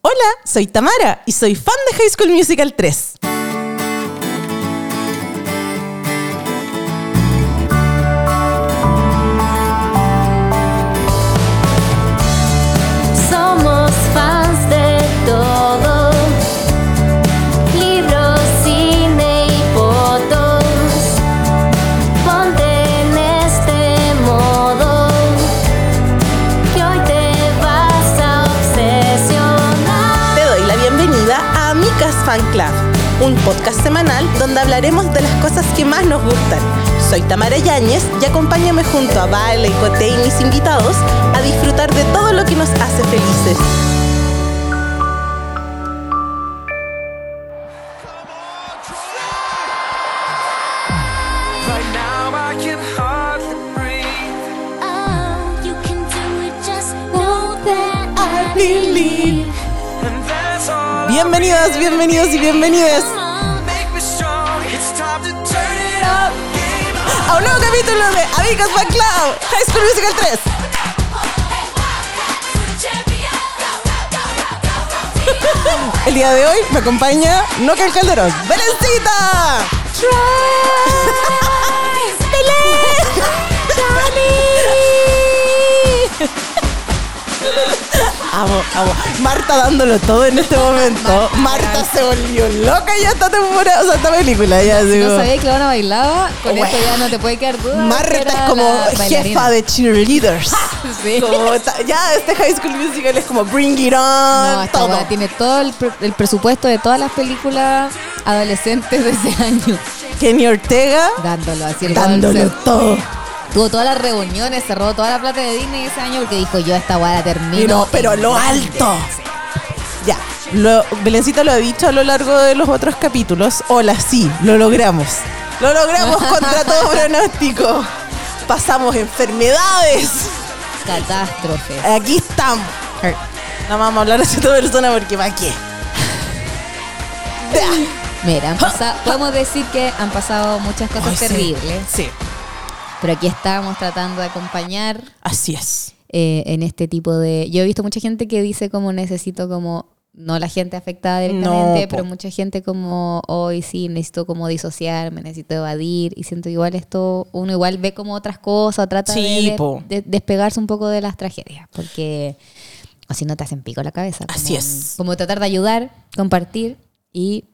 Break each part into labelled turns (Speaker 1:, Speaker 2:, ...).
Speaker 1: Hola, soy Tamara y soy fan de High School Musical 3.
Speaker 2: Somos fans de todo. Libros, cine y fotos. Ponte en este modo. Que hoy te vas a obsesionar.
Speaker 1: Te doy la bienvenida a Amigas Fan Club, un podcast semanal donde hablaremos de las cosas que más nos gustan. Soy Tamara Yáñez y acompáñame junto a Vale, Cote y mis invitados a disfrutar de todo lo que nos hace felices.
Speaker 3: Right now I can hardly breathe.
Speaker 2: Oh, you can do it, just know that I believe.
Speaker 3: And that's all
Speaker 1: Bienvenidos, bienvenidos y bienvenidas
Speaker 3: make me strong. It's time to turn it up. Game on.
Speaker 1: a un nuevo capítulo de Amigas Fan Club, High School Musical 3. El día de hoy me acompaña Noca el Calderón. ¡Belencita! ¡Belén! Amo, amo. Marta dándolo todo en este momento. Marta se volvió loca ya esta temporada, o sea, esta película. Ya, así
Speaker 4: No
Speaker 1: como-
Speaker 4: sabía que la una bailaba, con
Speaker 1: Bueno.
Speaker 4: esto ya no te puede quedar duda. que
Speaker 1: Marta
Speaker 4: era
Speaker 1: es como
Speaker 4: la
Speaker 1: jefa
Speaker 4: bailarina.
Speaker 1: de cheerleaders.
Speaker 4: Sí.
Speaker 1: Como ta- ya este High School Musical es como Bring It On,
Speaker 4: No, esta
Speaker 1: todo.
Speaker 4: weá tiene todo el, pre- el presupuesto de todas las películas adolescentes de ese año.
Speaker 1: Kenny Ortega
Speaker 4: Dándolo así el
Speaker 1: dándolo
Speaker 4: weón
Speaker 1: todo.
Speaker 4: se- Tuvo todas las reuniones, cerró toda la plata de Disney ese año porque dijo yo esta weá la termino.
Speaker 1: Y no, pero
Speaker 4: en
Speaker 1: lo
Speaker 4: grande".
Speaker 1: alto. Ya, lo, Belencita lo ha dicho a lo largo de los otros capítulos. Hola, sí, lo logramos. Lo logramos contra todo pronóstico. Pasamos enfermedades.
Speaker 4: Catástrofe.
Speaker 1: Aquí estamos. No vamos a hablar de esta persona porque ¿para qué? Ya.
Speaker 4: Mira, han pasa- podemos decir que han pasado muchas cosas
Speaker 1: Ay, sí.
Speaker 4: terribles,
Speaker 1: Sí,
Speaker 4: pero aquí estamos tratando de acompañar
Speaker 1: así es.
Speaker 4: eh, en este tipo de... Yo he visto mucha gente que dice como necesito como... No la gente afectada directamente,
Speaker 1: No, po.
Speaker 4: pero mucha gente como hoy sí, necesito como disociarme, necesito evadir y siento igual esto, uno igual ve como otras cosas, trata de-
Speaker 1: Sí,
Speaker 4: de,
Speaker 1: po.
Speaker 4: de despegarse un poco de las tragedias, porque o si no te hacen pico la cabeza. como-
Speaker 1: Así es.
Speaker 4: Como tratar de ayudar, compartir y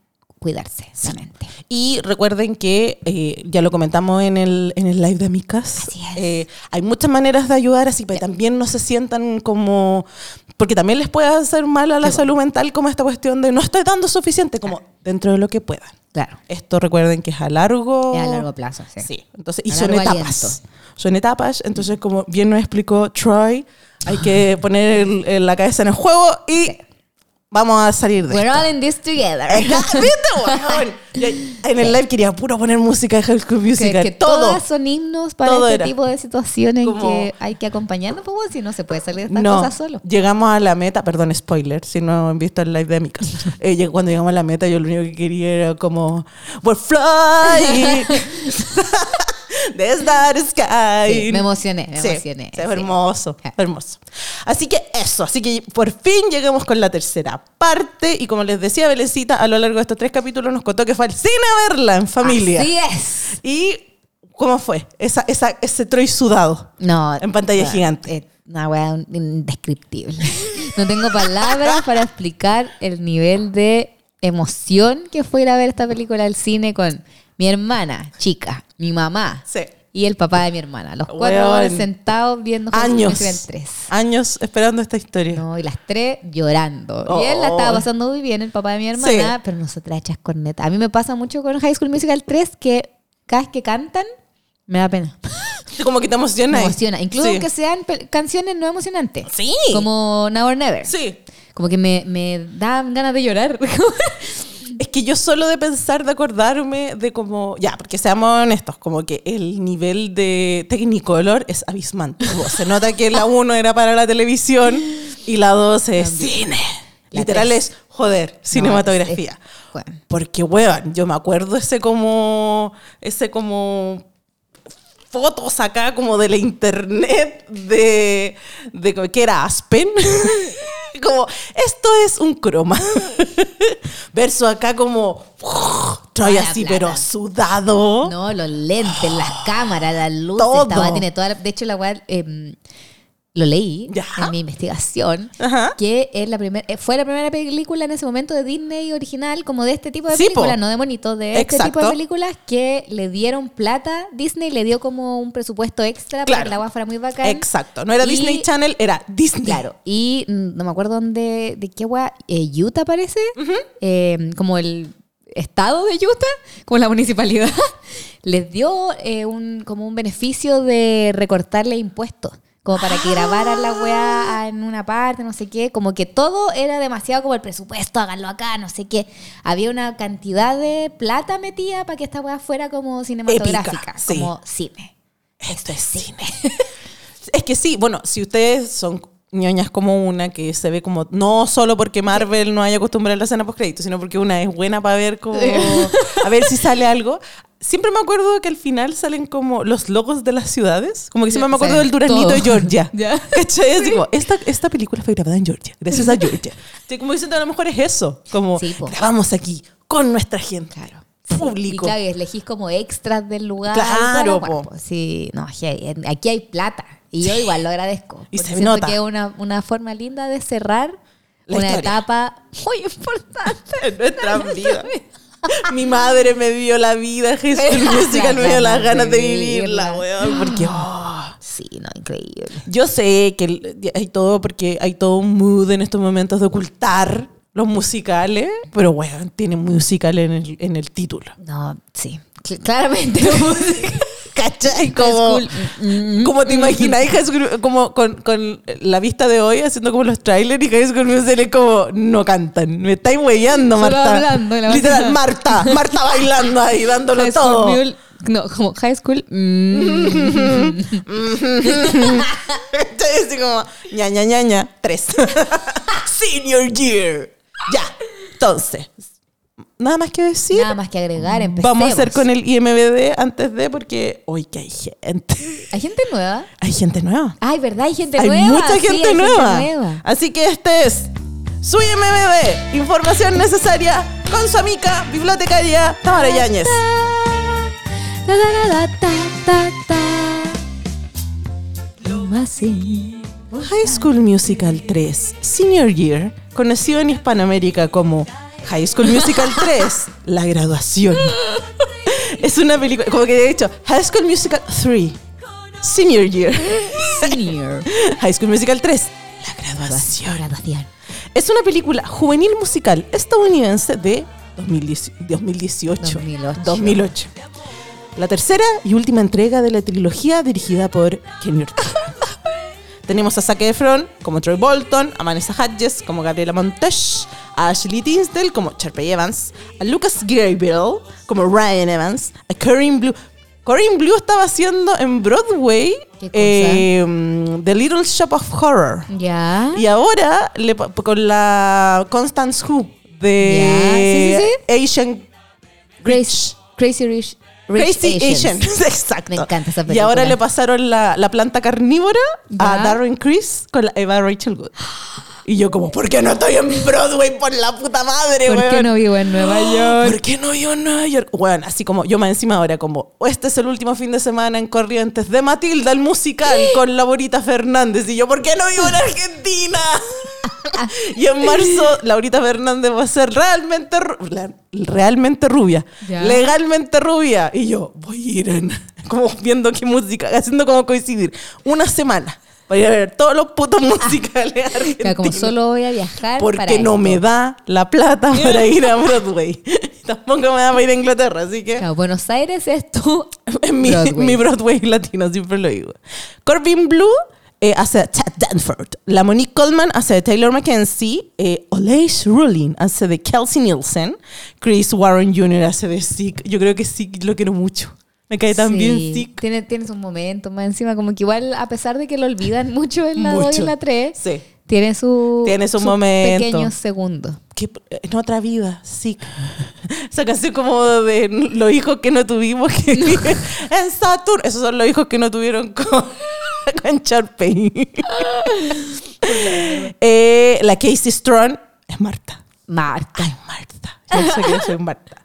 Speaker 4: cuidarse la mente.
Speaker 1: Y recuerden que, eh, ya lo comentamos en el, en el live de Amigas,
Speaker 4: Así es.
Speaker 1: eh, hay muchas maneras de ayudar, así que también no se sientan como... Porque también les puede hacer mal a la salud mental como esta cuestión de no estoy dando suficiente, como dentro de lo que puedan.
Speaker 4: Claro.
Speaker 1: Esto recuerden que es a largo...
Speaker 4: Es a largo plazo, sí.
Speaker 1: Entonces, y
Speaker 4: A
Speaker 1: son
Speaker 4: largo
Speaker 1: etapas.
Speaker 4: aliento.
Speaker 1: Son etapas, entonces como bien nos explicó Troy, hay que poner el- el- la cabeza en el juego y vamos a salir de
Speaker 4: We're
Speaker 1: esto.
Speaker 4: all in this together.
Speaker 1: Acá, ¿Viste, weón? Yo En el live quería puro poner música de High School
Speaker 4: que,
Speaker 1: Musical.
Speaker 4: que
Speaker 1: todo.
Speaker 4: todas son himnos para
Speaker 1: Todo
Speaker 4: este
Speaker 1: era.
Speaker 4: tipo de situaciones en
Speaker 1: Como-
Speaker 4: que hay que acompañarnos, pues, bueno, si no se puede salir de estas
Speaker 1: No,
Speaker 4: cosas solo.
Speaker 1: llegamos a la meta, perdón, spoiler, si no han visto el live de mi casa. Eh, lleg- cuando llegamos a la meta, yo lo único que quería era como, we're flying. There's that sky.
Speaker 4: Sí, me emocioné, me
Speaker 1: Sí,
Speaker 4: emocioné,
Speaker 1: sí, fue
Speaker 4: sí.
Speaker 1: hermoso,
Speaker 4: Ja.
Speaker 1: fue hermoso. Así que eso, así que por fin llegamos con la tercera parte. Y como les decía, Belecita, a lo largo de estos tres capítulos nos contó que fue al cine a verla en familia.
Speaker 4: Así es.
Speaker 1: ¿Y cómo fue esa, esa- ese Troy sudado?
Speaker 4: No.
Speaker 1: En pantalla gigante.
Speaker 4: eh, una weá un- indescriptible. No tengo palabras para explicar el nivel de emoción que fue ir a ver esta película al cine con mi hermana, chica, mi mamá
Speaker 1: Sí.
Speaker 4: y el papá de mi hermana. Los cuatro
Speaker 1: Weón.
Speaker 4: sentados viendo High School
Speaker 1: Años.
Speaker 4: Musical 3.
Speaker 1: Años esperando esta historia.
Speaker 4: No, y las tres llorando.
Speaker 1: Eh. Oh.
Speaker 4: Y él la estaba pasando muy bien, el papá de mi hermana,
Speaker 1: Sí.
Speaker 4: pero nosotras hechas corneta. A mí me pasa mucho con High School Musical 3 que cada vez que cantan, me da pena.
Speaker 1: Como que te emociona.
Speaker 4: Me
Speaker 1: ahí.
Speaker 4: emociona. Incluso
Speaker 1: Sí.
Speaker 4: aunque sean pe- canciones no emocionantes.
Speaker 1: Sí.
Speaker 4: Como Now or Never.
Speaker 1: Sí.
Speaker 4: Como que me, me dan ganas de llorar.
Speaker 1: Es que yo solo de pensar, de acordarme de como... Ya, porque seamos honestos, como que el nivel de Technicolor es abismante. Como se nota que la 1 era para la televisión y la 2 es cine.
Speaker 4: La
Speaker 1: Literal
Speaker 4: tres.
Speaker 1: es, joder, cinematografía.
Speaker 4: No, es- es- bueno.
Speaker 1: Porque, weón, yo me acuerdo ese como. Ese como. Fotos acá como de la internet de. de co- que era Aspen. como, esto es un croma. Verso acá como, trae
Speaker 4: Toda la
Speaker 1: así,
Speaker 4: plata.
Speaker 1: pero sudado.
Speaker 4: No, los lentes, las cámaras, las luces,
Speaker 1: Todo.
Speaker 4: esta weá tiene toda la- De hecho, la weá em, lo leí
Speaker 1: Ya.
Speaker 4: en mi investigación,
Speaker 1: Ajá.
Speaker 4: que es la primer, eh, fue la primera película en ese momento de Disney original, como de este tipo de
Speaker 1: Sí, po.
Speaker 4: películas, no de monito, de este tipo de
Speaker 1: Exacto.
Speaker 4: películas que le dieron plata. Disney le dio como un presupuesto extra para
Speaker 1: Claro.
Speaker 4: que la weá fuera muy bacán.
Speaker 1: Exacto. No era
Speaker 4: Y-
Speaker 1: Disney Channel, era Disney.
Speaker 4: Claro, y mm, no me acuerdo dónde, de qué agua, Utah parece, Eh, como el estado de Utah, como la municipalidad, les dio eh, un, como un beneficio de recortarle impuestos, como para que grabaran la weá en una parte, no sé qué, como que todo era demasiado como el presupuesto, háganlo acá, no sé qué. Había una cantidad de plata metida para que esta weá fuera como cinematográfica,
Speaker 1: sí.
Speaker 4: como cine.
Speaker 1: Esto es cine. es que sí, bueno, si ustedes son ñoñas como una que se ve como no solo porque Marvel no haya acostumbrado a la escena post crédito, sino porque una es buena para ver como a ver si sale algo. Siempre me acuerdo que al final salen como los logos de las ciudades, como que siempre me acuerdo
Speaker 4: Sí,
Speaker 1: del Duraznito
Speaker 4: todo.
Speaker 1: de Georgia.
Speaker 4: Ya.
Speaker 1: ¿Cachai? Es como, esta, esta película fue grabada en Georgia, gracias a Georgia. Estoy como diciendo, a lo mejor es eso, como
Speaker 4: Sí, po.
Speaker 1: grabamos aquí con nuestra gente.
Speaker 4: Claro.
Speaker 1: Público.
Speaker 4: Y claro, y elegís como extras del lugar.
Speaker 1: Claro,
Speaker 4: Claro,
Speaker 1: po.
Speaker 4: pues, Sí, no, heavy. En- aquí hay plata. Y yo igual lo agradezco.
Speaker 1: Y
Speaker 4: Y
Speaker 1: se
Speaker 4: se siento
Speaker 1: nota.
Speaker 4: que es una, una forma linda de cerrar
Speaker 1: La
Speaker 4: una
Speaker 1: historia.
Speaker 4: etapa muy importante.
Speaker 1: en nuestra vida. Mi madre me dio la vida, Jesús Musical me dio las ganas de vivirla, weón. Porque oh,
Speaker 4: Sí, no, increíble.
Speaker 1: yo sé que el- hay todo, porque hay todo un mood en estos momentos de ocultar los musicales, pero weón, tiene musical en el, en el título.
Speaker 4: No, sí. Cl- claramente.
Speaker 1: ¿Cachai? Como,
Speaker 4: School. Mm, mm,
Speaker 1: como te imagináis, High School- como con, con la vista de hoy, haciendo como los trailers y High School Musical es como, no cantan, me estáis huellando,
Speaker 4: Solo
Speaker 1: Marta.
Speaker 4: hablando y la
Speaker 1: Literal,
Speaker 4: Marta.
Speaker 1: Marta, Marta bailando ahí, dándolo
Speaker 4: High School
Speaker 1: todo.
Speaker 4: Mule- no, como high school. mm.
Speaker 1: Entonces, así como, ña, ña, ña, ña, tres. Senior year. Ya. Entonces, nada más que decir.
Speaker 4: Nada más que agregar, empecemos.
Speaker 1: Vamos a hacer con el IMBD antes de, porque hoy que hay gente.
Speaker 4: ¿Hay gente nueva?
Speaker 1: Hay gente nueva.
Speaker 4: Ay, ¿verdad? Hay gente
Speaker 1: hay
Speaker 4: nueva.
Speaker 1: mucha
Speaker 4: Sí,
Speaker 1: gente,
Speaker 4: hay
Speaker 1: nueva. Así que este es su IMBD. Información necesaria con su amiga bibliotecaria Tamara Yáñez.
Speaker 4: Ta, ta, ta, ta, ta, ta. Lo más sí.
Speaker 1: High School Musical 3, Senior Year, conocido en Hispanoamérica como High School Musical 3, La Graduación. Es una película, como que de hecho, High School Musical 3, Senior Year.
Speaker 4: Senior.
Speaker 1: High School Musical 3, La
Speaker 4: Graduación.
Speaker 1: Graduación.
Speaker 4: Graduación.
Speaker 1: Es una película juvenil musical estadounidense de 2018.
Speaker 4: 2008.
Speaker 1: 2008. La tercera y última entrega de la trilogía dirigida por Kenny Ortega. Tenemos a Zac Efron como Troy Bolton, a Vanessa Hudgens como Gabriela Montesh, a Ashley Tisdale como Sharpay Evans, a Lucas Gabriel como Ryan Evans, a Corinne Blue. Corinne Blue estaba haciendo en Broadway
Speaker 4: ¿Qué cosa?
Speaker 1: eh, mm, The Little Shop of Horror.
Speaker 4: Ya.
Speaker 1: Y ahora le pa- con la Constance Who de
Speaker 4: Ya, sí,
Speaker 1: Asian
Speaker 4: Grace. Crazy Rich. Rich
Speaker 1: Crazy Asian.
Speaker 4: Asians.
Speaker 1: Exacto.
Speaker 4: Me encanta esa
Speaker 1: Y ahora
Speaker 4: película.
Speaker 1: le pasaron la, la planta carnívora a
Speaker 4: Ya.
Speaker 1: Darren Criss con la Eva Rachel Wood. Y yo como, ¿por qué no estoy en Broadway por la puta madre,
Speaker 4: ¿Por qué
Speaker 1: weón?
Speaker 4: no vivo en Nueva York?
Speaker 1: ¿Por qué no yo en Nueva York? Bueno, así como yo más encima ahora como, este es el último fin de semana en Corrientes de Matilda, el musical, con Laurita Fernández. Y yo, ¿por qué no vivo en Argentina? y en marzo, Laurita Fernández va a ser realmente, ru- la- realmente rubia.
Speaker 4: Ya.
Speaker 1: Legalmente rubia. Y yo, voy a ir en- como viendo qué música, haciendo como coincidir. Una semana. Voy a ver todos los putos musicales
Speaker 4: O sea, como
Speaker 1: argentinos.
Speaker 4: solo voy a viajar
Speaker 1: Porque
Speaker 4: para
Speaker 1: no
Speaker 4: esto.
Speaker 1: me da la plata para ir a Broadway. Tampoco me da para ir a Inglaterra, así que
Speaker 4: Claro, Buenos Aires es tú.
Speaker 1: es mi mi Broadway.
Speaker 4: Broadway.
Speaker 1: latino, siempre lo digo. Corbin Blue eh, hace a Chad Danford. La Monique Coleman hace de Taylor Mackenzie. Eh, Olays Ruling hace de Kelsey Nielsen. Chris Warren Jr. hace de Zeke. Yo creo que Zeke lo quiero mucho. Me cae tan bien
Speaker 4: Sí.
Speaker 1: Zeke.
Speaker 4: Tiene, tienes un momento más encima, como que igual, a pesar de que lo olvidan mucho en la 2 y
Speaker 1: Mucho.
Speaker 4: en la 3,
Speaker 1: Sí.
Speaker 4: tiene su,
Speaker 1: Tiene su
Speaker 4: sus
Speaker 1: momento.
Speaker 4: pequeños segundos.
Speaker 1: que eh, en otra vida, sí. Esa canción como de los hijos que no tuvimos que en Saturno. Esos son los hijos que no tuvieron con con Sharpay. Eh, la Casey Strong es Marta.
Speaker 4: Marta.
Speaker 1: Ay, Marta. Yo sé que yo soy Marta.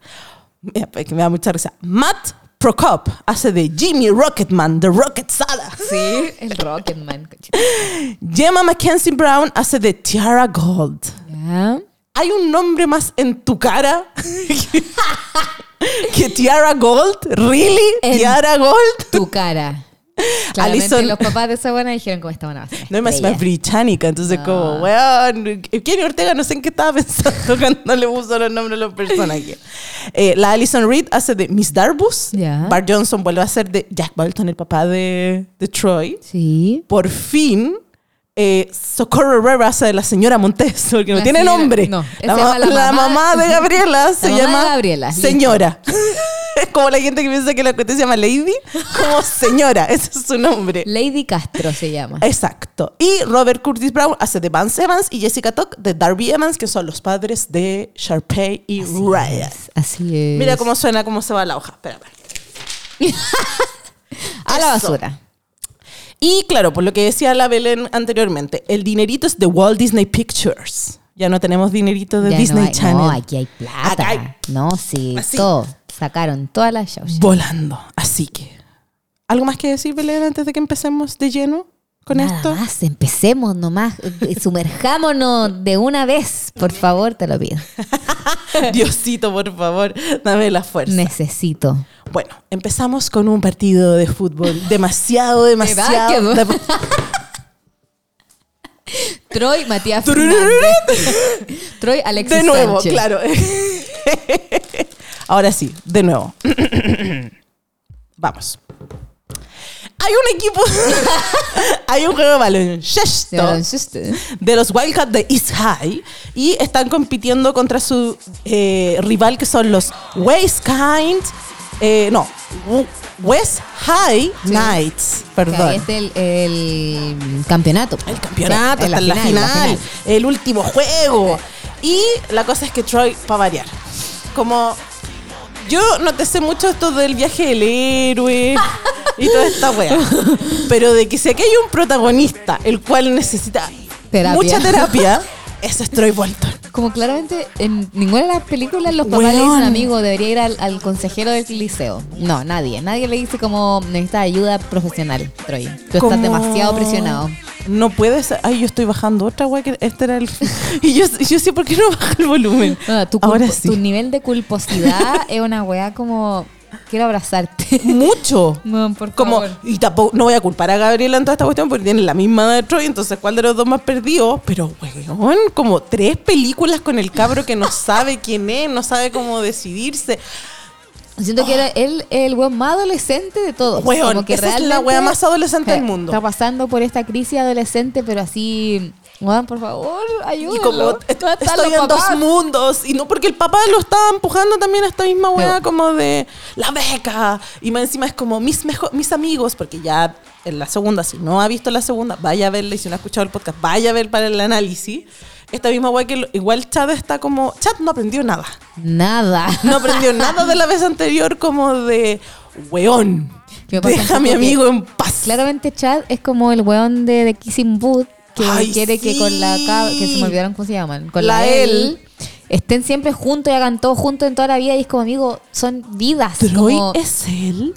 Speaker 1: Mira, pues, que me da mucha risa. Matt Prokop hace de Jimmy Rocketman, de Rocket Sala.
Speaker 4: Sí, el Rocketman. cochino.
Speaker 1: Gemma Mackenzie Brown hace de Tiara Gold.
Speaker 4: Ya.
Speaker 1: ¿Hay un nombre más en tu cara que Tiara Gold? ¿Really?
Speaker 4: En-
Speaker 1: ¿Tiara Gold?
Speaker 4: Tu cara. Claramente
Speaker 1: Alison-
Speaker 4: los papás de esa buena dijeron cómo estaban a ser
Speaker 1: No, más
Speaker 4: estrella.
Speaker 1: más británica, entonces como, weón, Kenny Ortega no sé en qué estaba pensando cuando le puso los nombres a los personajes. Eh, la Alison Reed hace de Miss Darbus,
Speaker 4: Ya.
Speaker 1: Bart Johnson vuelve a ser de Jack Bolton, el papá de, de Troy.
Speaker 4: Sí.
Speaker 1: Por fin, eh, Socorro Herrera hace de la señora Montes, porque no
Speaker 4: La
Speaker 1: tiene
Speaker 4: señora-
Speaker 1: nombre.
Speaker 4: no, se
Speaker 1: la,
Speaker 4: llama
Speaker 1: ma-
Speaker 4: la
Speaker 1: la
Speaker 4: mamá-
Speaker 1: mamá de Gabriela se
Speaker 4: mamá de
Speaker 1: llama
Speaker 4: Gabriela, listo.
Speaker 1: señora. Es como la gente que piensa que la gente se llama Lady, como señora, ese es su nombre.
Speaker 4: Lady Castro se llama.
Speaker 1: Exacto. Y Robert Curtis Brown hace de Vance Evans y Jessica Tuck de Darby Evans, que son los padres de Sharpay y Ryan.
Speaker 4: Así es.
Speaker 1: Mira cómo suena, cómo se va la hoja. Espérame.
Speaker 4: A la
Speaker 1: Eso.
Speaker 4: basura.
Speaker 1: Y claro, por lo que decía la Belén anteriormente, el dinerito es de Walt Disney Pictures. Ya no tenemos dinerito de
Speaker 4: Ya
Speaker 1: Disney
Speaker 4: no hay-
Speaker 1: Channel.
Speaker 4: No, aquí hay plata.
Speaker 1: Acá hay-
Speaker 4: No, sí,
Speaker 1: Así.
Speaker 4: todo. Sacaron todas las shows.
Speaker 1: Volando. Así que, ¿algo más que decir, Belén, antes de que empecemos de lleno con
Speaker 4: Nada
Speaker 1: esto?
Speaker 4: más, empecemos nomás, eh, sumerjámonos de una vez, por favor, te lo pido.
Speaker 1: Diosito, por favor, dame la fuerza.
Speaker 4: Necesito.
Speaker 1: Bueno, empezamos con un partido de fútbol demasiado, demasiado.
Speaker 4: básquetbol. Troy, Matías Fernández.
Speaker 1: de,
Speaker 4: Troy, Alexis
Speaker 1: de nuevo,
Speaker 4: Sánchez.
Speaker 1: claro. Ahora sí, de nuevo. Vamos. Hay un equipo. hay un juego de
Speaker 4: De
Speaker 1: baloncesto
Speaker 4: baloncesto.
Speaker 1: de los Wildcats de East High y están compitiendo contra su eh, rival que son los West Kind. eh, no, W- West High Knights.
Speaker 4: Que ahí
Speaker 1: Perdón.
Speaker 4: está el, el campeonato.
Speaker 1: El campeonato,
Speaker 4: Sí, en
Speaker 1: está en la final,
Speaker 4: final.
Speaker 1: el último juego. Y la cosa es que Troy, para variar, como yo no te sé mucho esto del viaje del héroe y toda esta wea, pero de que si aquí hay un protagonista el cual necesita
Speaker 4: Terapia.
Speaker 1: mucha terapia, ese es Troy Bolton.
Speaker 4: Como claramente en ninguna de las películas los papás le
Speaker 1: Weón.
Speaker 4: dicen amigo, debería ir al, al consejero del liceo. No, nadie. Nadie le dice como necesita ayuda profesional, Troy. Tú
Speaker 1: Como-
Speaker 4: estás demasiado presionado.
Speaker 1: No puedes. Ay, yo estoy bajando otra wea que este era el. Y yo, yo sé por qué no baja el volumen.
Speaker 4: No, Ah, tu,
Speaker 1: Ahora
Speaker 4: culpo-
Speaker 1: sí.
Speaker 4: tu nivel de culposidad es una weá como quiero abrazarte.
Speaker 1: Mucho.
Speaker 4: Weón, por
Speaker 1: como
Speaker 4: favor.
Speaker 1: y tampoco no voy a culpar a Gabriela en toda esta cuestión porque tienen la misma edad de Troy entonces cuál de los dos más perdido pero weón como tres películas con el cabro que no sabe quién es no sabe cómo decidirse
Speaker 4: Siento que era él el weón más adolescente de todos.
Speaker 1: Oh. Weón,
Speaker 4: Como que
Speaker 1: esa es la
Speaker 4: realmente-
Speaker 1: weá más adolescente
Speaker 4: Eh,
Speaker 1: del mundo.
Speaker 4: Está pasando por esta crisis adolescente, pero así, weón, por favor, ayúdenlo.
Speaker 1: y como
Speaker 4: ¿Dónde
Speaker 1: est-
Speaker 4: están los
Speaker 1: estoy en dos
Speaker 4: papás?
Speaker 1: mundos y no porque el papá lo estaba empujando también a esta misma weá
Speaker 4: No.
Speaker 1: como de la beca y más encima es como mis mejo- mis amigos porque ya en la segunda si no ha visto la segunda vaya a verla y si no ha escuchado el podcast vaya a ver para el análisis esta misma weá que lo- igual Chad está como Chad no aprendió nada
Speaker 4: Nada.
Speaker 1: no aprendió nada de la vez anterior como de weón
Speaker 4: Me pasa
Speaker 1: deja a
Speaker 4: un
Speaker 1: mi
Speaker 4: poco que-
Speaker 1: amigo en paz
Speaker 4: Claramente Chad es como el weón de, de Kissing Booth que
Speaker 1: Ay,
Speaker 4: quiere que con la
Speaker 1: sí.
Speaker 4: cab- que se me olvidaron cómo se llaman, con
Speaker 1: La
Speaker 4: la,
Speaker 1: él.
Speaker 4: él, estén siempre juntos y hagan todo juntos en toda la vida y es como amigo, son vidas.
Speaker 1: Troy
Speaker 4: como-
Speaker 1: es él.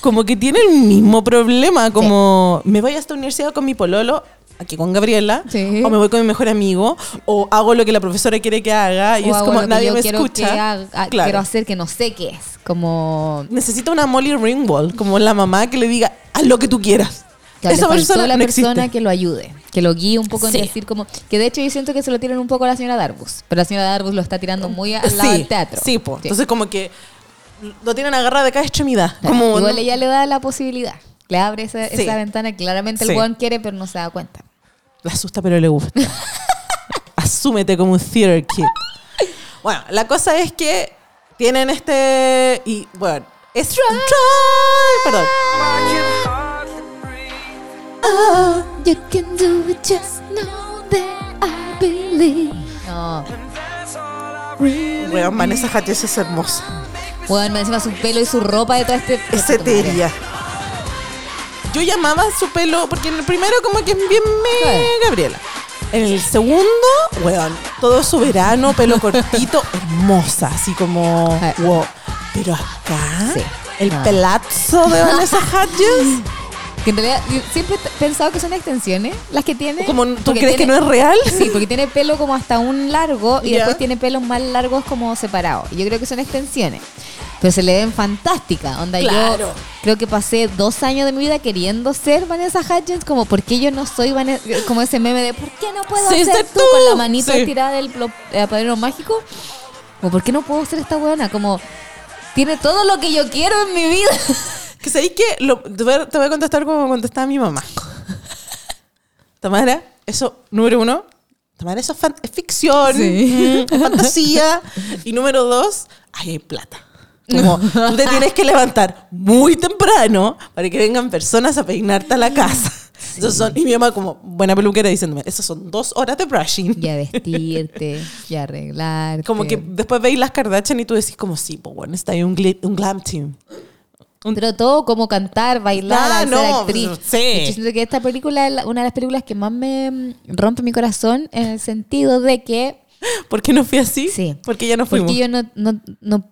Speaker 1: como que tiene el mismo problema, como me voy a esta universidad con mi pololo, aquí con Gabriela,
Speaker 4: Sí.
Speaker 1: o me voy con mi mejor amigo, o hago lo que la profesora quiere que haga, y
Speaker 4: o
Speaker 1: es
Speaker 4: hago
Speaker 1: como
Speaker 4: lo que
Speaker 1: nadie
Speaker 4: yo
Speaker 1: me
Speaker 4: quiero
Speaker 1: escucha.
Speaker 4: que haga- ah,
Speaker 1: Claro.
Speaker 4: Quiero hacer que no sé qué es. Como
Speaker 1: Necesita una Molly Ringwald, como la mamá que le diga, haz lo que tú quieras.
Speaker 4: Claro,
Speaker 1: Esa
Speaker 4: le faltó
Speaker 1: persona
Speaker 4: la
Speaker 1: no
Speaker 4: persona
Speaker 1: existe.
Speaker 4: que lo ayude, que lo guíe un poco en
Speaker 1: Sí.
Speaker 4: decir como que de hecho yo siento que se lo tiran un poco a la señora Darbus, pero la señora Darbus lo está tirando muy al lado del teatro.
Speaker 1: Sí, po.
Speaker 4: Sí.
Speaker 1: Entonces como que lo tienen agarrado de cada extremidad.
Speaker 4: Claro,
Speaker 1: como,
Speaker 4: Igual
Speaker 1: no-
Speaker 4: ella le da la posibilidad. Le abre esa,
Speaker 1: Sí.
Speaker 4: esa ventana. Claramente el
Speaker 1: Sí.
Speaker 4: weón quiere, pero no se da cuenta.
Speaker 1: La asusta, pero le gusta. Asúmete como un theater kid. Bueno, la cosa es que tienen este. Y bueno, es. Troy, perdón.
Speaker 3: I can hardly breathe.
Speaker 5: You can do it, just know that I believe.
Speaker 4: No.
Speaker 3: That's all I
Speaker 1: Weón, Vanessa Hutchins es hermosa.
Speaker 4: Weón, me encima su pelo y su ropa de todo este.
Speaker 1: Es etérea. Yo llamaba su pelo, porque en el primero como que es bien me
Speaker 4: Claro.
Speaker 1: Gabriela. En el segundo, weón, todo soberano, pelo cortito, hermosa, así como
Speaker 4: Sí.
Speaker 1: wow. Pero acá,
Speaker 4: Ah. Sí.
Speaker 1: el
Speaker 4: Ah.
Speaker 1: pelazo de Vanessa Hudgens,
Speaker 4: Que en realidad yo siempre he pensado que son extensiones las que tiene.
Speaker 1: como, ¿tú
Speaker 4: porque
Speaker 1: crees que
Speaker 4: tiene-
Speaker 1: no es real?
Speaker 4: Sí, porque tiene pelo como hasta un largo y
Speaker 1: Ya.
Speaker 4: después tiene pelos más largos como separados. Y Yo creo que son extensiones. Pero se le ven fantásticas. Onda,
Speaker 1: Claro.
Speaker 4: yo creo que pasé dos años de mi vida queriendo ser Vanessa Hudgens, como ¿por qué yo no soy Vanessa? Como ese meme de ¿por qué no puedo
Speaker 1: Sí,
Speaker 4: ser
Speaker 1: ser
Speaker 4: tú?
Speaker 1: tú.
Speaker 4: con la manita
Speaker 1: Sí.
Speaker 4: tirada del plo- eh, padrino mágico? Como ¿por qué no puedo ser esta buena? Como tiene todo lo que yo quiero en mi vida.
Speaker 1: Que sabéis que lo- te, voy a, te voy a contestar como me contestaba mi mamá. Tamara, eso, número uno. Tamara, eso es, fan- es ficción,
Speaker 4: Sí.
Speaker 1: mm, es fantasía. Y número dos, ahí hay plata. Como tú te tienes que levantar muy temprano para que vengan personas a peinarte a la casa. Entonces son, y mi mamá, como buena peluquera, diciéndome: Esas son dos horas de brushing.
Speaker 4: ya vestirte, ya arreglarte.
Speaker 1: Como que después veis las Kardashian y tú decís, como sí, pues bueno, está ahí un, gli- un glam team.
Speaker 4: Pero todo como cantar, bailar,
Speaker 1: Ah,
Speaker 4: ser
Speaker 1: no,
Speaker 4: actriz.
Speaker 1: sí.
Speaker 4: Yo siento que esta película es la- una de las películas que más me mm, rompe mi corazón en el sentido de que
Speaker 1: ¿Por qué no fui así?
Speaker 4: Sí.
Speaker 1: Porque ya no fuimos.
Speaker 4: porque yo no, no, no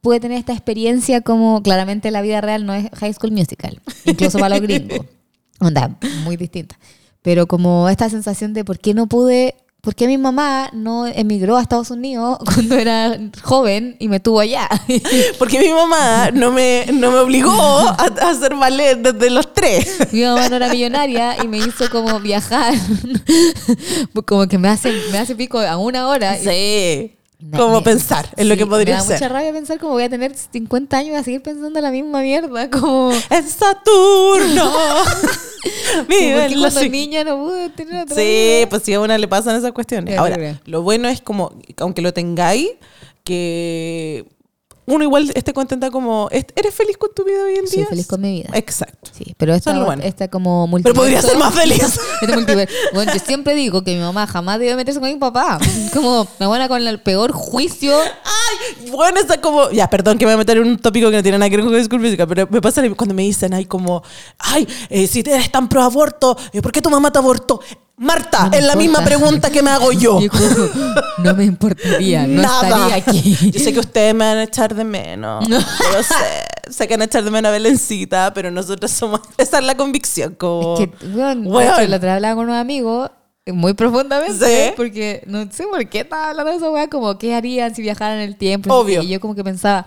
Speaker 4: pude tener esta experiencia como claramente la vida real no es High School Musical, incluso para los gringos. Onda, muy distinta. Pero como esta sensación de por qué no pude, por qué mi mamá no emigró a Estados Unidos cuando era joven y me tuvo allá.
Speaker 1: Porque mi mamá no me, no me obligó a, a hacer ballet desde los tres.
Speaker 4: Mi mamá no era millonaria y me hizo como viajar. como que me hace, me hace pico a una hora. y-
Speaker 1: Sí.
Speaker 4: Me-
Speaker 1: Como
Speaker 4: me-
Speaker 1: pensar en lo
Speaker 4: sí,
Speaker 1: que podría
Speaker 4: Me da mucha
Speaker 1: ser.
Speaker 4: rabia pensar como voy a tener 50 años y voy a seguir pensando la misma mierda. Como, como
Speaker 1: En Saturno. Vive
Speaker 4: que
Speaker 1: en
Speaker 4: cuando
Speaker 1: los cin-
Speaker 4: niña no pude tener otra
Speaker 1: Sí,
Speaker 4: vida.
Speaker 1: pues sí, a una le pasan esas cuestiones. Ahora,
Speaker 4: Terrible.
Speaker 1: lo bueno es como, aunque lo tengáis, que uno igual esté contenta como, ¿est- ¿eres feliz con tu vida hoy en día?
Speaker 4: Soy feliz con mi vida.
Speaker 1: Exacto.
Speaker 4: Sí, pero
Speaker 1: Son
Speaker 4: esta,
Speaker 1: lo bueno.
Speaker 4: esta como
Speaker 1: Pero podría ser más feliz.
Speaker 4: Este multiver- Bueno, yo siempre digo que mi mamá jamás debe meterse con mi papá. Como me buena con el peor juicio.
Speaker 1: Ay, bueno, está como. Ya, perdón que me voy a meter en un tópico que no tiene nada que ver con High School Musical, pero me pasa cuando me dicen, ay, como, ay, eh, si eres tan pro aborto, eh, ¿por qué tu mamá te abortó? Marta,
Speaker 4: No me
Speaker 1: es la
Speaker 4: importa.
Speaker 1: misma pregunta que me hago yo.
Speaker 4: Yo como, no me importaría, no
Speaker 1: Nada.
Speaker 4: estaría aquí.
Speaker 1: Yo sé que ustedes me van a echar de menos. No. Yo sé, sé que van a echar de menos a Belencita, pero nosotros somos. Esa es la convicción. Como,
Speaker 4: que, weón, de
Speaker 1: Weón.
Speaker 4: hecho, la otra vez hablaba con un amigo eh, muy profundamente
Speaker 1: Sí.
Speaker 4: porque no sé por qué estaba hablando de esa weá, como qué harían si viajaran en el tiempo. no sé
Speaker 1: Obvio.
Speaker 4: qué. Y yo como que pensaba,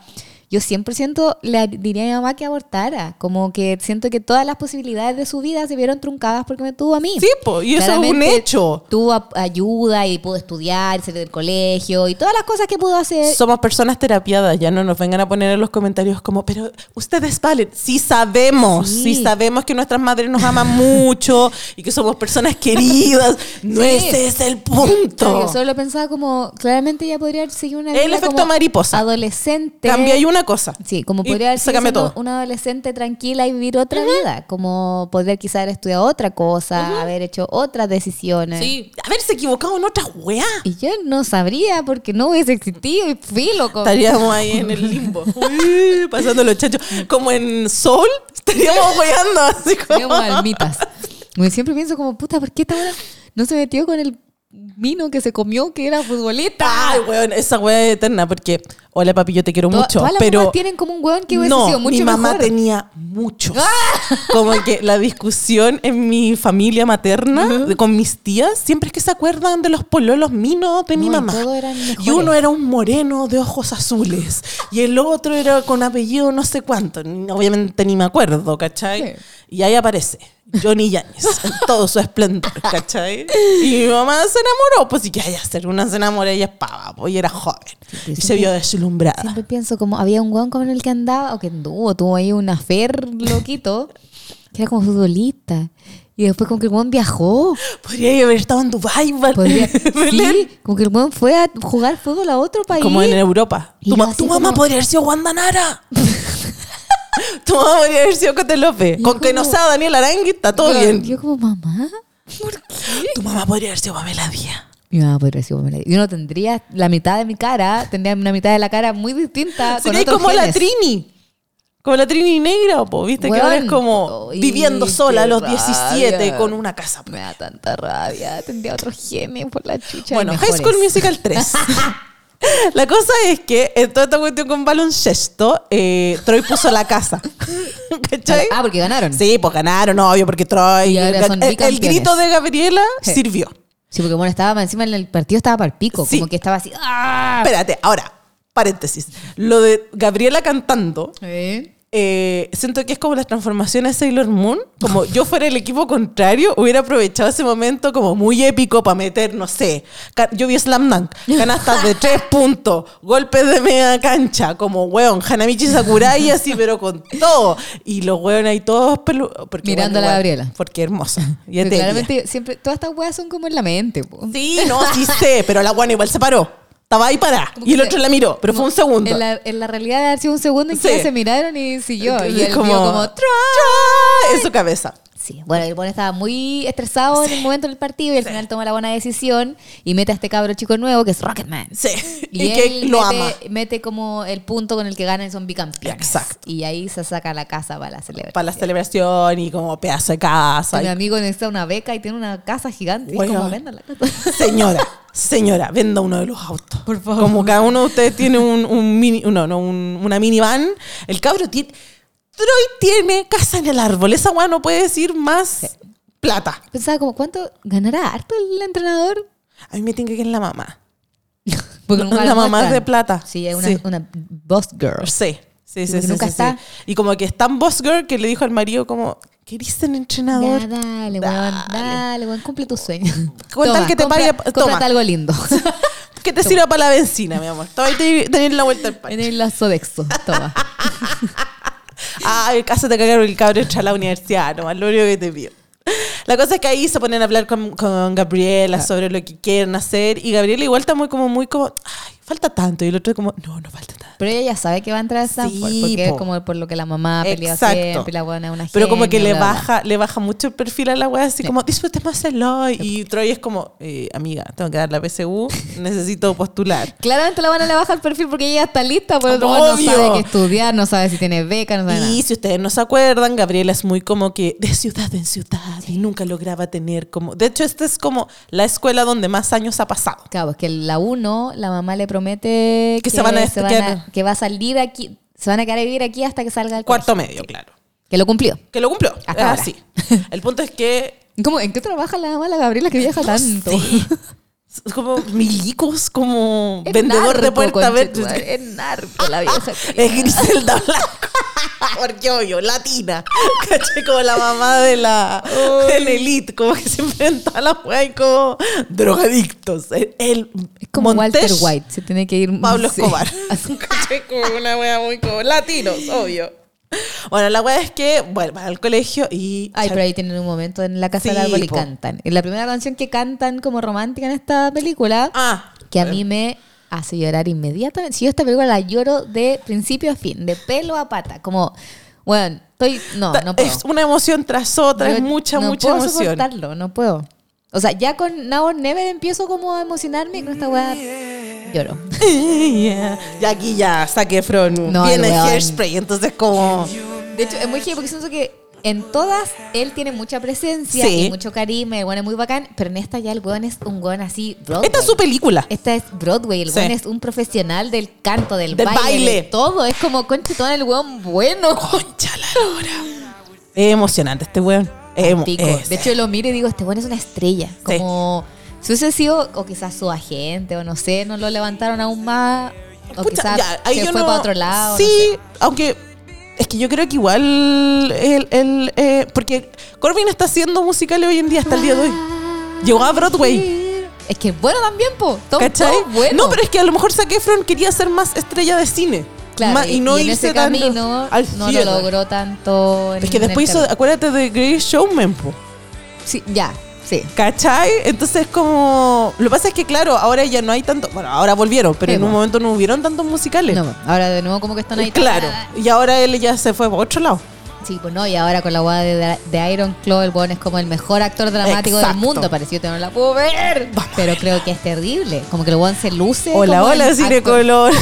Speaker 4: yo 100% le diría a mi mamá que abortara, como que siento que todas las posibilidades de su vida se vieron truncadas porque me tuvo a mí.
Speaker 1: Sí, po, y eso es un
Speaker 4: Claramente
Speaker 1: hecho.
Speaker 4: Tuvo a- ayuda y pudo estudiar, salir del colegio y todas las cosas que pudo hacer.
Speaker 1: somos personas terapiadas, ya no nos vengan a poner en los comentarios como, pero ustedes valen. Sí sabemos, sí,
Speaker 4: Sí.
Speaker 1: sabemos que nuestras madres nos aman mucho y que somos personas queridas. No
Speaker 4: Sí.
Speaker 1: ese es el
Speaker 4: Claro, Yo
Speaker 1: punto.
Speaker 4: solo pensaba como, claramente ella podría seguir una
Speaker 1: El
Speaker 4: vida
Speaker 1: efecto
Speaker 4: como
Speaker 1: mariposa.
Speaker 4: adolescente.
Speaker 1: Cambia ahí una cosa.
Speaker 4: Sí, como
Speaker 1: Y
Speaker 4: podría haber sido
Speaker 1: sácame
Speaker 4: siendo
Speaker 1: todo.
Speaker 4: una adolescente tranquila y vivir otra vida, como poder quizás haber estudiado otra cosa, haber hecho otras decisiones.
Speaker 1: Sí, haberse equivocado en otras weá.
Speaker 4: Y yo no sabría porque no hubiese existido y filo con...
Speaker 1: Estaríamos ahí en el limbo, uy, pasando los chanchos. Como en Soul, estaríamos weando. Así como...
Speaker 4: Teníamos almitas. Yo siempre pienso como, puta, ¿por qué esta hora no se metió con el mino que se comió que era futbolista?
Speaker 1: Ay, weón, esa weá es eterna porque, hola papi, yo te quiero
Speaker 4: Toda-
Speaker 1: mucho.
Speaker 4: todas las
Speaker 1: pero
Speaker 4: mamás tienen como un hueón que hubiese
Speaker 1: no,
Speaker 4: sido mucho
Speaker 1: mi mamá
Speaker 4: mejor. Ah.
Speaker 1: tenía muchos. Como que la discusión en mi familia materna de- con mis tías siempre es que se acuerdan de los pololos minos de mi
Speaker 4: No, y
Speaker 1: mamá.
Speaker 4: todos eran
Speaker 1: Y uno
Speaker 4: mejores.
Speaker 1: era un moreno de ojos azules y el otro era con apellido no sé cuánto. Ni- Obviamente ni me acuerdo, ¿cachai?
Speaker 4: Sí.
Speaker 1: Y ahí aparece Johnny Yañez en todo su esplendor, ¿cachai? Y mi mamá se enamoró, pues y que hay hacer una se enamoró, ella es pava, pues y era joven.
Speaker 4: sí,
Speaker 1: y se
Speaker 4: siempre-
Speaker 1: vio deslumbrada.
Speaker 4: Siempre pienso como había un weón con el que andaba, o que anduvo, tuvo ahí un afer loquito, que era como futbolista. Y después como que el weón viajó.
Speaker 1: Podría haber estado en Dubai, ¿vale?
Speaker 4: Podría-
Speaker 1: Belén.
Speaker 4: sí, como que el weón fue a jugar fútbol a otro país.
Speaker 1: Como en Europa.
Speaker 4: Y
Speaker 1: Tu,
Speaker 4: yo
Speaker 1: ma-
Speaker 4: así
Speaker 1: tu mamá
Speaker 4: como-
Speaker 1: podría haber sido Wanda Nara. tu mamá podría haber sido Cote López.
Speaker 4: Y
Speaker 1: Con que no
Speaker 4: como-
Speaker 1: sea Daniel Arangui, está todo
Speaker 4: Yo-
Speaker 1: bien.
Speaker 4: Yo como, mamá,
Speaker 1: Tu mamá podría haber sido Pamela Díaz.
Speaker 4: mi mamá podría ser como la- Yo no tendría la mitad de mi cara, tendría una mitad de la cara muy distinta. Ah, con
Speaker 1: Sería
Speaker 4: otros
Speaker 1: como la
Speaker 4: genes.
Speaker 1: Trini. Como la Trini Negra, po, viste que ahora es
Speaker 4: Weón,
Speaker 1: como
Speaker 4: ay,
Speaker 1: viviendo
Speaker 4: qué
Speaker 1: sola a los
Speaker 4: rabia.
Speaker 1: 17 con una casa.
Speaker 4: Me da tanta rabia. Tendría otro genio por la chucha.
Speaker 1: Bueno,
Speaker 4: hay
Speaker 1: High School
Speaker 4: mejores.
Speaker 1: Musical 3. La cosa es que en toda esta cuestión con baloncesto, eh, Troy puso la casa. ¿Cachai?
Speaker 4: Ah, porque ganaron.
Speaker 1: Sí, pues ganaron, obvio, porque Troy.
Speaker 4: Y ahora son
Speaker 1: el- el,
Speaker 4: bicampeones.
Speaker 1: grito de Gabriela
Speaker 4: Sí.
Speaker 1: sirvió.
Speaker 4: Sí, porque bueno, estaba encima en el partido estaba para el pico,
Speaker 1: Sí.
Speaker 4: como que estaba así. ¡ah!
Speaker 1: Espérate, ahora, paréntesis. Lo de Gabriela cantando,
Speaker 4: ¿Eh?
Speaker 1: eh, siento que es como las transformaciones de Sailor Moon. Como yo fuera el equipo contrario, hubiera aprovechado ese momento como muy épico para meter, no sé. ca- Yo vi Slam Dunk, canastas de tres puntos, golpes de media cancha, como weón, Hanamichi Sakurai, así, pero con todo. Y los weones ahí todos pelu porque,
Speaker 4: Mirando a la Gabriela.
Speaker 1: Porque hermosa. Y
Speaker 4: Pero
Speaker 1: te diría.
Speaker 4: claramente siempre todas estas weas son como en la mente, po.
Speaker 1: Sí, no, sí sé, pero la guana igual se paró. Estaba ahí parada.
Speaker 4: Como
Speaker 1: Y el
Speaker 4: que
Speaker 1: otro
Speaker 4: se-
Speaker 1: la miró, pero fue
Speaker 4: como
Speaker 1: un segundo.
Speaker 4: En la, en la realidad de haber sido un segundo en que
Speaker 1: Sí.
Speaker 4: ellas se miraron y siguió. Y
Speaker 1: Entonces,
Speaker 4: él como, como "Tro-".
Speaker 1: "Try", En su cabeza.
Speaker 4: Sí, bueno, el bueno estaba muy estresado en el momento del partido y al final toma la buena decisión y mete a este cabro chico nuevo que es Rocketman.
Speaker 1: Sí. Y,
Speaker 4: él
Speaker 1: que lo
Speaker 4: mete,
Speaker 1: ama.
Speaker 4: mete como el punto con el que ganan y son bicampeones.
Speaker 1: Exacto.
Speaker 4: Y ahí se saca la casa para la celebración.
Speaker 1: Para la celebración y como pedazo de casa.
Speaker 4: Mi
Speaker 1: y-
Speaker 4: amigo necesita una beca y tiene una casa gigante.
Speaker 1: Oiga.
Speaker 4: Y como venda la casa.
Speaker 1: Señora, señora, venda uno de los autos.
Speaker 4: Por favor.
Speaker 1: Como cada uno de ustedes tiene un, un mini, no, no, un- una minivan. El cabro tiene. Troy tiene casa en el árbol. Esa guana no puede decir más plata.
Speaker 4: Pensaba como, ¿cuánto ganará harto el entrenador?
Speaker 1: A mí me tiene que ir la mamá.
Speaker 4: Porque
Speaker 1: No,
Speaker 4: nunca
Speaker 1: la
Speaker 4: lo
Speaker 1: mamá es de
Speaker 4: muestran.
Speaker 1: plata.
Speaker 4: Sí, es una,
Speaker 1: Sí.
Speaker 4: una boss girl.
Speaker 1: Sí, sí, sí,
Speaker 4: Porque
Speaker 1: sí,
Speaker 4: nunca
Speaker 1: sí, sí.
Speaker 4: está.
Speaker 1: Y como que es tan boss girl que le dijo al marido como, ¿querís ser entrenador?
Speaker 4: Ya, dale, weón, dale, weón, cumple tu sueño.
Speaker 1: Con tal que te pague-
Speaker 4: compra-
Speaker 1: toma.
Speaker 4: cómprate algo lindo.
Speaker 1: Que te sirva para la benzina, mi amor. Todavía te- tenés la vuelta al
Speaker 4: en
Speaker 1: parque.
Speaker 4: el lazo de exo, toma.
Speaker 1: Ah, el caso te cagaron el cabro entra a la universidad, nomás lo único que te pido. La cosa es que ahí se ponen a hablar con, con Gabriela
Speaker 4: Ah.
Speaker 1: sobre lo que quieren hacer y Gabriela igual está muy como, muy como, ay, falta tanto. Y el otro como, no, no falta tanto.
Speaker 4: Pero ella ya sabe que va a entrar a Stanford,
Speaker 1: Sí,
Speaker 4: porque es
Speaker 1: po.
Speaker 4: como por lo que la mamá peleó siempre, la buena es una
Speaker 1: Pero como que
Speaker 4: genio,
Speaker 1: le
Speaker 4: bla, bla, bla.
Speaker 1: baja, le baja mucho el perfil a la wea, así
Speaker 4: Sí.
Speaker 1: como disfrutemos el hoy. Y Troy es como, eh, amiga, tengo que dar la PSU, necesito postular.
Speaker 4: Claramente la van a le baja el perfil porque ella está lista, pero el otro weón
Speaker 1: Obvio.
Speaker 4: no sabe qué estudiar, no sabe si tiene beca, no sabe
Speaker 1: Y si ustedes no se acuerdan, Gabriela es muy como que de ciudad en ciudad y nunca lograba tener como. De hecho, esta es como la escuela donde más años ha pasado.
Speaker 4: nada. Claro, es que la uno, la mamá le promete
Speaker 1: Que se van a
Speaker 4: a-
Speaker 1: quedar-
Speaker 4: que va a salir aquí, se van a quedar a vivir aquí hasta que salga el
Speaker 1: Cuarto medio, claro.
Speaker 4: Que lo cumplió.
Speaker 1: Que lo cumplió.
Speaker 4: Hasta ahora.
Speaker 1: ah, sí. El punto es que.
Speaker 4: ¿Cómo, ¿En qué trabaja la mamá la Gabriela que viaja tanto?
Speaker 1: Sí. Es Como milicos, como
Speaker 4: Es
Speaker 1: vendedor de
Speaker 4: narco,
Speaker 1: puerta
Speaker 4: conchetumare,
Speaker 1: verde.
Speaker 4: Es narco la vieja.
Speaker 1: Es Griselda Blanco. Porque obvio, latina. Caché como la mamá de la del elite, como que se enfrenta a la wea y como drogadictos. El, el
Speaker 4: Es como Walter
Speaker 1: Montes,
Speaker 4: White, se tiene que ir.
Speaker 1: Pablo
Speaker 4: sí.
Speaker 1: Escobar.
Speaker 4: Así.
Speaker 1: Caché como una wea muy como latinos, obvio. Bueno, la wea es que, bueno, van al colegio y.
Speaker 4: Ay, pero ahí tienen un momento en la casa
Speaker 1: Sí,
Speaker 4: del árbol y
Speaker 1: po.
Speaker 4: cantan. Es la primera canción que cantan como romántica en esta película,
Speaker 1: Ah,
Speaker 4: que a mí me hace llorar inmediatamente. Si yo esta película la lloro de principio a fin, de pelo a pata, como, bueno, estoy, no, no puedo.
Speaker 1: es una emoción tras otra, es
Speaker 4: Yo
Speaker 1: mucha,
Speaker 4: no
Speaker 1: mucha
Speaker 4: puedo
Speaker 1: emoción.
Speaker 4: soportarlo, no puedo. O sea, ya con Now or Never empiezo como a emocionarme y con esta weá lloro.
Speaker 1: Yeah. Y aquí ya saqué Fron.
Speaker 4: No,
Speaker 1: Viene
Speaker 4: el weón.
Speaker 1: Hairspray, entonces como.
Speaker 4: De hecho, es muy genial porque siento que en todas él tiene mucha presencia
Speaker 1: Sí.
Speaker 4: y mucho carisma, el weón es muy bacán, pero en esta ya el weón es un weón así Broadway.
Speaker 1: Esta es su película.
Speaker 4: Esta es Broadway, el
Speaker 1: Sí.
Speaker 4: weón es un profesional del canto, del,
Speaker 1: Del
Speaker 4: baile,
Speaker 1: baile.
Speaker 4: de todo. Es como conche todo el weón bueno.
Speaker 1: Concha la lora. Es emocionante este weón. Es emo-
Speaker 4: Pico.
Speaker 1: es-
Speaker 4: De hecho, lo miro y digo, este weón es una estrella. Como si hubiese sido, o quizás su agente, o no sé, no lo levantaron aún más. O
Speaker 1: Pucha,
Speaker 4: quizás
Speaker 1: ya, ahí
Speaker 4: se
Speaker 1: yo
Speaker 4: fue
Speaker 1: no-
Speaker 4: para otro lado. no
Speaker 1: Sí,
Speaker 4: sé.
Speaker 1: aunque es que yo creo que igual el, el, eh, porque Corbin está haciendo musicales hoy en día hasta el día de hoy. Llegó a Broadway.
Speaker 4: Es que es bueno también, po. Todo,
Speaker 1: ¿Cachai?
Speaker 4: todo bueno.
Speaker 1: No, pero es que a lo mejor Zac Efron quería ser más estrella de cine.
Speaker 4: Claro,
Speaker 1: Más-
Speaker 4: y,
Speaker 1: no
Speaker 4: y en
Speaker 1: irse
Speaker 4: ese
Speaker 1: tan
Speaker 4: camino
Speaker 1: al
Speaker 4: no lo
Speaker 1: cielo.
Speaker 4: logró tanto. en-
Speaker 1: Es que
Speaker 4: en el
Speaker 1: después hizo,
Speaker 4: camino.
Speaker 1: acuérdate de Grey Showman, po.
Speaker 4: Sí, ya, sí.
Speaker 1: ¿Cachai? Entonces como... Lo que pasa es que claro, ahora ya no hay tanto... Bueno, ahora volvieron, pero
Speaker 4: Sí,
Speaker 1: en un
Speaker 4: po.
Speaker 1: momento no hubieron tantos musicales.
Speaker 4: No, ahora de nuevo como que están ahí.
Speaker 1: Claro. Y ahora él ya se fue para otro lado.
Speaker 4: Sí, pues no, y ahora con la guada de, de Iron Claw, el weón es como el mejor actor dramático
Speaker 1: Exacto.
Speaker 4: del mundo. Pareció que no la puedo ver. Pero creo que es terrible. Como que el weón se luce.
Speaker 1: Hola,
Speaker 4: como en
Speaker 1: hola,
Speaker 4: acto-
Speaker 1: Cinecolor.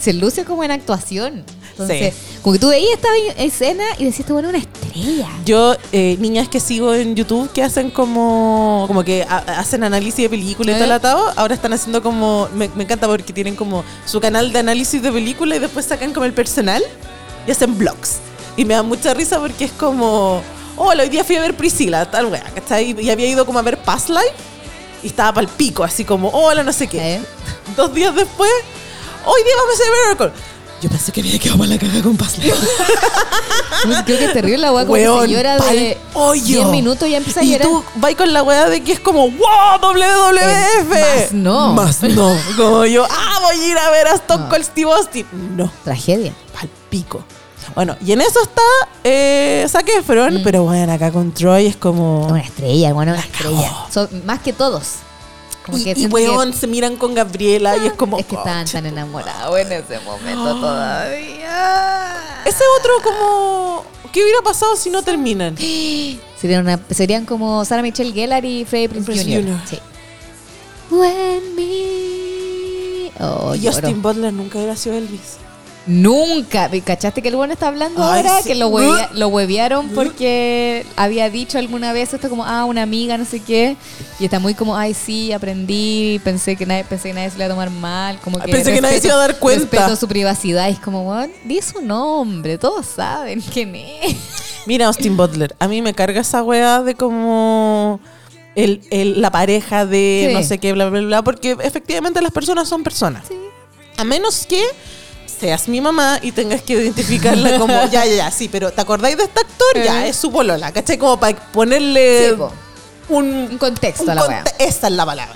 Speaker 4: Se luce como en actuación. Entonces, como que tú veías esta escena y decías, bueno, una estrella.
Speaker 1: Yo, eh, niñas que sigo en YouTube que hacen como como que ha- hacen análisis de películas y
Speaker 4: ¿Eh?
Speaker 1: todo el atado, ahora están haciendo como, me, me encanta porque tienen como su canal de análisis de películas y después sacan como el personal y hacen vlogs. Y me da mucha risa porque es como, hola, hoy día fui a ver Priscila, tal wea, ¿cachai? Y había ido como a ver Past Life y estaba pal pico, así como, hola, no sé qué.
Speaker 4: ¿Eh?
Speaker 1: Dos días después, hoy día vamos a ver Oracle. Yo pensé que me había quedado para la caga con Past Life.
Speaker 4: Creo que es terrible la weá como
Speaker 1: Weón,
Speaker 4: señora
Speaker 1: pal
Speaker 4: de
Speaker 1: hoyo.
Speaker 4: 10 minutos ya empieza a
Speaker 1: Y
Speaker 4: llorar.
Speaker 1: tú vas con la weá de que es como, wow, WWF.
Speaker 4: Eh, más no.
Speaker 1: Más no. Como yo, ah, voy a ir a ver a Stone Cold Steve Austin. No,
Speaker 4: Tragedia.
Speaker 1: pal pico. Bueno, y en eso está eh, Zac
Speaker 4: Mm.
Speaker 1: Efron, pero bueno, acá con Troy es como...
Speaker 4: Una estrella, bueno, una estrella.
Speaker 1: cagó.
Speaker 4: Son más que todos. Como
Speaker 1: Y,
Speaker 4: que
Speaker 1: y
Speaker 4: siento que-
Speaker 1: weón, se miran con Gabriela y es como...
Speaker 4: es que estaban
Speaker 1: "Concha".
Speaker 4: tan enamorados en ese momento todavía.
Speaker 1: Ese otro como... ¿Qué hubiera pasado si no terminan?
Speaker 4: Serían, una- serían como Sarah Michelle Gellar y Freddie Prinze
Speaker 1: Prinze
Speaker 4: Jr.
Speaker 1: Jr..
Speaker 4: Sí. When me... Oh,
Speaker 1: Y
Speaker 4: lloro.
Speaker 1: Justin Butler nunca hubiera sido Elvis.
Speaker 4: Nunca. ¿Cachaste que el bueno está hablando
Speaker 1: Ay,
Speaker 4: ahora?
Speaker 1: sí.
Speaker 4: Que lo,
Speaker 1: Uh.
Speaker 4: huevea- lo huevearon porque había dicho alguna vez esto como, ah, una amiga, no sé qué. Y está muy como, ay, sí, aprendí, pensé que nadie, pensé que nadie se le iba a tomar mal. Como que
Speaker 1: Ah, Pensé que nadie se iba a dar cuenta.
Speaker 4: Respeto su privacidad. Y es como, bueno, di su nombre, todos saben quién es.
Speaker 1: Mira, Austin Butler, a mí me carga esa weá de como el, el- la pareja de
Speaker 4: Sí.
Speaker 1: no sé qué, bla, bla, bla, porque efectivamente las personas son personas. A menos que seas mi mamá y tengas que identificarla como, ya, ya, ya, sí, pero ¿te acordáis de este actor? Ya,
Speaker 4: Eh.
Speaker 1: es su polola, ¿cachai? Como para ponerle
Speaker 4: Sí, po.
Speaker 1: Eh, un,
Speaker 4: Un contexto a la weá.
Speaker 1: conte- Esa es la palabra.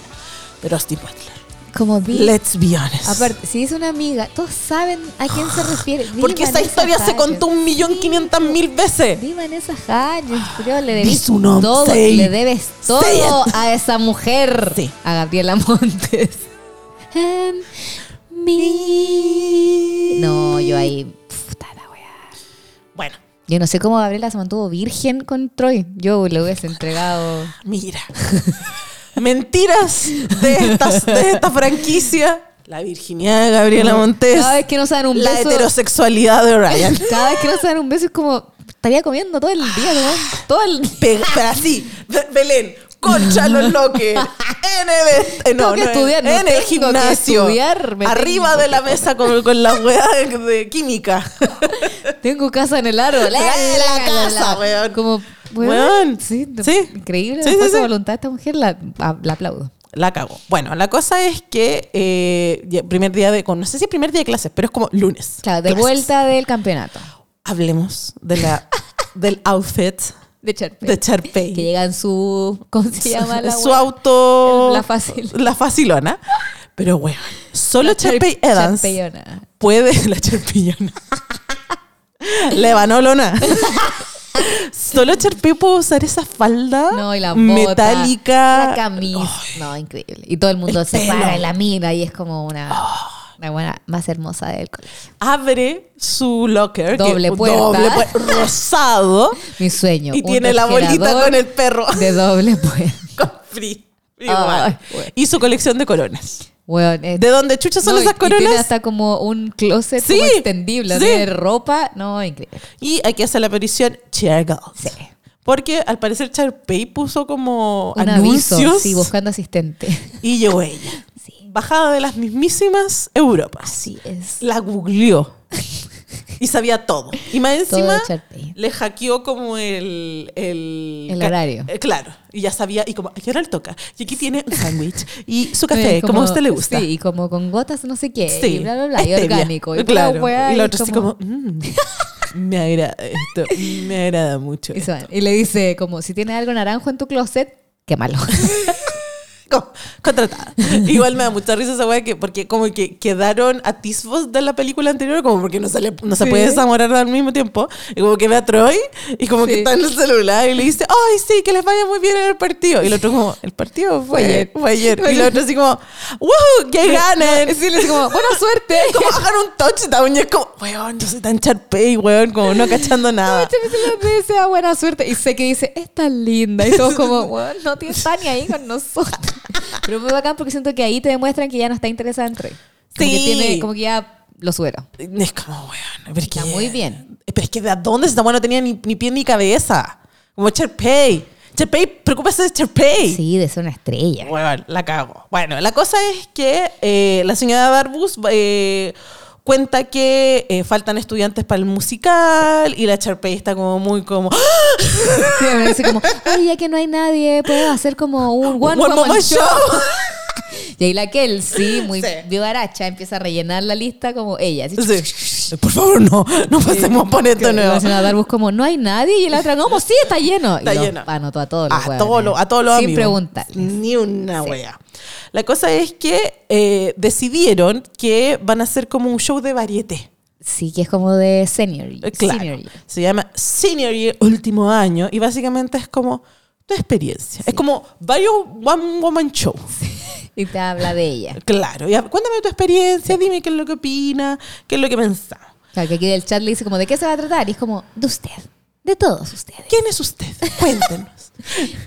Speaker 1: Pero Austin Butler,
Speaker 4: Como di.
Speaker 1: let's be honest.
Speaker 4: Aparte, si es una amiga, todos saben a quién se refiere. Di
Speaker 1: porque esa
Speaker 4: Vanessa
Speaker 1: historia se
Speaker 4: Hudgens.
Speaker 1: contó un millón quinientas mil veces.
Speaker 4: Di Vanessa Hudgens, creo, le
Speaker 1: Di
Speaker 4: debes
Speaker 1: su nombre,
Speaker 4: todo,
Speaker 1: say-
Speaker 4: le debes
Speaker 1: say
Speaker 4: todo
Speaker 1: it.
Speaker 4: a esa mujer,
Speaker 1: Sí.
Speaker 4: a Gabriela Montes. And me. No, yo ahí, puta la weá.
Speaker 1: Bueno,
Speaker 4: Yo no sé cómo Gabriela se mantuvo virgen con Troy. Yo lo hubiese entregado.
Speaker 1: Mira. Mentiras de, estas- de esta franquicia. La virginidad de Gabriela Montes.
Speaker 4: Cada vez que no se dan un
Speaker 1: La
Speaker 4: beso.
Speaker 1: heterosexualidad de Ryan.
Speaker 4: Cada vez que no se dan un beso es como estaría comiendo todo el día, ¿no? todo el
Speaker 1: Pega- Pero así, Be- Belén, concha los loques. En el, est- eh, no,
Speaker 4: Tengo que
Speaker 1: no,
Speaker 4: estudiar, no
Speaker 1: en el
Speaker 4: tengo que
Speaker 1: gimnasio.
Speaker 4: estudiar, me
Speaker 1: arriba
Speaker 4: tengo
Speaker 1: de la mesa con, con la weá de, de química.
Speaker 4: Tengo casa en el árbol.
Speaker 1: La- la casa, weón.
Speaker 4: Como, weón.
Speaker 1: Weón.
Speaker 4: Sí, no-
Speaker 1: Sí.
Speaker 4: Increíble.
Speaker 1: Sí,
Speaker 4: la
Speaker 1: sí,
Speaker 4: fuerza de
Speaker 1: sí.
Speaker 4: voluntad de esta mujer la, a- la aplaudo.
Speaker 1: La cago. Bueno, la cosa es que eh, ya- primer día de, con- no sé si primer día de clases, pero es como lunes.
Speaker 4: Claro, de
Speaker 1: Clases.
Speaker 4: vuelta del campeonato.
Speaker 1: Hablemos de la, del outfit
Speaker 4: De Charpe.
Speaker 1: de Charpey.
Speaker 4: Que llega en su. ¿Cómo se llama la
Speaker 1: su
Speaker 4: weá?
Speaker 1: auto.
Speaker 4: El- la fácil.
Speaker 1: La facilona. Pero, weón, solo Charpey
Speaker 4: Charpe-
Speaker 1: Evans
Speaker 4: Charpeyona.
Speaker 1: puede. La Charpeyona. Levanolona. solo Charpey puede usar esa falda
Speaker 4: No, y la bota,
Speaker 1: metálica.
Speaker 4: La camisa. No, increíble. Y todo el mundo
Speaker 1: El
Speaker 4: se
Speaker 1: pelo.
Speaker 4: para y la mira y es como una. La buena más hermosa del colegio.
Speaker 1: Abre su locker.
Speaker 4: Doble puerta.
Speaker 1: doble pu- rosado.
Speaker 4: Mi sueño.
Speaker 1: y
Speaker 4: un
Speaker 1: tiene la bolita
Speaker 4: refrigerador
Speaker 1: con el perro.
Speaker 4: De doble pues.
Speaker 1: Con free. Igual.
Speaker 4: Ay, weón.
Speaker 1: y su colección de coronas.
Speaker 4: Weón, es-
Speaker 1: ¿De dónde chucha son
Speaker 4: No, y-
Speaker 1: esas
Speaker 4: y tiene
Speaker 1: coronas?
Speaker 4: hasta como un closet como
Speaker 1: Sí,
Speaker 4: extendible
Speaker 1: sí.
Speaker 4: de ropa. No, increíble.
Speaker 1: Y aquí hace la aparición Cheer Girls. Porque al parecer Charpey puso como
Speaker 4: Un
Speaker 1: anuncios
Speaker 4: aviso, sí, buscando asistente.
Speaker 1: y llegó ella.
Speaker 4: Sí.
Speaker 1: Bajada de las mismísimas Europas.
Speaker 4: Así es.
Speaker 1: La googleó. y sabía todo. Y más
Speaker 4: Todo de
Speaker 1: encima
Speaker 4: Charpey.
Speaker 1: le hackeó como el... El,
Speaker 4: El
Speaker 1: ca-
Speaker 4: horario.
Speaker 1: eh, claro. Y ya sabía. Y como, ¿a qué hora le toca? Y aquí tiene un sándwich y su café, como, a usted le gusta.
Speaker 4: Sí, y como con gotas no sé qué. Y bla, bla, bla. Y
Speaker 1: stevia.
Speaker 4: orgánico. Y
Speaker 1: claro.
Speaker 4: pura weá,
Speaker 1: y la
Speaker 4: y
Speaker 1: otra así como, "Mm, me agrada esto, mm, me agrada mucho.
Speaker 4: y,
Speaker 1: esto".
Speaker 4: se van. Y le dice como, si tienes algo naranjo en tu closet, quémalo.
Speaker 1: Co- contratada. Igual me da mucha risa esa weá que, porque como que quedaron atisbos de la película anterior, como porque no se, le- no se
Speaker 4: Sí.
Speaker 1: puede desamorar al mismo tiempo. Y como que ve a Troy y como
Speaker 4: Sí.
Speaker 1: que está en el celular y le dice, ay, sí, que les vaya muy bien en el partido. Y el otro como, el partido fue
Speaker 4: Fue ayer.
Speaker 1: ayer. Fue ayer. Y el otro así como, ¡wow! ¡Que ganen!
Speaker 4: Sí, le dice como, buena suerte.
Speaker 1: como hagan un touchdown y es como, weón, yo soy tan charpey, weón, como no cachando nada.
Speaker 4: Muchas veces le dice, "Ah, buena suerte. Y sé que dice, es tan linda. Y todos como, "Weón, no tiene está ni ahí con nosotros. Pero muy bacán porque siento que ahí te demuestran que ya no está interesada en Trey. Como
Speaker 1: Sí.
Speaker 4: Que tiene, como que ya lo superó.
Speaker 1: Es como, weón. pero es
Speaker 4: Está
Speaker 1: que-
Speaker 4: muy bien.
Speaker 1: Pero es que de dónde esta weón no tenía ni, ni pie ni cabeza. Como Cherpey. Cherpey, preocúpese de Cherpey.
Speaker 4: Sí, de ser una estrella.
Speaker 1: Bueno, la cago. Bueno, la cosa es que eh, la señora Barbus eh, cuenta que eh, faltan estudiantes para el musical y la Charpey está como muy como... ¡Ah!
Speaker 4: Sí, me parece como, oye, ya que no hay nadie, puedo hacer como un One,
Speaker 1: One
Speaker 4: Woman,
Speaker 1: Woman
Speaker 4: Show.
Speaker 1: Show.
Speaker 4: y ahí la Kelsey, muy
Speaker 1: Sí.
Speaker 4: vivaracha, empieza a rellenar la lista como ella. así,
Speaker 1: Sí. Por favor, no, no pasemos por esto
Speaker 4: que
Speaker 1: nuevo.
Speaker 4: La señora Darbus como, no hay nadie. Y la otra, como, sí, está lleno.
Speaker 1: Está
Speaker 4: y los
Speaker 1: lleno.
Speaker 4: anotó a todos los
Speaker 1: A
Speaker 4: hueones.
Speaker 1: todos los, a todos los
Speaker 4: Sin
Speaker 1: amigos.
Speaker 4: preguntar.
Speaker 1: Ni una
Speaker 4: Sí.
Speaker 1: wea. La cosa es que eh, decidieron que van a hacer como un show de varieté.
Speaker 4: Sí, que es como de senior.
Speaker 1: Eh, Claro.
Speaker 4: senior year.
Speaker 1: Se llama Senior Year, último año, y básicamente es como tu experiencia. Es como varios One Woman Show.
Speaker 4: Y te habla de ella.
Speaker 1: Claro. Y a- cuéntame tu experiencia, dime qué es lo que opinas, qué es lo que pensamos.
Speaker 4: Claro, que aquí del chat le dice como, ¿de qué se va a tratar? Y es como, de usted. De todos ustedes.
Speaker 1: ¿Quién es usted? Cuéntenos.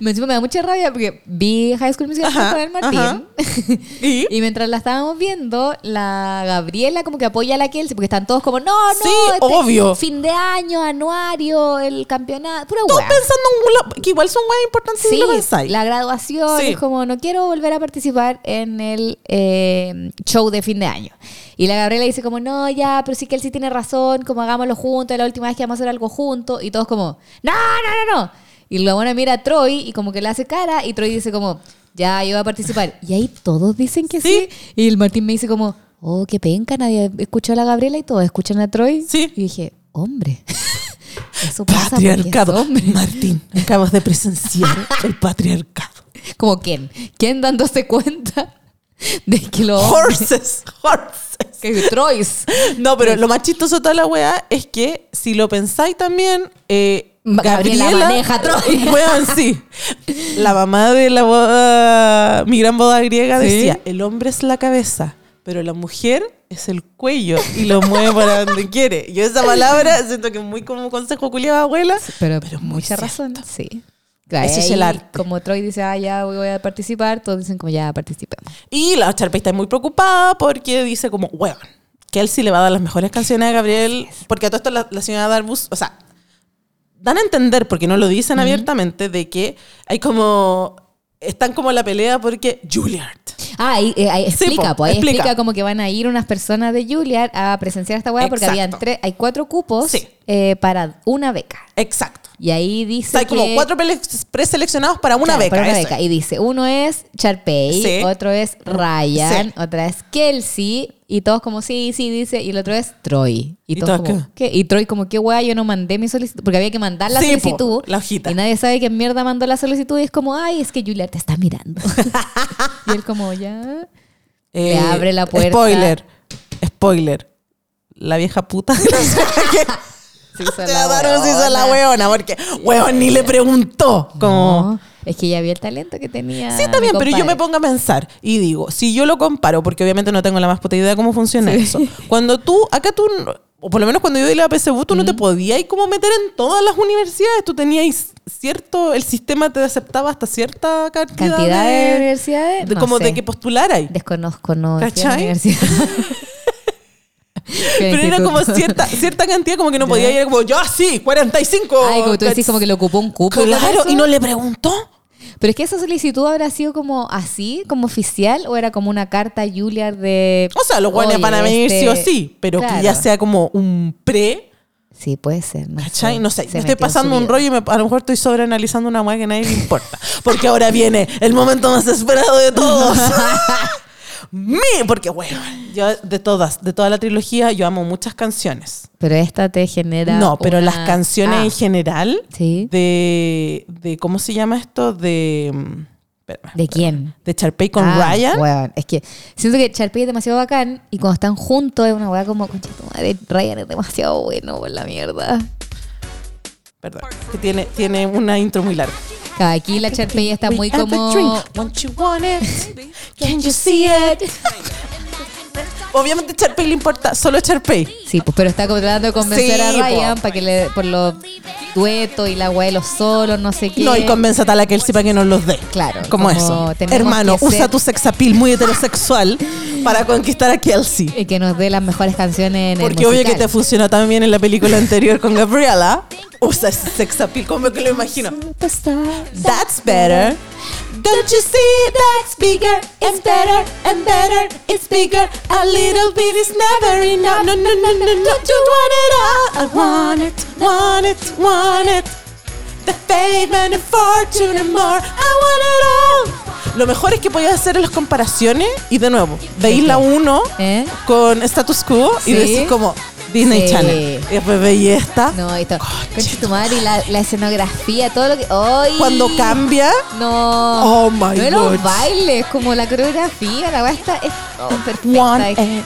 Speaker 4: Me, encima me da mucha rabia porque vi High School Musical
Speaker 1: Ajá,
Speaker 4: con el Martín.
Speaker 1: ajá. ¿Y?
Speaker 4: Y mientras la estábamos viendo, la Gabriela como que apoya a la Kelsey porque están todos como, no, no, este
Speaker 1: Sí, obvio.
Speaker 4: fin de año, anuario, el campeonato, pura
Speaker 1: Tú
Speaker 4: hueá.
Speaker 1: pensando en un- que igual son weas importantes y
Speaker 4: Sí,
Speaker 1: lo pensáis.
Speaker 4: la graduación,
Speaker 1: Sí.
Speaker 4: es como no quiero volver a participar en el eh, show de fin de año. Y la Gabriela dice como, no, ya, pero sí que él sí tiene razón, como hagámoslo juntos, es la última vez que vamos a hacer algo juntos. Y todos como, no, no, no, no. Y la buena mira a Troy y como que le hace cara y Troy dice como, ya, yo voy a participar. Y ahí todos dicen que sí. Y el Martín me dice como, oh, qué penca, nadie escuchó a la Gabriela y todos escuchan a Troy.
Speaker 1: Sí.
Speaker 4: Y dije, hombre. Eso pasa porque es
Speaker 1: Patriarcado.
Speaker 4: hombre.
Speaker 1: Martín, acabas de presenciar el patriarcado.
Speaker 4: Como quién? ¿Quién dándose cuenta de que los
Speaker 1: Horses, horses.
Speaker 4: que Troyes
Speaker 1: No, pero lo más chistoso de toda la weá es que si lo pensáis también, eh,
Speaker 4: Ma- Gabriela
Speaker 1: Gabriela.
Speaker 4: maneja Troya.
Speaker 1: Weón, sí. La mamá de la boda, mi gran boda griega
Speaker 4: Sí.
Speaker 1: decía: el hombre es la cabeza, pero la mujer es el cuello y lo mueve para donde quiere. Yo esa palabra siento que es muy como consejo culiado abuela.
Speaker 4: pero,
Speaker 1: Pero muy
Speaker 4: mucha
Speaker 1: cierto.
Speaker 4: razón, sí. Claro,
Speaker 1: Ese es
Speaker 4: ahí,
Speaker 1: el arte.
Speaker 4: Como Troy dice, ah, ya voy a participar, todos dicen como ya participemos.
Speaker 1: Y la Charpe está muy preocupada porque dice como, weón, que él sí le va a dar las mejores canciones a Gabriel. Porque a todo esto la, la señora Darbus, o sea, dan a entender, porque no lo dicen abiertamente, de que hay como, están como en la pelea porque Juilliard.
Speaker 4: Ah, ahí, eh, ahí
Speaker 1: Sí,
Speaker 4: explica,
Speaker 1: po,
Speaker 4: pues ahí explica.
Speaker 1: explica.
Speaker 4: como que van a ir unas personas de Juilliard a presenciar esta weá porque
Speaker 1: Exacto.
Speaker 4: habían tres, hay cuatro cupos
Speaker 1: Sí.
Speaker 4: eh, para una beca.
Speaker 1: Exacto.
Speaker 4: Y ahí
Speaker 1: O
Speaker 4: dice
Speaker 1: sea, hay como
Speaker 4: que-
Speaker 1: cuatro pele- preseleccionados para una
Speaker 4: Claro,
Speaker 1: beca.
Speaker 4: para una
Speaker 1: eso
Speaker 4: beca.
Speaker 1: es.
Speaker 4: Y dice, uno es Charpey,
Speaker 1: Sí.
Speaker 4: otro es Ryan,
Speaker 1: Sí.
Speaker 4: otra es Kelsey, y todos como, sí, sí, dice, y el otro es Troy. Y,
Speaker 1: ¿Y
Speaker 4: todos
Speaker 1: todos
Speaker 4: como, ¿qué? Y Troy como, qué weá, yo no mandé mi solicitud, porque había que mandar la
Speaker 1: Sí, po,
Speaker 4: solicitud.
Speaker 1: la hojita.
Speaker 4: Y nadie sabe quién mierda mandó la solicitud, y es como, ay, es que Julia te está mirando. y él como, ya... le abre la puerta.
Speaker 1: Eh, Spoiler, spoiler. La vieja puta de la señora que-
Speaker 4: Se
Speaker 1: Te Darbus hizo la weona, porque weón ni le preguntó. Como,
Speaker 4: No, es que ya vio el talento que tenía.
Speaker 1: Sí, está bien,
Speaker 4: mi
Speaker 1: pero yo
Speaker 4: compadre.
Speaker 1: me pongo a pensar y digo, si yo lo comparo, porque obviamente no tengo la más puta idea de cómo funciona eso, cuando tú, acá tú, no- o por lo menos cuando yo di la PSU, tú no
Speaker 4: Mm.
Speaker 1: te podías ir como meter en todas las universidades, tú tenías cierto, el sistema te aceptaba hasta cierta cantidad,
Speaker 4: Cantidad de, universidades.
Speaker 1: de-
Speaker 4: no
Speaker 1: como de
Speaker 4: sé.
Speaker 1: que postularas.
Speaker 4: Desconozco, no. fui a la
Speaker 1: ¿Cachai?
Speaker 4: universidad.
Speaker 1: Pero era como
Speaker 4: Instituto.
Speaker 1: cierta, cierta cantidad, como que no podía ir, era como, yo ah, sí, 45.
Speaker 4: Ay, como tú decís, como que le ocupó un cupo. con
Speaker 1: Claro,
Speaker 4: eso.
Speaker 1: y no le preguntó.
Speaker 4: Pero es que esa solicitud habrá sido como así, como oficial, o era como una carta Julia de.
Speaker 1: O sea, los guanes
Speaker 4: Oye,
Speaker 1: van a venir sí o
Speaker 4: este-
Speaker 1: sí, pero
Speaker 4: Claro.
Speaker 1: que ya sea como un pre...
Speaker 4: Sí, puede ser. No
Speaker 1: ¿Cachai?
Speaker 4: sé,
Speaker 1: No sé,
Speaker 4: se
Speaker 1: me
Speaker 4: metió
Speaker 1: estoy
Speaker 4: en su
Speaker 1: pasando un
Speaker 4: vida.
Speaker 1: rollo y me- a lo mejor estoy sobreanalizando una weá que a nadie le importa. Porque ahora viene el momento más esperado de todos. Mi, porque bueno, yo de todas, de toda la trilogía, yo amo muchas canciones.
Speaker 4: Pero esta te genera.
Speaker 1: No, pero
Speaker 4: una-
Speaker 1: las canciones
Speaker 4: Ah,
Speaker 1: en general
Speaker 4: Sí.
Speaker 1: de, de ¿cómo se llama esto? De mm, espérame,
Speaker 4: Ah, ¿De quién?
Speaker 1: de Charpey con
Speaker 4: Ah,
Speaker 1: Ryan.
Speaker 4: weón, es que siento que Charpey es demasiado bacán y cuando están juntos es una weá como, concha tu madre, Ryan es demasiado bueno por la mierda.
Speaker 1: Perdón. Que tiene, tiene una intro muy larga.
Speaker 4: Aquí la Charpey está muy
Speaker 1: We have a
Speaker 4: como.
Speaker 1: drink. Won't you want it? Can you see it? Obviamente Charpey le importa, solo Charpey.
Speaker 4: Sí, pues, pero está como tratando de convencer
Speaker 1: Sí,
Speaker 4: a Ryan
Speaker 1: po.
Speaker 4: para que le por los duetos y la weá de los solos, no sé qué.
Speaker 1: No, y convence a tal a que él sepa que no los dé.
Speaker 4: Claro,
Speaker 1: Como,
Speaker 4: como
Speaker 1: eso.
Speaker 4: tenemos
Speaker 1: Hermano,
Speaker 4: que ser-
Speaker 1: usa tu sexapil muy heterosexual para conquistar a Kelsey.
Speaker 4: Y que nos dé las mejores canciones en
Speaker 1: Porque
Speaker 4: el
Speaker 1: obvio que
Speaker 4: musical.
Speaker 1: te funcionó también en la película anterior con Gabriela. Usa ese sex appeal, como que lo imagino. That's better. Don't you see that's bigger? It's better and better. It's bigger. A little bit is never enough. No, no, no, no, no. You want it all. I want it, want it, want it. The fame and the fortune and more. I want it all. Lo mejor es que podías hacer las comparaciones y de nuevo, veis la 1
Speaker 4: ¿Eh?
Speaker 1: con Status Quo
Speaker 4: Sí.
Speaker 1: y decís como Disney
Speaker 4: Sí.
Speaker 1: Channel. Y después veis esta.
Speaker 4: No, esto.
Speaker 1: Conche
Speaker 4: Concha tu madre, y la, la escenografía, todo lo que. ¡Ay!
Speaker 1: Cuando cambia,
Speaker 4: No.
Speaker 1: Oh, my
Speaker 4: No los
Speaker 1: God.
Speaker 4: bailes, como la coreografía, la weá está es oh, perfecta.
Speaker 1: one
Speaker 4: es-
Speaker 1: and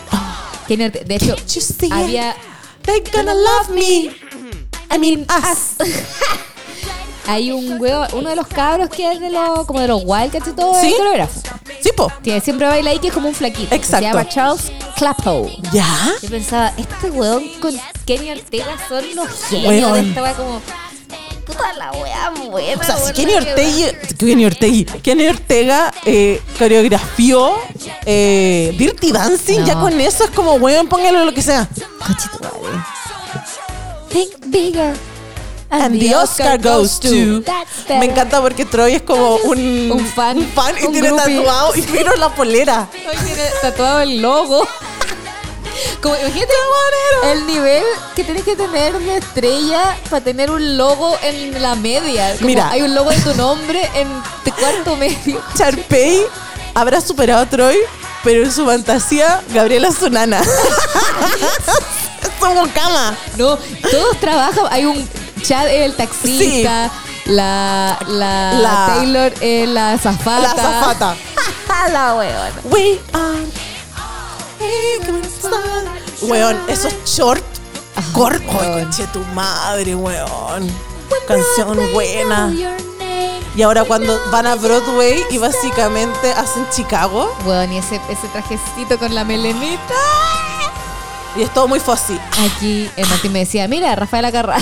Speaker 4: tiene arte. de hecho,
Speaker 1: Can't you see
Speaker 4: había.
Speaker 1: They're gonna love me. I mean us.
Speaker 4: Hay un huevo, uno de los cabros que es de los, como de los Wildcats y todo,
Speaker 1: ¿Sí?
Speaker 4: es coreógrafo.
Speaker 1: Sí, po.
Speaker 4: Tiene, siempre baila ahí que es como un flaquito. que Se
Speaker 1: Exacto.
Speaker 4: llama Charles Clappo.
Speaker 1: ¿Ya?
Speaker 4: Yo pensaba, este weón con Kenny Ortega son los genios de
Speaker 1: Weón.
Speaker 4: esta weá como. Puta la weá buena.
Speaker 1: O sea, si
Speaker 4: weón,
Speaker 1: Kenny
Speaker 4: la que-
Speaker 1: Ortega, Kenny Ortega, Kenny Ortega eh, coreografió eh, Dirty Dancing,
Speaker 4: No.
Speaker 1: ya con eso es como, weón, póngalo lo que sea.
Speaker 4: Conche tu madre. Think bigger.
Speaker 1: And the Oscar goes to.
Speaker 4: That's
Speaker 1: Me
Speaker 4: better.
Speaker 1: encanta porque Troy es como un,
Speaker 4: Un fan.
Speaker 1: y
Speaker 4: Un
Speaker 1: tiene
Speaker 4: groupie.
Speaker 1: tatuado y vino la polera.
Speaker 4: Hoy tiene tatuado el logo. Como, imagínate el nivel que tienes que tener de estrella para tener un logo en la media. Como
Speaker 1: Mira.
Speaker 4: Hay un logo de tu nombre en tu cuarto medio.
Speaker 1: Charpey habrá superado a Troy, pero en su fantasía, Gabriela es su nana. Somos cama.
Speaker 4: No, todos trabajan. Hay un Chad es el taxista. La, la,
Speaker 1: La-
Speaker 4: Taylor es la azafata.
Speaker 1: La zafata.
Speaker 4: la huevona.
Speaker 1: We are Weón, esos short cortos.
Speaker 4: weón.
Speaker 1: Conche tu madre, weón. Canción buena. Y ahora cuando van a Broadway y básicamente hacen Chicago.
Speaker 4: Huevón, y ese, ese trajecito con la melenita.
Speaker 1: Y es todo muy fósil.
Speaker 4: Aquí el Martín me decía, mira, Rafael Acarra.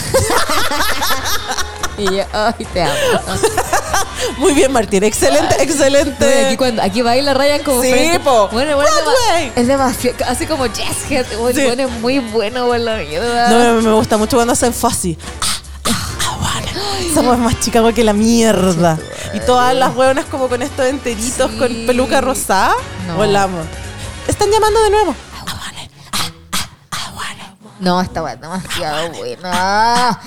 Speaker 4: y yo, ay, te amo.
Speaker 1: Muy bien, Martín. Excelente, excelente.
Speaker 4: Bueno, aquí, cuando, aquí baila Ryan como
Speaker 1: Sí,
Speaker 4: frente.
Speaker 1: po.
Speaker 4: Bueno, bueno,
Speaker 1: Broadway.
Speaker 4: es demasiado, así como Jazz Head, bueno,
Speaker 1: Sí.
Speaker 4: bueno, es muy bueno por la mierda.
Speaker 1: No, me, me gusta mucho cuando hacen fuzzy. Somos más Chicago que la mierda. Y todas las hueonas como con estos enteritos
Speaker 4: Sí.
Speaker 1: con peluca rosada.
Speaker 4: No.
Speaker 1: Volamos. Están llamando de nuevo.
Speaker 4: No, esta weá es demasiado buena.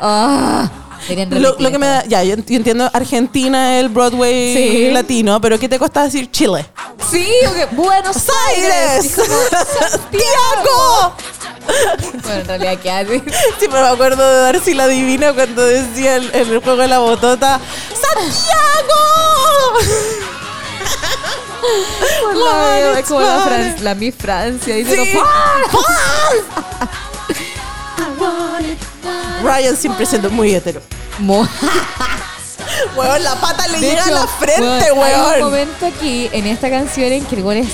Speaker 4: Ah, deberían
Speaker 1: Lo,
Speaker 4: repetir
Speaker 1: lo que me
Speaker 4: esto.
Speaker 1: da, ya, yo ent- yo entiendo Argentina, el Broadway
Speaker 4: Sí.
Speaker 1: latino, pero ¿qué te cuesta decir Chile?
Speaker 4: Sí, porque Buenos Aires.
Speaker 1: ¡Aires! ¡Santiago!
Speaker 4: bueno, en realidad, ¿qué haces?
Speaker 1: Sí, pero me acuerdo de Darcy la Divina cuando decía en en el juego de la botota, ¡Santiago!
Speaker 4: Por
Speaker 1: Buenos
Speaker 4: la mierda, es como la,
Speaker 1: Aires.
Speaker 4: Fran- la mi Francia. Y
Speaker 1: Sí.
Speaker 4: digo,
Speaker 1: Ryan siempre siendo muy hetero.
Speaker 4: Mo-
Speaker 1: Weón, la pata le
Speaker 4: De
Speaker 1: llega
Speaker 4: hecho,
Speaker 1: a la frente,
Speaker 4: weón, Hay un
Speaker 1: weón.
Speaker 4: momento aquí, en esta canción, en que el weón es.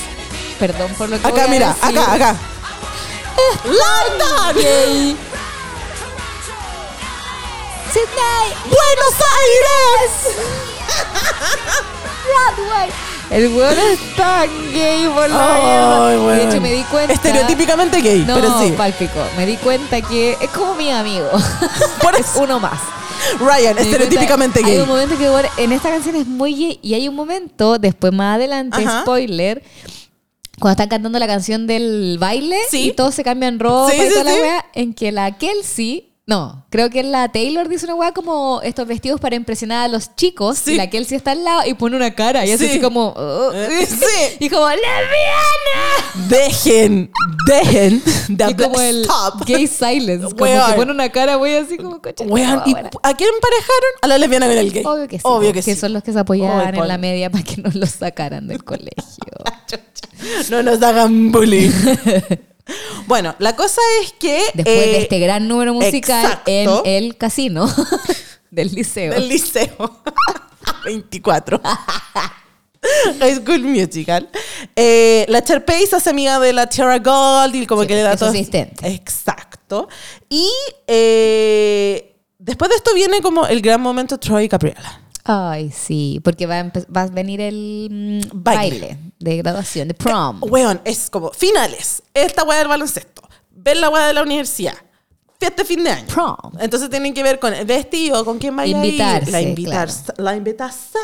Speaker 4: Perdón por lo que voy
Speaker 1: Acá,
Speaker 4: a
Speaker 1: mira,
Speaker 4: decir.
Speaker 1: acá, acá. ¡London!
Speaker 4: Gay.
Speaker 1: ¡Buenos Aires!
Speaker 4: El weón es tan gay, por la
Speaker 1: Ay,
Speaker 4: mierda.
Speaker 1: weón.
Speaker 4: De hecho, me di cuenta.
Speaker 1: Estereotípicamente gay,
Speaker 4: No,
Speaker 1: pero sí.
Speaker 4: palpico. Me di cuenta que es como mi amigo.
Speaker 1: Por
Speaker 4: es
Speaker 1: eso.
Speaker 4: uno más.
Speaker 1: Ryan,
Speaker 4: Me di cuenta,
Speaker 1: estereotípicamente
Speaker 4: Hay
Speaker 1: gay.
Speaker 4: un momento que bueno, en esta canción es muy gay y hay un momento, después más adelante,
Speaker 1: Ajá.
Speaker 4: spoiler, cuando están cantando la canción del baile
Speaker 1: Sí.
Speaker 4: y todos se cambian ropa
Speaker 1: Sí,
Speaker 4: y
Speaker 1: sí,
Speaker 4: toda la
Speaker 1: sí.
Speaker 4: wea, en que la Kelsey, no, creo que la Taylor dice una wea como estos vestidos para impresionar a los chicos
Speaker 1: Sí.
Speaker 4: y la Kelsey está al lado y pone una cara y hace
Speaker 1: Sí.
Speaker 4: así como... "Oh".
Speaker 1: Eh, sí.
Speaker 4: Y como, ¡lesbiana!
Speaker 1: Dejen, dejen de
Speaker 4: Y como
Speaker 1: hablar.
Speaker 4: el
Speaker 1: Stop.
Speaker 4: gay silence. Como que
Speaker 1: Weón.
Speaker 4: pone una cara, wey, así como coche.
Speaker 1: Weón, ¿y
Speaker 4: ahora".
Speaker 1: ¿a quién emparejaron? A la lesbiana con el gay.
Speaker 4: Oh, Obvio que sí.
Speaker 1: Obvio
Speaker 4: po,
Speaker 1: que sí.
Speaker 4: son los que se apoyaban
Speaker 1: Ay,
Speaker 4: en la
Speaker 1: Pablo.
Speaker 4: media para que nos los sacaran del colegio.
Speaker 1: No nos hagan bullying. bueno, la cosa es que.
Speaker 4: Después
Speaker 1: eh,
Speaker 4: de este gran número musical
Speaker 1: exacto.
Speaker 4: en el casino del liceo.
Speaker 1: Del liceo. 24. High School Musical. Eh, la Charpey se hace amiga de la Tiara Gold y como
Speaker 4: Sí,
Speaker 1: que le da
Speaker 4: es su
Speaker 1: todo.
Speaker 4: asistente.
Speaker 1: Exacto. Y eh, después de esto viene como el gran momento Troy y Gabriela.
Speaker 4: Ay, sí, porque va a, empe- va a venir el mm, baile.
Speaker 1: Baile.
Speaker 4: de graduación, de prom.
Speaker 1: Weón, es como finales. Esta weá del baloncesto. Ver la weá de la universidad. Fiesta de fin de año.
Speaker 4: Prom.
Speaker 1: Entonces tienen que ver con el vestido, con quién va a ir.
Speaker 4: Invitarse,
Speaker 1: La invitar, La invitación.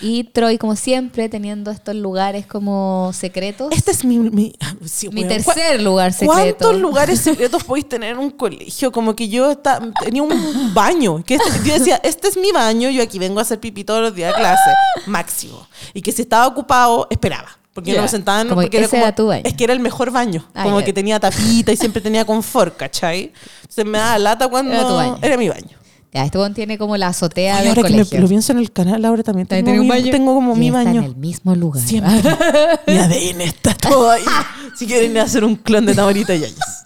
Speaker 4: Y Troy, como siempre, teniendo estos lugares como secretos.
Speaker 1: Este es mi... Mi, sí,
Speaker 4: Mi
Speaker 1: weón.
Speaker 4: tercer lugar secreto.
Speaker 1: ¿Cuántos lugares secretos podéis tener en un colegio? Como que yo esta- tenía un baño. Que este- yo decía, este es mi baño, yo aquí vengo a hacer pipí todos los días a clase, máximo. Y que si estaba ocupado, esperaba. Porque
Speaker 4: Ya.
Speaker 1: no me sentaban.
Speaker 4: Como que
Speaker 1: porque era
Speaker 4: ese era tu baño.
Speaker 1: Es que era el mejor baño.
Speaker 4: Ah,
Speaker 1: como
Speaker 4: ya.
Speaker 1: que tenía tapita y siempre tenía confort, ¿cachai? Se me daba lata cuando.
Speaker 4: Era tu baño.
Speaker 1: era mi baño.
Speaker 4: Ya, este buen tiene como la azotea
Speaker 1: Ay,
Speaker 4: del
Speaker 1: ahora que me-
Speaker 4: colegio.
Speaker 1: lo pienso en el canal, ahora también tengo,
Speaker 4: También tiene un
Speaker 1: mi-
Speaker 4: baño.
Speaker 1: tengo como
Speaker 4: Y
Speaker 1: mi
Speaker 4: está
Speaker 1: baño.
Speaker 4: en el mismo lugar.
Speaker 1: Siempre. Mi ADN está todo ahí. Si quieren ir a hacer un clon de Tamarita Yayas.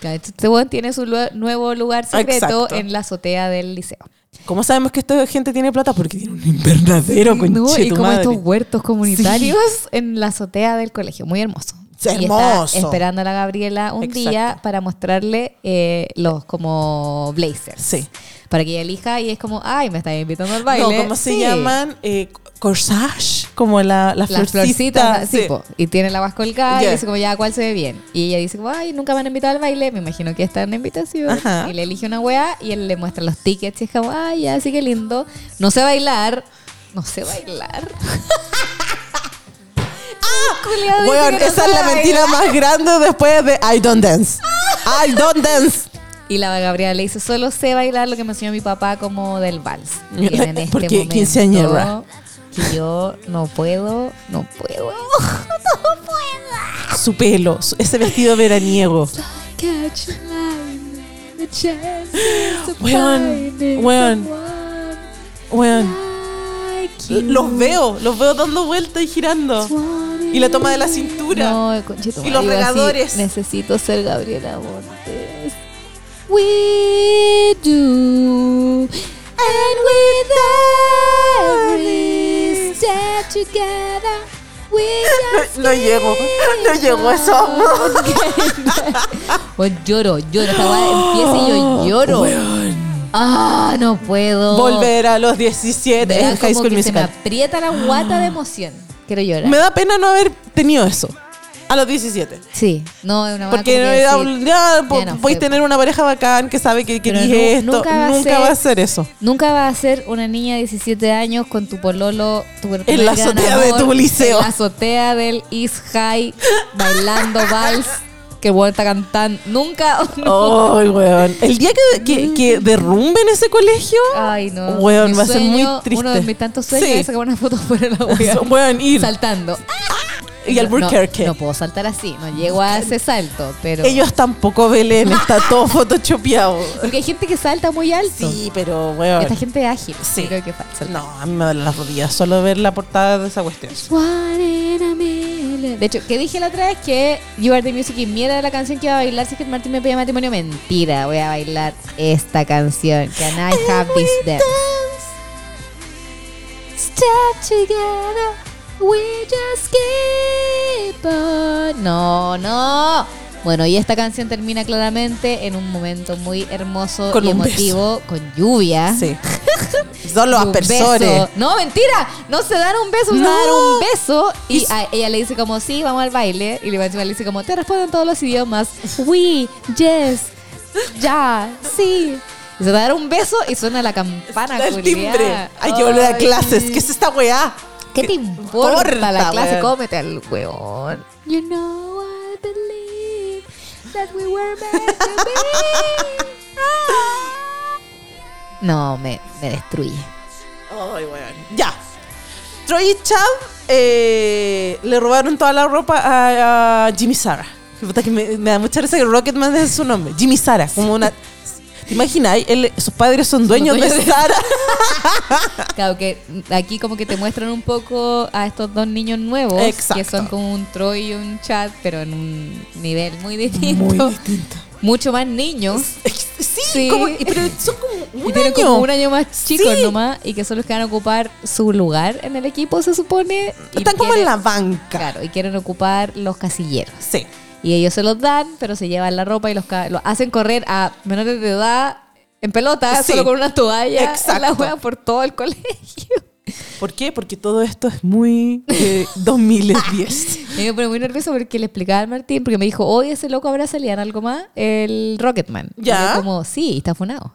Speaker 4: Claro, Este buen tiene su lu- nuevo lugar secreto
Speaker 1: Exacto.
Speaker 4: en la azotea del liceo.
Speaker 1: ¿Cómo sabemos que esta gente tiene plata? Porque tiene un invernadero con
Speaker 4: No, y como
Speaker 1: madre.
Speaker 4: estos huertos comunitarios en la azotea del colegio. Muy hermoso.
Speaker 1: Sí,
Speaker 4: Y está
Speaker 1: hermoso.
Speaker 4: esperando a la Gabriela un
Speaker 1: Exacto.
Speaker 4: día para mostrarle eh, los como blazers.
Speaker 1: Sí.
Speaker 4: Para que ella elija y es como, ay, me está invitando al baile.
Speaker 1: No, ¿cómo se
Speaker 4: Sí.
Speaker 1: llaman? Eh, corsage, como la, la
Speaker 4: Las
Speaker 1: florcita.
Speaker 4: florcitas, sí, po. y tiene la vas colgada y
Speaker 1: Ya.
Speaker 4: dice como ya cuál se ve bien. Y ella dice como, ay, nunca me han invitado al baile, me imagino que está en la invitación.
Speaker 1: Ajá.
Speaker 4: Y le elige una weá y él le muestra los tickets y es como, ay, ya, sí que lindo. No sé bailar, no sé bailar. ¡Ah!
Speaker 1: Weón, esa es la mentira más grande después de I don't dance. I don't dance.
Speaker 4: Y la Gabriela le dice, solo sé bailar lo que me enseñó mi papá como del vals. Y en este
Speaker 1: Porque
Speaker 4: momento
Speaker 1: quinceañera.
Speaker 4: Que yo no puedo, no puedo, no puedo.
Speaker 1: Su pelo, su- ese vestido veraniego.
Speaker 4: Catch a line, the chances of
Speaker 1: Weón,
Speaker 4: finding
Speaker 1: weón.
Speaker 4: someone
Speaker 1: Weón,
Speaker 4: like you.
Speaker 1: los veo, los veo dando vueltas y girando. Y la toma de la cintura.
Speaker 4: No, conchito,
Speaker 1: Y los
Speaker 4: digo así,
Speaker 1: regadores.
Speaker 4: necesito ser Gabriela Montes. We do. And with every step together, we just
Speaker 1: No, no llego, no
Speaker 4: keep
Speaker 1: llego a eso.
Speaker 4: on getting- Pues lloro, lloro. Esta weá empieza y yo lloro. Ah, no puedo.
Speaker 1: Volver a los 17
Speaker 4: Me da
Speaker 1: en High
Speaker 4: como
Speaker 1: School
Speaker 4: que Se
Speaker 1: Musical.
Speaker 4: me aprieta la guata de emoción. Quiero llorar.
Speaker 1: Me da pena no haber tenido eso a los 17.
Speaker 4: Sí, no es una guata
Speaker 1: Porque
Speaker 4: como
Speaker 1: no
Speaker 4: que
Speaker 1: era
Speaker 4: decir,
Speaker 1: un- ya, po-
Speaker 4: ya no
Speaker 1: voy a
Speaker 4: fue,
Speaker 1: tener una pareja bacán que sabe que
Speaker 4: Pero
Speaker 1: quería
Speaker 4: nu-
Speaker 1: esto.
Speaker 4: nunca
Speaker 1: Nunca,
Speaker 4: va a
Speaker 1: va,
Speaker 4: ser-
Speaker 1: a ser eso.
Speaker 4: Nunca va a ser una niña de 17 años con tu pololo, tu
Speaker 1: En la azotea de tu liceo.
Speaker 4: En la azotea del East High, bailando vals, que bueno está cantando. Nunca.
Speaker 1: Ay, weón. El día que, que, que derrumben ese colegio,
Speaker 4: Ay, no.
Speaker 1: Oh, weón,
Speaker 4: Mi
Speaker 1: va a ser muy
Speaker 4: sueño,
Speaker 1: triste.
Speaker 4: Uno de mis tantos sueños
Speaker 1: Sí.
Speaker 4: es sacar una foto fuera de la wea.
Speaker 1: So, weón, ir.
Speaker 4: Saltando.
Speaker 1: y al Burkerque.
Speaker 4: No, no puedo saltar así, no llego a ese salto, pero.
Speaker 1: Ellos tampoco, Belén, está todo photoshopeado.
Speaker 4: Porque hay gente que salta muy alto.
Speaker 1: Sí, pero weón.
Speaker 4: Esta gente es ágil.
Speaker 1: Sí.
Speaker 4: Yo Creo que falta.
Speaker 1: No, a mí me duelen las rodillas solo ver la portada de esa cuestión.
Speaker 4: One in a million. De hecho, que dije la otra vez que You Are the Music y mierda la canción que iba a bailar si es que Martín me pedía matrimonio. Mentira, voy a bailar esta canción. Can I have this dance? Step together, we just keep on. No, no. Bueno, y esta canción termina claramente en un momento muy hermoso
Speaker 1: Con
Speaker 4: y
Speaker 1: un beso.
Speaker 4: emotivo, con lluvia.
Speaker 1: Sí. Son los
Speaker 4: Y Ah. un
Speaker 1: aspersores.
Speaker 4: beso. No, mentira. No se dan un beso, se
Speaker 1: No.
Speaker 4: dan un beso. Y
Speaker 1: Y-
Speaker 4: a- ella le dice como, sí, vamos al baile. Y le encima le dice como, te responden todos los idiomas. We, yes, ya, sí. Y se dan un beso y suena la campana.
Speaker 1: El
Speaker 4: culiá.
Speaker 1: timbre. Hay que volver a
Speaker 4: Ay.
Speaker 1: clases. ¿Qué es esta weá?
Speaker 4: ¿Qué te importa, la
Speaker 1: importa,
Speaker 4: clase?
Speaker 1: weón?
Speaker 4: Cómete al weón. You know I believe that we were meant to be. No, me, me destruye.
Speaker 1: Ay, weón. Ya. Troy y Chav eh, le robaron toda la ropa a, a Jimmy Sara. Que puta que Me, me da mucha risa que Rocketman es su nombre. Jimmy Sara, como una. ¿Te imaginas? Él- sus padres son dueños,
Speaker 4: dueños
Speaker 1: de,
Speaker 4: de-
Speaker 1: Sara.
Speaker 4: Claro, que aquí como que te muestran un poco a estos dos niños nuevos,
Speaker 1: Exacto.
Speaker 4: que son como un Troy y un Chad, pero en un nivel muy distinto.
Speaker 1: Muy distinto.
Speaker 4: Mucho más niños.
Speaker 1: Sí,
Speaker 4: Sí.
Speaker 1: como- y- pero son como
Speaker 4: Y
Speaker 1: un
Speaker 4: tienen
Speaker 1: año.
Speaker 4: como un año más chicos
Speaker 1: Sí.
Speaker 4: nomás y que son los que van a ocupar su lugar en el equipo, se supone. y
Speaker 1: Están como en
Speaker 4: quieren-
Speaker 1: la banca.
Speaker 4: Claro, y quieren ocupar los casilleros.
Speaker 1: Sí.
Speaker 4: Y ellos se los dan, pero se llevan la ropa y los, ca- los hacen correr a menores de edad en pelota,
Speaker 1: Sí.
Speaker 4: solo con una toalla, en la
Speaker 1: Exacto.
Speaker 4: wea por todo el colegio.
Speaker 1: ¿Por qué? Porque todo esto es muy eh, 2010.
Speaker 4: Y me pone muy nervioso porque le explicaba al Martín, porque me dijo, hoy ese loco habrá salido en algo más, el Rocketman. Y
Speaker 1: Ya.
Speaker 4: yo como, sí, está funado.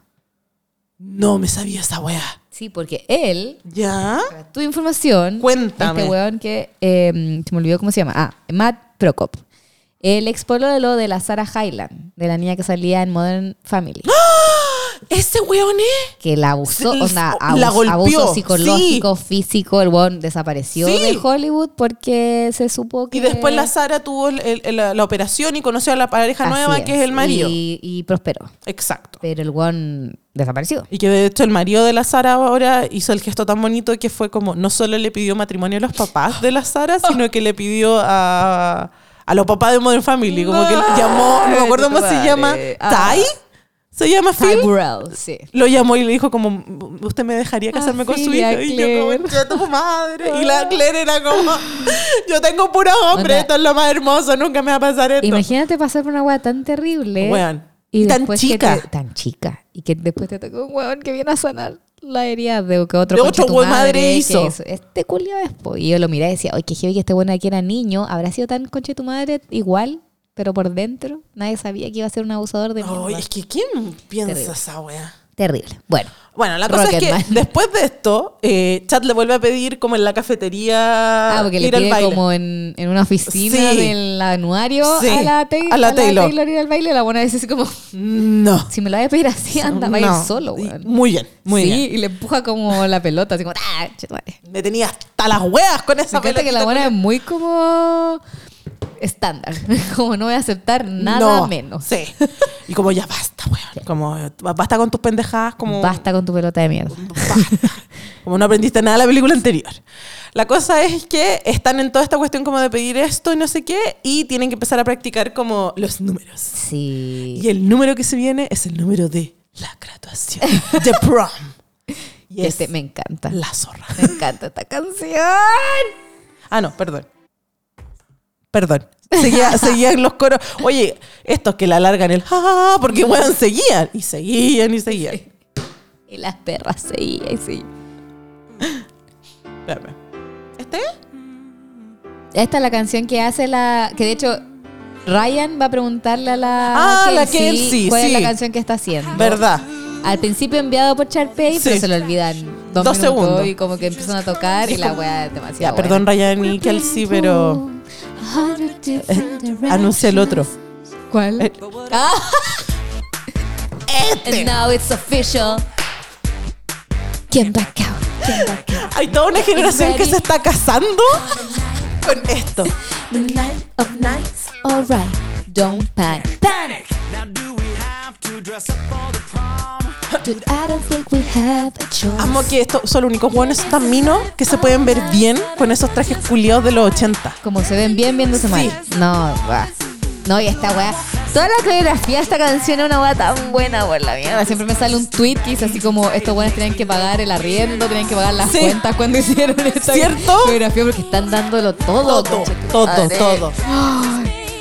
Speaker 1: No me sabía esa weá.
Speaker 4: Sí, porque él,
Speaker 1: ¿Ya?
Speaker 4: tu información,
Speaker 1: Cuéntame.
Speaker 4: este weón que, eh, se me olvidó cómo se llama, ah, Matt Prokop, el expololo de la Sarah Hyland, de la niña que salía en Modern Family,
Speaker 1: ¡Ah! ¿Ese weón es?
Speaker 4: que la abusó,
Speaker 1: Sí,
Speaker 4: onda,
Speaker 1: la
Speaker 4: abus-
Speaker 1: golpeó,
Speaker 4: abuso psicológico, físico, el weón desapareció
Speaker 1: Sí.
Speaker 4: de Hollywood porque se supo que...
Speaker 1: Y después la Sara tuvo el- el- la, la operación y conoció a la pareja
Speaker 4: Así
Speaker 1: nueva que es el marido.
Speaker 4: Y, y prosperó.
Speaker 1: Exacto.
Speaker 4: Pero el weón desapareció.
Speaker 1: Y que de hecho el marido de la Sara ahora hizo el gesto tan bonito que fue como, no solo le pidió matrimonio a los papás de la Sara, sino que le pidió a, a los papás de Modern Family. Como que lo llamó, no me acuerdo cómo se llama,
Speaker 4: Madre. Ah.
Speaker 1: Tai. Se llama
Speaker 4: Ty
Speaker 1: Phil.
Speaker 4: Burrell, sí.
Speaker 1: Lo llamó y le dijo como, usted me dejaría casarme con su
Speaker 4: Ophelia
Speaker 1: hijo. Y yo
Speaker 4: Ah, Claire. Ah.
Speaker 1: como, "Che, tu madre. Y la Claire era como, yo tengo puros hombres,
Speaker 4: Onda.
Speaker 1: esto es lo más hermoso, nunca me va a pasar esto.
Speaker 4: Imagínate pasar por una weá tan terrible.
Speaker 1: Weón.
Speaker 4: Y
Speaker 1: Tan
Speaker 4: después que
Speaker 1: chica.
Speaker 4: te- tan chica. Y que después te tocó un weón que viene a sanar la herida de que otro,
Speaker 1: De
Speaker 4: conche
Speaker 1: otro
Speaker 4: tu
Speaker 1: weón madre
Speaker 4: que
Speaker 1: hizo.
Speaker 4: eso. Este culiao es po. Y yo lo miré y decía, oye, qué heavy que este weón aquí era niño. Habrá sido tan conche tu madre igual, pero por dentro nadie sabía que iba a ser un abusador de mierda.
Speaker 1: Ay, es que ¿quién piensa
Speaker 4: Terrible.
Speaker 1: esa wea?
Speaker 4: Terrible. Bueno.
Speaker 1: Bueno, la cosa es que
Speaker 4: Rocketman.
Speaker 1: después de esto, eh, Chad le vuelve a pedir como en la cafetería
Speaker 4: Ah, porque le
Speaker 1: ir al
Speaker 4: pide
Speaker 1: baile.
Speaker 4: como en, en una oficina
Speaker 1: Sí.
Speaker 4: del anuario
Speaker 1: Sí,
Speaker 4: a, la Tay-
Speaker 1: a la Taylor.
Speaker 4: ir al baile. La buena dice así como,
Speaker 1: No.
Speaker 4: si me lo vas a pedir así, anda, va a
Speaker 1: No.
Speaker 4: ir solo,
Speaker 1: Y-
Speaker 4: weón.
Speaker 1: Muy bien, muy
Speaker 4: sí,
Speaker 1: bien.
Speaker 4: y le empuja como la pelota, así como, ¡ah! che, madre".
Speaker 1: Me tenía hasta las weas con
Speaker 4: Me
Speaker 1: esa
Speaker 4: encanta que
Speaker 1: pelotita.
Speaker 4: la buena es muy como estándar, como no voy a aceptar nada
Speaker 1: No,
Speaker 4: menos.
Speaker 1: Sí. Y como ya basta, weón. Como eh, basta con tus pendejadas, como
Speaker 4: Basta con tu pelota de mierda.
Speaker 1: Basta. Como no aprendiste nada de la película anterior. La cosa es que están en toda esta cuestión como de pedir esto y no sé qué, y tienen que empezar a practicar como los números.
Speaker 4: Sí.
Speaker 1: Y el número que se viene es el número de la graduación, de prom. Y
Speaker 4: que
Speaker 1: es
Speaker 4: te- Este me encanta.
Speaker 1: la zorra.
Speaker 4: Me encanta esta canción.
Speaker 1: Ah, no, perdón. Perdón. Seguía- seguían los coros. Oye, estos que la largan el ja, ja, ja, porque weón, seguían. Y seguían y seguían.
Speaker 4: Y las perras seguían y seguían.
Speaker 1: Espérame. ¿Este?
Speaker 4: Esta es la canción que hace la. Que de hecho, Ryan va a preguntarle a la.
Speaker 1: Ah, la Kelsey,
Speaker 4: ¿Cuál
Speaker 1: sí.
Speaker 4: es la canción que está haciendo?
Speaker 1: ¿Verdad?
Speaker 4: Al principio enviado por Charpey, pero
Speaker 1: Sí.
Speaker 4: se lo olvidan dos,
Speaker 1: Dos
Speaker 4: minutos
Speaker 1: segundos.
Speaker 4: y como que empiezan a tocar y la weá es demasiado.
Speaker 1: Ya,
Speaker 4: buena.
Speaker 1: Ah, perdón, Ryan y Kelsey, pero anuncia el otro.
Speaker 4: ¿Cuál?
Speaker 1: Eh,
Speaker 4: Ah.
Speaker 1: este.
Speaker 4: And now it's official. Get back out. Get back out.
Speaker 1: Eh, Hay toda una generación que se está casando con esto.
Speaker 2: The night of nights.
Speaker 4: Alright. Don't panic.
Speaker 2: Panic.
Speaker 3: Now do we have to dress up for the prom?
Speaker 4: Dude, I don't think we have a choice.
Speaker 1: Amo que esto son los únicos buenos tan minos que se pueden ver bien con esos trajes culiados de los 80.
Speaker 4: Como se ven bien viéndose mal. No, va. No, y esta weá. Toda la coreografía de esta canción es una weá tan buena, por la mierda. Siempre me sale un tweet que dice así como: estos weones tenían que pagar el arriendo, tenían que pagar las
Speaker 1: Sí.
Speaker 4: cuentas cuando hicieron esta
Speaker 1: ¿Cierto?
Speaker 4: coreografía porque están dándolo
Speaker 1: Todo,
Speaker 4: todo.
Speaker 1: todo,
Speaker 4: conchetumare.
Speaker 1: todo. todo.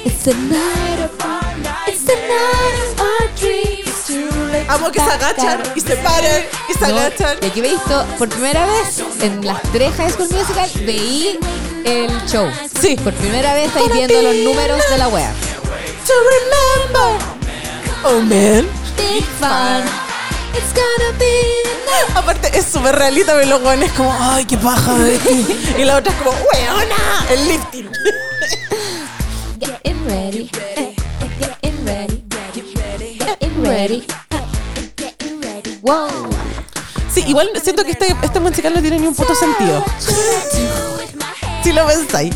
Speaker 4: It's the night of our night. It's the night of our dreams.
Speaker 1: Amo que se agachan y se paran y se
Speaker 4: No,
Speaker 1: agachan.
Speaker 4: y aquí he visto por primera vez en las tres High School Musical veí el show.
Speaker 1: Sí.
Speaker 4: Por primera vez estáis viendo los números de la wea.
Speaker 1: To remember. Oh man.
Speaker 4: Big fun. It's gonna be.
Speaker 1: Aparte es súper realita, ve los guanes como, ay, qué paja de ti. Y la otra es como, weona, el lifting.
Speaker 2: Getting ready. Getting ready. Getting ready. Getting ready.
Speaker 4: Wow.
Speaker 1: Sí, igual siento que este, este musical no tiene ni un puto sentido.
Speaker 2: With my hands.
Speaker 1: Si lo pensáis.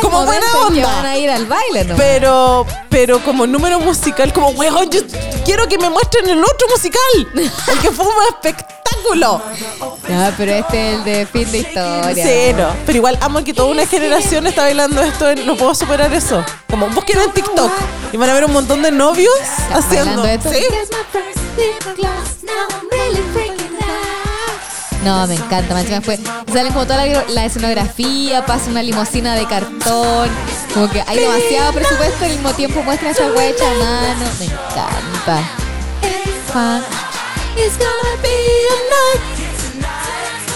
Speaker 1: Como buena
Speaker 4: Momento en que
Speaker 1: onda.
Speaker 4: van a ir al baile, ¿no?
Speaker 1: Pero, pero como número musical, como weón, yo quiero que me muestren el otro musical. El que fue un espectáculo.
Speaker 4: No, pero este es el de fin de historia.
Speaker 1: Cero. Pero igual amo que toda una generación está bailando esto. en- no puedo superar eso. Como busquen en TikTok y van a ver un montón de novios haciendo.
Speaker 4: ¿Bailando esto?
Speaker 1: Sí.
Speaker 2: Here's my first lip gloss. Now I'm really freaking out.
Speaker 4: No, me encanta, más encima fue. Salen como toda la, la escenografía, pasa una limusina de cartón. Como que hay demasiado presupuesto y al mismo tiempo muestran esa wea hecha a mano. Me encanta.
Speaker 2: It's
Speaker 4: fan. It's gonna be a night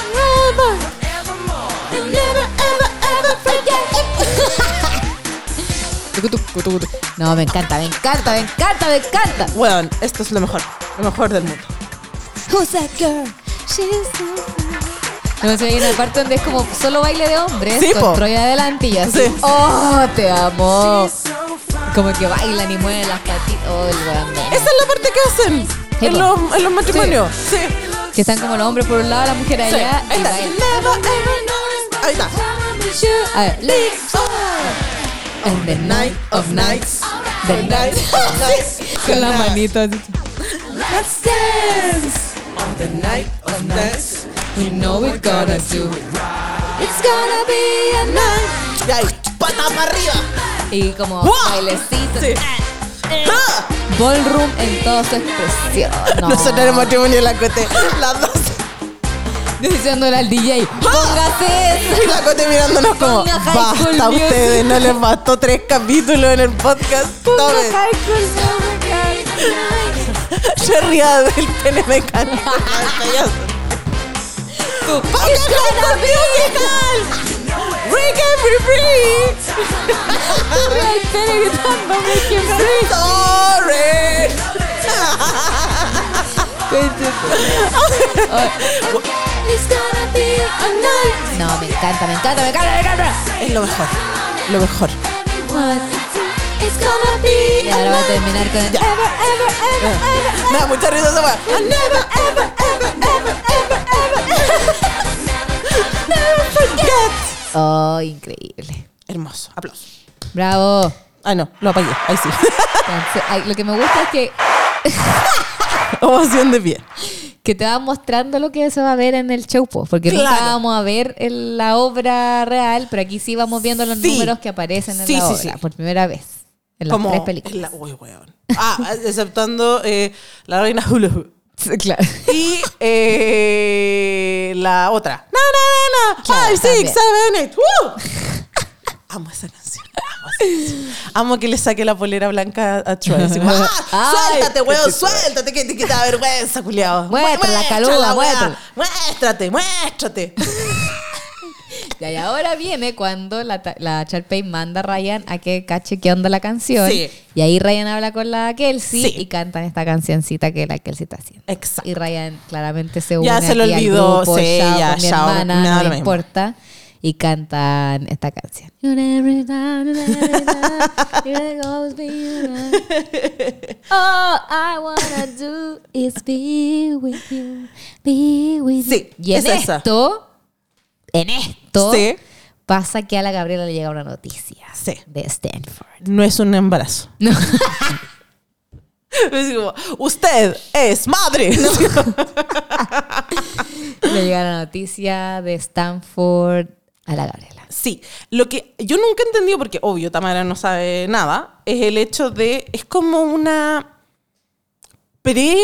Speaker 4: forever. You'll never, ever, ever forget it. No, me encanta, me encanta, me encanta, me encanta.
Speaker 1: Weón, esto es lo mejor. Lo mejor del mundo.
Speaker 4: Who's that girl? She's so no sé, hay una parte donde es como solo baile de hombres
Speaker 1: Sí, po.
Speaker 4: con Troy adelante y así.
Speaker 1: Sí.
Speaker 4: ¡Oh, te amo! Como que bailan y mueven las patitas. ¡Oh, el weón, weón.
Speaker 1: Esa es la parte que hacen
Speaker 4: Sí,
Speaker 1: en
Speaker 4: po.
Speaker 1: los, en los matrimonios. Sí.
Speaker 4: Que están como los hombres por un lado, las mujeres
Speaker 1: Sí.
Speaker 4: allá.
Speaker 1: Ahí
Speaker 4: y
Speaker 1: está.
Speaker 4: bailan.
Speaker 1: Ahí está.
Speaker 4: A ver, let's go. And the night of nights. The night of nights. Con las manitas. Let's dance. We know we're gonna do it. It's gonna be a night.
Speaker 1: Y ahí, pata para arriba.
Speaker 4: Y como
Speaker 1: ¡Buah!
Speaker 4: bailecitos.
Speaker 1: Sí. ¡Ah!
Speaker 4: Ballroom en toda su expresión. No.
Speaker 1: Nosotros en el matrimonio la cote. Las dos.
Speaker 4: Diciéndole al DJ,
Speaker 1: ¡Ah!
Speaker 4: póngase eso.
Speaker 1: Y la cote mirándonos como.
Speaker 4: Ponga High School
Speaker 1: Basta
Speaker 4: Music".
Speaker 1: ustedes, no les bastó tres capítulos en el podcast. Tomen. Se ría del pene mecánico.
Speaker 4: Tú,
Speaker 1: ¡Ponga High School Musical! ¡Break every free!
Speaker 4: el pene gritando, make him free.
Speaker 1: ¡Sorry!
Speaker 4: No, me encanta, me encanta, me encanta, me encanta.
Speaker 1: Es lo mejor. Lo mejor.
Speaker 4: Y ahora va a terminar con el ever, ever, ever, ever.
Speaker 1: Me da Eh. mucha risa esa weá. I never, ever, ever, ever, ever, ever, never forget.
Speaker 4: Oh, increíble.
Speaker 1: Hermoso. Aplausos.
Speaker 4: Bravo.
Speaker 1: Ah, no. Lo apagué. Ahí sí.
Speaker 4: Entonces, ay, Lo que me gusta es que,
Speaker 1: Ovación de pie.
Speaker 4: que te va mostrando lo que se va a ver en el show, po, porque nunca
Speaker 1: Claro.
Speaker 4: vamos a ver el- la obra real, pero aquí sí vamos viendo los
Speaker 1: Sí.
Speaker 4: números que aparecen en
Speaker 1: Sí,
Speaker 4: la
Speaker 1: sí,
Speaker 4: obra
Speaker 1: sí.
Speaker 4: por primera vez en las
Speaker 1: Como
Speaker 4: tres películas.
Speaker 1: en la- uy, weón. Ah, exceptando eh, la reina Hula Hoop.
Speaker 4: Claro.
Speaker 1: Y eh, la otra. No, no, no, no.
Speaker 4: Claro,
Speaker 1: Five,
Speaker 4: también.
Speaker 1: six, seven, eight. ¡Woo! ¡Uh! Amo esa canción. Amo, esa canción. Amo que le saque la polera blanca a Troy. Así como, ¡Ah,
Speaker 4: Ay,
Speaker 1: suéltate, weón, suéltate, que te quita vergüenza, culiao.
Speaker 4: Muéstrala, caluda, muéstrala.
Speaker 1: Muéstrate, muéstrate.
Speaker 4: Ya, Y ahora viene cuando la, ta- la Charpey manda a Ryan a que cache qué onda la canción.
Speaker 1: Sí.
Speaker 4: Y ahí Ryan habla con la Kelsey
Speaker 1: Sí.
Speaker 4: y cantan esta cancioncita que la Kelsey está haciendo.
Speaker 1: Exacto.
Speaker 4: Y Ryan claramente se une
Speaker 1: Ya se lo
Speaker 4: aquí al
Speaker 1: olvidó,
Speaker 4: grupo,
Speaker 1: sí,
Speaker 4: "Chao
Speaker 1: ya,
Speaker 4: con mi
Speaker 1: chao,
Speaker 4: hermana,
Speaker 1: me da
Speaker 4: no
Speaker 1: lo
Speaker 4: me
Speaker 1: mismo.
Speaker 4: importa. Y cantan esta canción. You're every time, you're every time, you're always be around. All I wanna do is be with you, be with you.
Speaker 1: Sí,
Speaker 4: y en
Speaker 1: es esa.
Speaker 4: esto, en esto,
Speaker 1: Sí.
Speaker 4: pasa que a la Gabriela le llega una noticia
Speaker 1: Sí.
Speaker 4: de Stanford.
Speaker 1: No es un embarazo.
Speaker 4: No.
Speaker 1: Es como, usted es madre.
Speaker 4: le llega la noticia de Stanford a la Gabriela.
Speaker 1: Sí, lo que yo nunca he entendido, porque obvio Tamara no sabe nada, es el hecho de, es como una pre,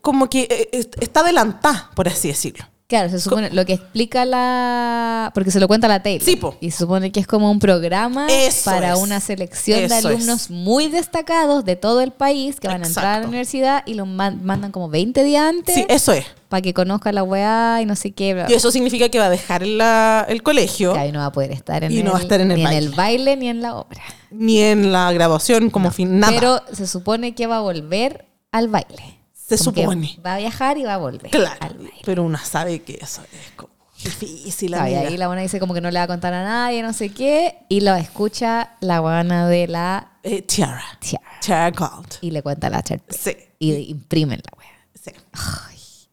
Speaker 1: como que eh, est- está adelantada, por así decirlo.
Speaker 4: Claro, se supone, lo que explica la... Porque se lo cuenta la Taylor.
Speaker 1: Sí, po.
Speaker 4: Y se supone que es como un programa
Speaker 1: Eso
Speaker 4: para
Speaker 1: es.
Speaker 4: una selección de
Speaker 1: Eso
Speaker 4: alumnos
Speaker 1: es.
Speaker 4: muy destacados de todo el país que van a entrar a la
Speaker 1: Exacto.
Speaker 4: universidad y los man- mandan como 20 días antes
Speaker 1: Sí, eso es.
Speaker 4: para que conozcan la weá y no sé qué. Bla,
Speaker 1: Y eso significa que va a dejar la- el colegio,
Speaker 4: bla. Claro, y no va a poder estar en,
Speaker 1: Y
Speaker 4: el,
Speaker 1: no va a estar en el
Speaker 4: ni en
Speaker 1: baile.
Speaker 4: el baile ni en la obra.
Speaker 1: ni en la graduación, como fin, nada.
Speaker 4: Pero se supone que va a volver al baile.
Speaker 1: Se
Speaker 4: Como que
Speaker 1: supone.
Speaker 4: Va a viajar y va a volver al
Speaker 1: claro,
Speaker 4: baile.
Speaker 1: pero una sabe que eso es como difícil.
Speaker 4: Claro, y
Speaker 1: amiga.
Speaker 4: ahí la buena dice como que no le va a contar a nadie, no sé qué, y lo escucha la buena de la
Speaker 1: Eh, Tiara.
Speaker 4: Tiara
Speaker 1: Tiara Gold.
Speaker 4: y le cuenta a la Cherpey.
Speaker 1: Sí.
Speaker 4: Y imprimen la wea.
Speaker 1: Sí,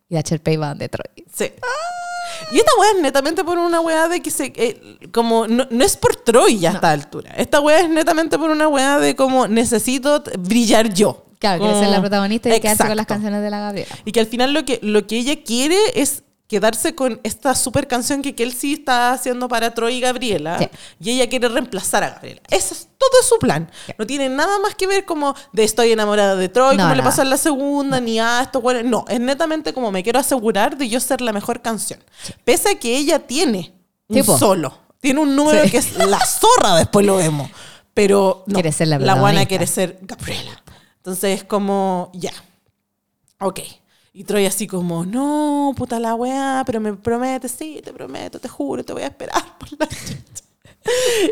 Speaker 4: Y la Cherpey va donde Troy.
Speaker 1: sí.
Speaker 4: Ah.
Speaker 1: Y esta weá es netamente por una weá de que se. eh, como. No, no es por Troy ya a esta altura. Esta weá es netamente por una weá de como necesito t- brillar yo.
Speaker 4: Claro, quiere
Speaker 1: Como-
Speaker 4: ser la protagonista y quedarse con las
Speaker 1: Mm. Exacto.
Speaker 4: canciones de la Gabriela.
Speaker 1: Y que al final lo que, lo que ella quiere es quedarse con esta super canción que Kelsey está haciendo para Troy y Gabriela.
Speaker 4: Sí.
Speaker 1: Y ella quiere reemplazar a Gabriela. Ese es todo su plan. No tiene nada más que ver como de estoy enamorada de Troy,
Speaker 4: No,
Speaker 1: como le
Speaker 4: nada.
Speaker 1: pasó en la segunda, ni a esto. Bueno, no, es netamente como me quiero asegurar de yo ser la mejor canción. Pese a que ella tiene un
Speaker 4: Sí, po.
Speaker 1: solo. Tiene un número
Speaker 4: Sí.
Speaker 1: que es la zorra, después lo vemos. Pero no,
Speaker 4: Quiere ser la
Speaker 1: la guana
Speaker 4: protagonista.
Speaker 1: quiere ser Gabriela. Entonces es como, ya. Ok. Y Troy así como, no, puta la weá, pero me prometes, sí, te prometo, te juro, te voy a esperar por la chucha.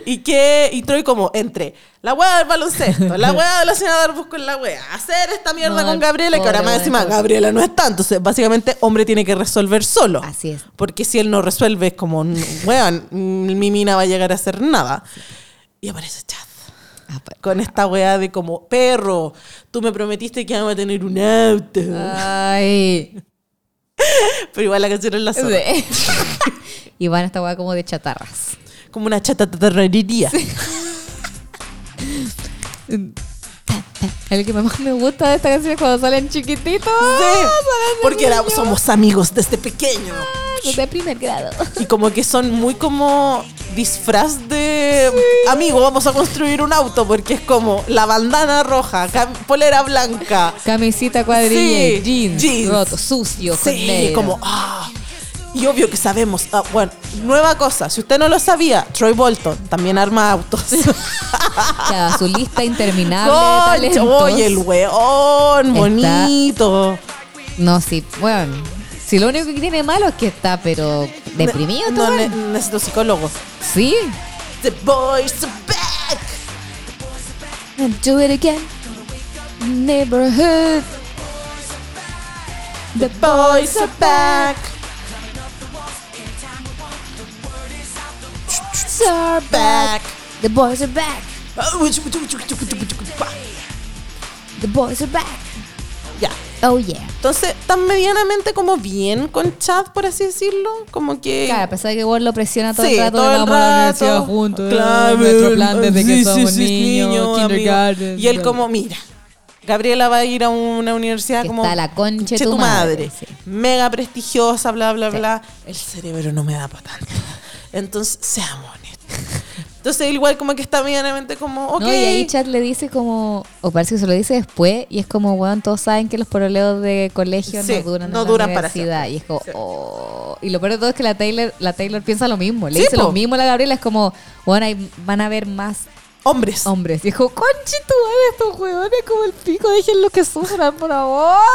Speaker 1: Y que, y Troy como, entre la weá del baloncesto, la weá de la señora Darbus con la weá, hacer esta mierda
Speaker 4: No,
Speaker 1: con Gabriela, que ahora
Speaker 4: pobre
Speaker 1: más encima
Speaker 4: weón.
Speaker 1: Gabriela no está. Entonces, básicamente, hombre tiene que resolver solo.
Speaker 4: Así es.
Speaker 1: Porque si él no resuelve, es como, weón, mi mina va a llegar a hacer nada. Y aparece Chad
Speaker 4: Ah, pa-
Speaker 1: con esta weá de como, perro, tú me prometiste que vamos a tener un auto.
Speaker 4: Ah. Ay.
Speaker 1: Pero igual la canción es la zorra.
Speaker 4: y van a esta hueá como de chatarras.
Speaker 1: Como una chata terrorería.
Speaker 4: El que más me gusta de esta canción es cuando salen chiquititos. salen Ah, de
Speaker 1: Porque era-
Speaker 4: niños. Ah.
Speaker 1: somos amigos desde pequeño.
Speaker 4: De primer grado.
Speaker 1: Y como que son muy como disfraz de amigo, vamos a construir un auto. Porque es como la bandana roja, cam- polera blanca.
Speaker 4: Camisita cuadrilla,
Speaker 1: Sí,
Speaker 4: jeans,
Speaker 1: jeans.
Speaker 4: roto, sucio, con
Speaker 1: Sí,
Speaker 4: negro.
Speaker 1: como, ah. Y obvio que sabemos. ah, bueno, nueva cosa, si usted no lo sabía, Troy Bolton también arma autos.
Speaker 4: Ya, su lista interminable de
Speaker 1: Concha,
Speaker 4: talentos.
Speaker 1: Oye, el weón,
Speaker 4: Está-
Speaker 1: bonito.
Speaker 4: No, sí, bueno. Si lo único que tiene malo es que está, pero deprimido
Speaker 1: No,
Speaker 4: todo.
Speaker 1: ne- necesito psicólogo.
Speaker 4: sí.
Speaker 1: The boys are back.
Speaker 4: And do it again. Neighborhood. The
Speaker 1: Boys are back.
Speaker 4: boys are
Speaker 1: Back.
Speaker 4: The boys are back. The boys are back.
Speaker 1: Ya.
Speaker 4: Oh, yeah.
Speaker 1: Entonces, tan medianamente como bien con Chad, por así decirlo. Como que.
Speaker 4: Claro, a pesar de que Ward lo presiona todo
Speaker 1: Sí,
Speaker 4: el rato,
Speaker 1: todo
Speaker 4: de
Speaker 1: el
Speaker 4: vamos a la
Speaker 1: rato.
Speaker 4: universidad juntos,
Speaker 1: Claro,
Speaker 4: eh, nuestro plan desde que
Speaker 1: sí, sí,
Speaker 4: somos
Speaker 1: sí,
Speaker 4: niños,
Speaker 1: niño, amigo.
Speaker 4: kindergarten.
Speaker 1: Y él, como, mira, Gabriela va a ir a una universidad
Speaker 4: Que
Speaker 1: como.
Speaker 4: está la concha de
Speaker 1: "Che,
Speaker 4: tu
Speaker 1: tu
Speaker 4: madre",
Speaker 1: madre.
Speaker 4: sí.
Speaker 1: Mega prestigiosa, bla, bla,
Speaker 4: Sí.
Speaker 1: bla. El cerebro no me da para tanto. Entonces, seamos honestos. Entonces, él igual, como que está medianamente como, ok.
Speaker 4: No, y ahí Chad le dice como, o parece que se lo dice después, y es como, weón, todos saben que los poroleos de colegio
Speaker 1: Sí,
Speaker 4: no duran
Speaker 1: no
Speaker 4: en la
Speaker 1: duran para
Speaker 4: universidad. y es como, oh. Y lo peor de todo es que la Taylor, la Taylor piensa lo mismo, le
Speaker 1: Sí,
Speaker 4: dice
Speaker 1: po.
Speaker 4: lo mismo a la Gabriela, es como, weón, ahí van a haber más
Speaker 1: hombres.
Speaker 4: hombres. Y es como, conchi, tú eres estos weones como el pico, déjenlo que sufran, por favor.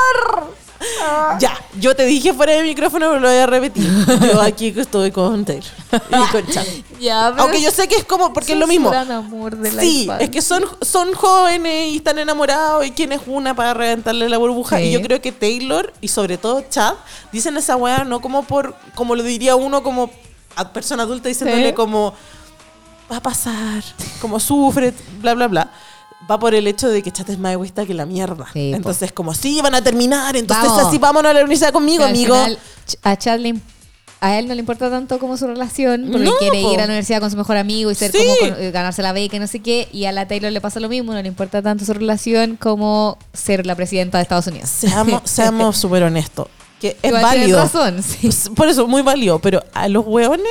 Speaker 1: Ya, yo te dije fuera del micrófono, pero lo voy a repetir. Yo aquí estoy con Taylor y con Chad.
Speaker 4: Ya, pero
Speaker 1: Aunque yo sé que es como, porque es lo mismo.
Speaker 4: Gran amor de la
Speaker 1: Sí,
Speaker 4: infancia.
Speaker 1: es que son, son jóvenes y están enamorados y quién es una para reventarle la burbuja.
Speaker 4: Sí.
Speaker 1: Y yo creo que Taylor y sobre todo Chad dicen esa weá no como por, como lo diría uno como a persona adulta diciéndole
Speaker 4: Sí.
Speaker 1: como va a pasar, como sufre, bla, bla, bla. Va por el hecho de que Chad es más egoísta que la mierda.
Speaker 4: Sí, po.
Speaker 1: entonces, como, sí, van a terminar, entonces
Speaker 4: Vamos.
Speaker 1: así vámonos a la universidad conmigo,
Speaker 4: Al
Speaker 1: amigo.
Speaker 4: final, Ch- a Chad le im- a él no le importa tanto como su relación, porque
Speaker 1: No,
Speaker 4: quiere
Speaker 1: po.
Speaker 4: ir a la universidad con su mejor amigo y ser
Speaker 1: Sí.
Speaker 4: como con- eh, ganarse la beca y no sé qué. Y a la Taylor le pasa lo mismo, no le importa tanto su relación como ser la presidenta de Estados Unidos.
Speaker 1: Seamos seamos súper honestos. Que es
Speaker 4: Igual tiene
Speaker 1: válido.
Speaker 4: razón, sí.
Speaker 1: Pues, Por eso, muy válido. Pero a los hueones.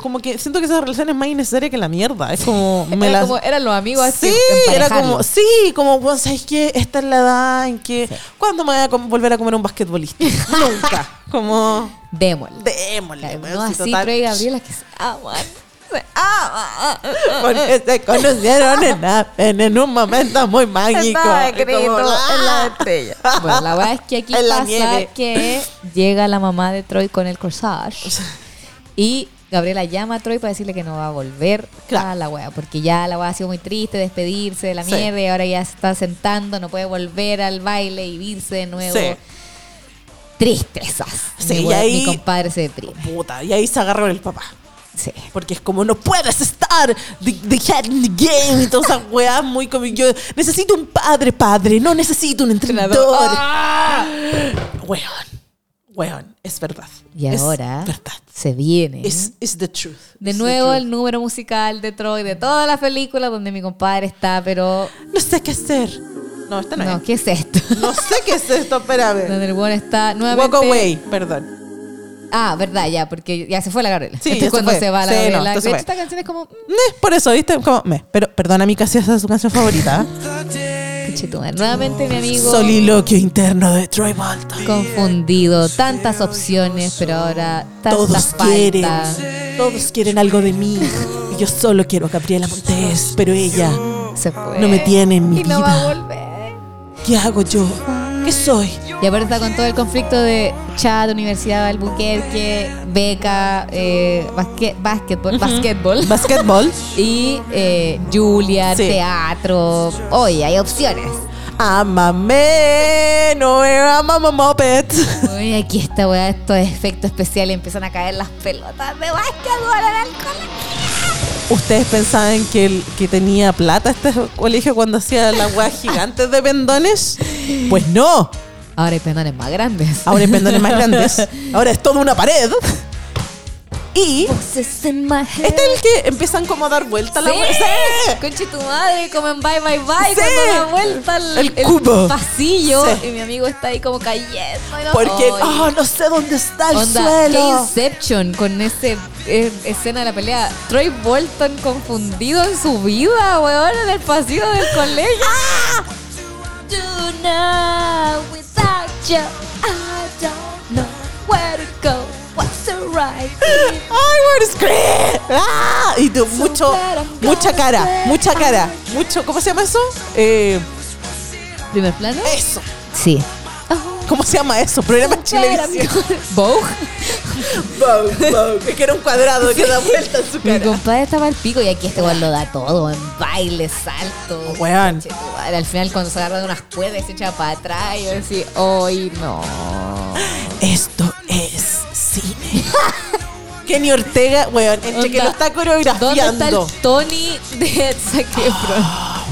Speaker 1: Como que siento que esa relación es más innecesaria que la mierda. Es como. me la-
Speaker 4: Era como- eran los amigos así.
Speaker 1: Sí, era
Speaker 4: emparejarlos.
Speaker 1: como. Sí, como, bueno, ¿sabes qué? Esta es la edad en que. ¿Cuándo me voy a com- volver a comer un basquetbolista? Nunca. Como.
Speaker 4: Démosle.
Speaker 1: Démosle, weón,
Speaker 4: No
Speaker 1: si
Speaker 4: así,
Speaker 1: total-
Speaker 4: Troy y Gabriela que se aman. Se aman.
Speaker 1: Con- se conocieron en, en- en un momento muy mágico.
Speaker 4: Estaba
Speaker 1: Es como, "Ah".
Speaker 4: escrito en la estrella. Bueno, la verdad es que aquí
Speaker 1: En la
Speaker 4: pasa
Speaker 1: nieve.
Speaker 4: que llega la mamá de Troy con el corsage y Gabriela llama a Troy para decirle que no va a volver
Speaker 1: Claro.
Speaker 4: a la wea, porque ya la wea ha sido muy triste despedirse de la
Speaker 1: Sí.
Speaker 4: mierda y ahora ya se está sentando, no puede volver al baile y irse de nuevo.
Speaker 1: Sí.
Speaker 4: Tristezas.
Speaker 1: Sí,
Speaker 4: mi,
Speaker 1: y
Speaker 4: wea-
Speaker 1: ahí-
Speaker 4: mi compadre se deprime.
Speaker 1: Puta, y ahí se agarró el papá.
Speaker 4: Sí.
Speaker 1: Porque es como, no puedes estar de, de head in the game y todas esas weas muy como yo. Necesito un padre, padre, no necesito un entrenador. Ah. Weón, weón, es verdad.
Speaker 4: Y
Speaker 1: Es
Speaker 4: ahora
Speaker 1: verdad.
Speaker 4: se viene.
Speaker 1: Es it's the truth.
Speaker 4: De
Speaker 1: It's the
Speaker 4: nuevo
Speaker 1: truth.
Speaker 4: el número musical de Troy, de todas las películas donde mi compadre está, pero
Speaker 1: No sé qué hacer. No, esta no,
Speaker 4: no,
Speaker 1: es.
Speaker 4: ¿qué es esto?
Speaker 1: No sé qué es esto, espérame.
Speaker 4: donde el weón está nuevamente.
Speaker 1: Walk away, perdón.
Speaker 4: Ah, verdad, ya, porque ya se fue la Gabriela.
Speaker 1: Sí, ya
Speaker 4: Esto es
Speaker 1: se
Speaker 4: cuando
Speaker 1: fue.
Speaker 4: se va la
Speaker 1: Sí, no,
Speaker 4: Gabriela. de
Speaker 1: esto se
Speaker 4: hecho,
Speaker 1: fue.
Speaker 4: esta canción es como, mm,
Speaker 1: Eh, Por eso, ¿viste? Como, me, pero perdona mi casi esa es su canción favorita. ¿eh?
Speaker 4: conchetumare. Nuevamente mi amigo
Speaker 1: Soliloquio interno de Troy Bolton.
Speaker 4: confundido, tantas opciones, pero ahora tanta
Speaker 1: Todos
Speaker 4: falta.
Speaker 1: quieren, todos quieren algo de mí. Y yo solo quiero a Gabriela Montes, pero ella
Speaker 4: Se fue.
Speaker 1: no me tiene en mi
Speaker 4: y no va a
Speaker 1: vida.
Speaker 4: volver.
Speaker 1: ¿Qué hago yo? ¿Qué que soy.
Speaker 4: Y aparte está con todo el conflicto de chat, Universidad de Albuquerque, beca, eh, basque- basquetbol, basquetbol.
Speaker 1: Basketball.
Speaker 4: y eh, Julia,
Speaker 1: Sí.
Speaker 4: teatro. Oye, hay opciones.
Speaker 1: Amame, no era mamá Muppet.
Speaker 4: Oye, aquí esta weá, estos efectos especiales empiezan a caer las pelotas de basquetbol en el colegio.
Speaker 1: ¿Ustedes pensaban que, el- que tenía plata este colegio cuando hacía las weas gigantes de pendones? Pues no.
Speaker 4: Ahora hay pendones más grandes.
Speaker 1: Ahora hay pendones más grandes. Ahora es toda una pared. Y
Speaker 4: Voices in my head.
Speaker 1: este es el que empiezan como a dar vuelta la wea. ¡Sí!
Speaker 4: Conche tu madre, como en bye bye
Speaker 1: Sí.
Speaker 4: bye, cuando da vuelta al
Speaker 1: El cubo.
Speaker 4: pasillo
Speaker 1: Sí.
Speaker 4: y mi amigo está ahí como cayendo. y no-
Speaker 1: Porque
Speaker 4: Ay,
Speaker 1: oh, no sé dónde está el
Speaker 4: onda, qué
Speaker 1: suelo.
Speaker 4: Inception con ese eh, escena de la pelea. Troy Bolton confundido en su vida, weón, en el pasillo del colegio. Ah.
Speaker 2: Do now without you. I don't know where to go. What's the right?
Speaker 1: I want to scream. Ah, y tú, mucho, mucha cara, mucha cara, mucho, ¿cómo se llama eso? Eh,
Speaker 4: ¿Primer plano?
Speaker 1: eso.
Speaker 4: Eh, Sí.
Speaker 1: ¿Cómo se llama eso? Programa en Chilevisión.
Speaker 4: Vogue.
Speaker 1: Vogue, Vogue. Es que era un cuadrado que da vuelta en su
Speaker 4: Mi
Speaker 1: cara.
Speaker 4: compadre estaba al pico y aquí este weón lo da todo, en baile, salto.
Speaker 1: Weón.
Speaker 4: Chetumare, Al final cuando se agarra de unas cuerdas y se echa para atrás y yo decía, hoy no.
Speaker 1: Esto es cine. Kenny Ortega, weón, entre que
Speaker 4: Onda,
Speaker 1: lo está
Speaker 4: ¿Dónde está
Speaker 1: coreografiando.
Speaker 4: el Tony de Ed Zac
Speaker 1: Ah,
Speaker 4: Efron?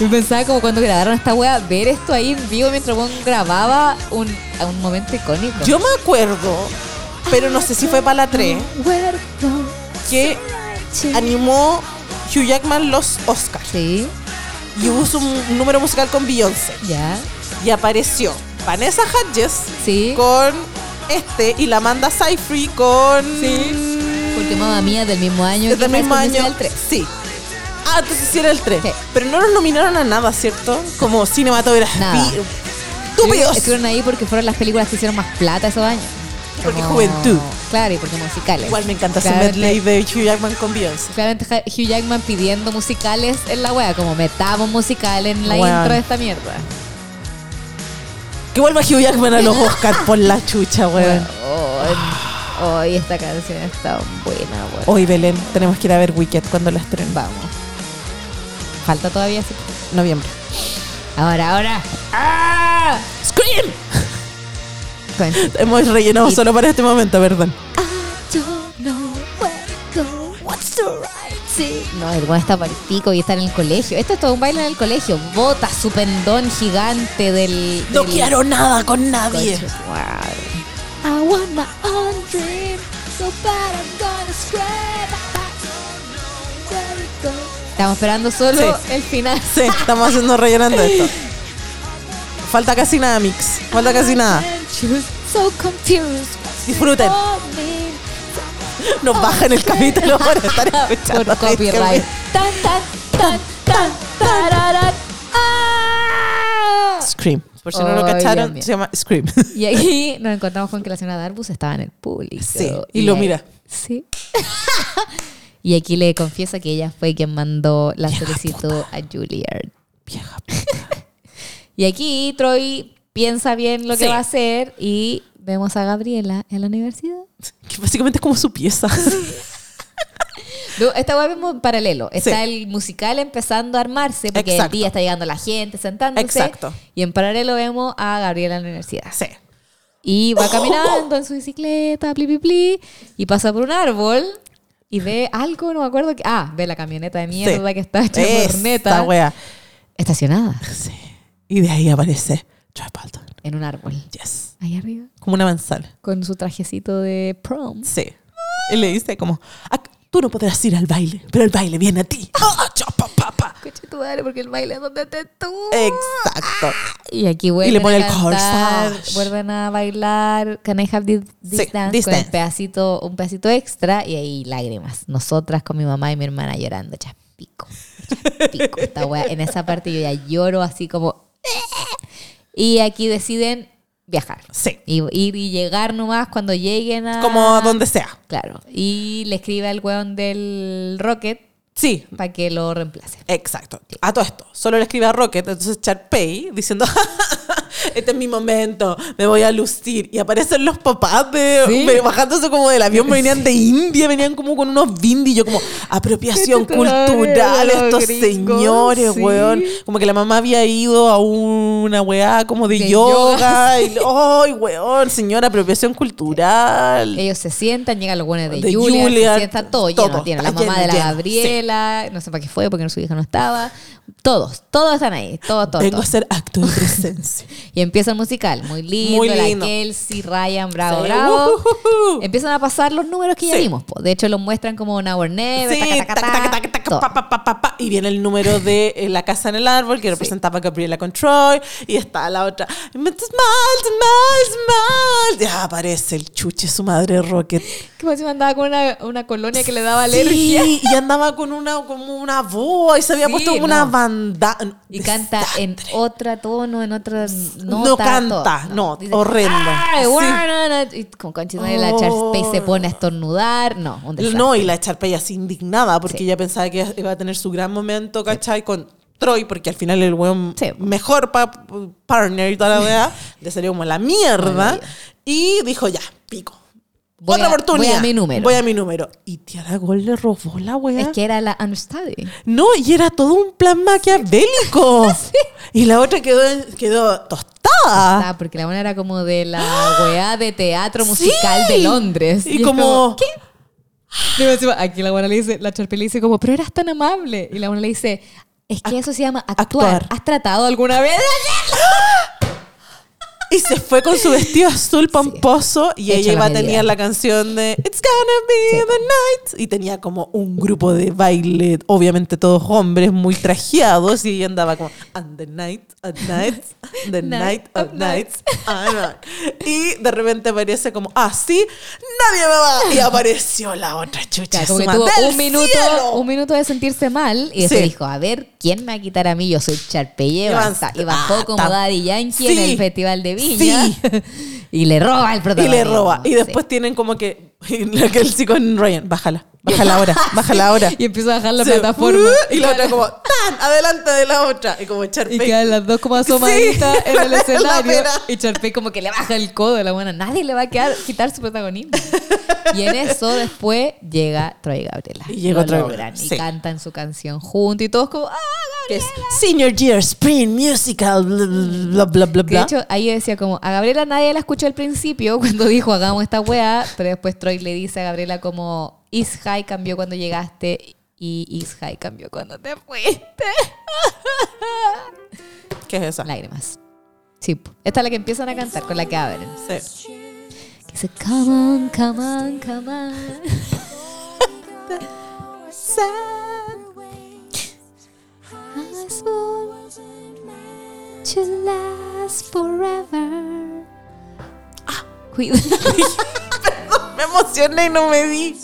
Speaker 4: Yo pensaba como cuando grabaron esta wea, ver esto ahí en vivo mientras Bon grababa un, a un momento icónico.
Speaker 1: Yo me acuerdo, pero no sé si fue para la 3,
Speaker 2: Where to go.
Speaker 1: que animó Hugh Jackman los Oscars.
Speaker 4: Sí,
Speaker 1: Y hubo un número musical con Beyoncé.
Speaker 4: ya,
Speaker 1: Y apareció Vanessa Hudgens
Speaker 4: sí.
Speaker 1: con este y la Amanda Seyfried con...
Speaker 4: Porque mamá mía del mismo año.
Speaker 1: Desde
Speaker 4: que
Speaker 1: el mismo
Speaker 4: High School
Speaker 1: año.
Speaker 4: Musical tres.
Speaker 1: Sí. Ah, entonces sí era el 3.
Speaker 4: Sí.
Speaker 1: Pero no nos nominaron a nada, ¿cierto? Como cinematografía.
Speaker 4: Nada.
Speaker 1: Estúpidos.
Speaker 4: Estuvieron ahí porque fueron las películas que hicieron más plata esos años.
Speaker 1: Porque juventud.
Speaker 4: Claro, y porque musicales.
Speaker 1: Igual me encanta ese
Speaker 4: Claramente-
Speaker 1: medley de Hugh Jackman con Beyoncé.
Speaker 4: Claramente Ja- Hugh Jackman pidiendo musicales en la wea, como metamos musical en la
Speaker 1: Weón.
Speaker 4: intro de esta mierda.
Speaker 1: Que vuelva Hugh Jackman a los Oscars por la chucha, weón.
Speaker 4: Hoy esta canción está buena, weón.
Speaker 1: Hoy, Belén, tenemos que ir a ver Wicked cuando la estrenen.
Speaker 4: Vamos. Falta todavía, sí.
Speaker 1: Noviembre.
Speaker 4: Ahora, ahora. ¡Ah!
Speaker 1: ¡Scream!
Speaker 4: Conche.
Speaker 1: Hemos rellenado
Speaker 4: Y-
Speaker 1: solo para este momento, perdón.
Speaker 2: I don't know where to go. What's the right thing?
Speaker 4: No, el weón está para el pico y está en el colegio. Esto es todo un baile en el colegio. Bota su pendón gigante del.
Speaker 1: No
Speaker 4: del-
Speaker 1: quiero nada con
Speaker 4: Conche
Speaker 1: nadie.
Speaker 4: su madre.
Speaker 2: I want my own dream, so bad I'm gonna scream. I don't know where to go.
Speaker 4: Estamos esperando solo
Speaker 1: Sí.
Speaker 4: el final.
Speaker 1: Sí, estamos haciendo rellenando esto. Falta casi nada, Mix. Falta casi nada.
Speaker 2: So confused. what's it
Speaker 1: Disfruten.
Speaker 2: all mean?
Speaker 1: Nos bajan el capítulo por estar escuchando.
Speaker 4: Por copyright.
Speaker 2: Tan, tan, tan, tan, tarara. Ah!
Speaker 1: Scream. Por si no lo
Speaker 4: Ay,
Speaker 1: cacharon,
Speaker 4: Dios mío.
Speaker 1: se llama Scream.
Speaker 4: Y aquí nos encontramos con que la señora Darbus estaba en el público.
Speaker 1: Sí, y lo
Speaker 4: ahí-
Speaker 1: mira.
Speaker 4: Sí. y aquí le confiesa que ella fue quien mandó la solicitud a Juilliard.
Speaker 1: Vieja.
Speaker 4: Y aquí Troy piensa bien lo que
Speaker 1: Sí.
Speaker 4: va a hacer y vemos a Gabriela en la universidad.
Speaker 1: Que básicamente es como su pieza.
Speaker 4: No, esta web vemos en paralelo. Está
Speaker 1: Sí.
Speaker 4: el musical empezando a armarse porque el
Speaker 1: Exacto.
Speaker 4: día está llegando la gente sentándose.
Speaker 1: Exacto.
Speaker 4: Y en paralelo vemos a Gabriela en la universidad.
Speaker 1: Sí.
Speaker 4: Y va caminando en su bicicleta, pli, pli, pli, y pasa por un árbol y ve algo, no me acuerdo. qué- ah, ve la camioneta de mierda
Speaker 1: sí.
Speaker 4: que está hecha
Speaker 1: Esta
Speaker 4: corneta.
Speaker 1: wea.
Speaker 4: Estacionada
Speaker 1: Sí. Y de ahí aparece Troy Bolton.
Speaker 4: en un árbol.
Speaker 1: Yes.
Speaker 4: Ahí arriba.
Speaker 1: Como una manzana.
Speaker 4: Con su trajecito de prom.
Speaker 1: Sí. Y le dice como, "Ah, tú no podrás ir al baile, pero el baile viene a ti. Ah, cha, pa, pa, pa.
Speaker 4: Coche tu madre, porque el baile es donde te tú.
Speaker 1: Exacto.
Speaker 4: Y aquí vuelven
Speaker 1: pone el
Speaker 4: a cantar,
Speaker 1: corsage.
Speaker 4: vuelven a bailar Can I have this
Speaker 1: Sí,
Speaker 4: this dance?
Speaker 1: this
Speaker 4: con el
Speaker 1: dance.
Speaker 4: pedacito, un pedacito extra y ahí lágrimas. Nosotras con mi mamá y mi hermana llorando, ya pico, ya pico. Esta wea, en esa parte yo ya lloro así como... "Eh". Y aquí deciden viajar.
Speaker 1: Sí.
Speaker 4: Y ir y llegar nomás cuando lleguen a...
Speaker 1: Como donde sea.
Speaker 4: Claro. Y le escribe al weón del Rocket
Speaker 1: Sí,
Speaker 4: para que lo reemplace.
Speaker 1: Exacto. A todo esto. Solo le escribe a Rocket, entonces Charpey diciendo, este es mi momento, me voy a lucir. Y aparecen los papás de,
Speaker 4: Sí.
Speaker 1: ve- bajándose como del avión, venían de India, venían como con unos bindi, yo como, apropiación
Speaker 4: Este todavía
Speaker 1: cultural,
Speaker 4: de los
Speaker 1: estos
Speaker 4: gringos,
Speaker 1: señores,
Speaker 4: sí.
Speaker 1: weón. Como que la mamá había ido a una weá como de,
Speaker 4: De
Speaker 1: yoga. y- ¡Ay, weón! Señora, apropiación cultural.
Speaker 4: Ellos se sientan, llegan los buenos de,
Speaker 1: De
Speaker 4: Julia,
Speaker 1: Julia,
Speaker 4: se sientan todo,
Speaker 1: todo,
Speaker 4: lleno, tiene la
Speaker 1: está
Speaker 4: mamá de la
Speaker 1: lleno, lleno,
Speaker 4: Gabriela, no sé para qué fue porque su hija no estaba. Todos, todos están ahí, todos, todos.
Speaker 1: Vengo a
Speaker 4: todos.
Speaker 1: hacer acto de presencia.
Speaker 4: Y empieza el musical, muy lindo,
Speaker 1: Muy lindo.
Speaker 4: la Kelsey, Ryan, bravo,
Speaker 1: Sí,
Speaker 4: bravo.
Speaker 1: ujujuju.
Speaker 4: Empiezan a pasar los números que ya
Speaker 1: Sí.
Speaker 4: vimos. po. De hecho, los muestran como Now or Never,
Speaker 1: Sí,
Speaker 4: taca, taca,
Speaker 1: tac,
Speaker 4: taca,
Speaker 1: tac, tac, tac,
Speaker 4: todo.
Speaker 1: pa, pa, pa, pa, pa. Y viene el número de eh, la casa en el árbol que representaba a Gabriela con Troy. Y está la otra. Smile, smile, smile. Ya aparece el chuche, su madre Rocket.
Speaker 4: Como si andaba con una, una colonia que le daba
Speaker 1: Sí,
Speaker 4: alergia.
Speaker 1: y andaba con una, como una boa y se había
Speaker 4: Sí,
Speaker 1: puesto como una
Speaker 4: no.
Speaker 1: banda.
Speaker 4: Y canta en otro tono, en otra nota.
Speaker 1: No canta,
Speaker 4: todo.
Speaker 1: no,
Speaker 4: Dice,
Speaker 1: horrendo.
Speaker 4: "Ay,
Speaker 1: Sí. Oh.
Speaker 4: guarana", Y con conchita de la Char Space se pone a estornudar. No, un desastre.
Speaker 1: No, y la Charpe ya así indignada porque
Speaker 4: Sí.
Speaker 1: ella pensaba que iba a tener su gran momento, ¿cachai? Con Troy, porque al final el weón
Speaker 4: Sí.
Speaker 1: mejor pa- partner y toda la weá, le salió como la mierda.
Speaker 4: Maravilla.
Speaker 1: Y dijo, ya, pico.
Speaker 4: Voy
Speaker 1: Otra
Speaker 4: a-
Speaker 1: oportunidad.
Speaker 4: voy a mi número.
Speaker 1: Voy a mi número. Y Tiara Gol le robó la weá.
Speaker 4: Es que era la understudy.
Speaker 1: No, y era todo un plan maquiavélico. Y la otra quedó, quedó tostada.
Speaker 4: Ah, porque la buena era como de la weá de teatro musical
Speaker 1: Sí.
Speaker 4: de Londres.
Speaker 1: Y,
Speaker 4: es
Speaker 1: como,
Speaker 4: Y me decía, Aquí la buena le dice, la Charpe le dice como, pero eras tan amable. Y la buena le dice, es que eso se llama actuar.
Speaker 1: actuar.
Speaker 4: ¿Has tratado alguna vez?
Speaker 1: Y se fue con su vestido azul pomposo y
Speaker 4: Hecho
Speaker 1: ella iba
Speaker 4: la
Speaker 1: a tener
Speaker 4: medida.
Speaker 1: la canción de It's gonna be
Speaker 4: Sí.
Speaker 1: the night. Y tenía como un grupo de baile, obviamente todos hombres muy trajeados y ella andaba como And the night, at night, the night,
Speaker 4: Night
Speaker 1: of
Speaker 4: of
Speaker 1: nights. I'm on". Y de repente aparece como, ah, sí, nadie me va. Y apareció la otra chucha.
Speaker 4: Claro, como
Speaker 1: su
Speaker 4: que
Speaker 1: madre,
Speaker 4: tuvo
Speaker 1: ¡del
Speaker 4: un minuto,
Speaker 1: cielo!
Speaker 4: un minuto de sentirse mal y después
Speaker 1: Sí.
Speaker 4: dijo, a ver, ¿quién me va a quitar a mí? Yo soy
Speaker 1: Y
Speaker 4: Charpeye Basta.
Speaker 1: avanza-
Speaker 4: Y bajó
Speaker 1: ah,
Speaker 4: como
Speaker 1: tam-
Speaker 4: Daddy Yankee
Speaker 1: Sí.
Speaker 4: en el Festival de Villa
Speaker 1: Sí.
Speaker 4: y le roba el
Speaker 1: Y
Speaker 4: protagonismo.
Speaker 1: le roba. Y
Speaker 4: Sí.
Speaker 1: después tienen como que, la que el chico en Ryan, bájala, bájala ahora, bájala ahora.
Speaker 4: Y empieza a bajar la
Speaker 1: Sí.
Speaker 4: plataforma.
Speaker 1: Uh, y la otra como tan adelante de la otra y como Charpe
Speaker 4: Y quedan las dos como asomaditas
Speaker 1: Sí,
Speaker 4: en el
Speaker 1: la
Speaker 4: escenario.
Speaker 1: pena.
Speaker 4: Y Charpey como que le baja el codo a la buena. Nadie le va a quedar, quitar su protagonismo. Y en eso después llega Troy y Gabriela.
Speaker 1: Y llegó
Speaker 4: Lo
Speaker 1: Troy y
Speaker 4: logran,
Speaker 1: Gabriela,
Speaker 4: Y
Speaker 1: sí.
Speaker 4: cantan su canción juntos y todos como, ¡ah,
Speaker 1: que es
Speaker 4: Gabriela!
Speaker 1: Senior Year Spring Musical bla bla bla bla,
Speaker 4: Que De
Speaker 1: bla.
Speaker 4: hecho, ahí decía como, a Gabriela nadie la escuchó al principio cuando dijo hagamos esta weá, pero después Troy le dice a Gabriela como, Is High cambió cuando llegaste y Is High cambió cuando te fuiste.
Speaker 1: ¿Qué es esa?
Speaker 4: Lágrimas. Sí, po. esta es la que empiezan a cantar, con la que abren.
Speaker 1: Sí.
Speaker 4: Que dice, come on, come on, come on. This won't to last forever. Cuida.
Speaker 1: Me emocioné y no me di.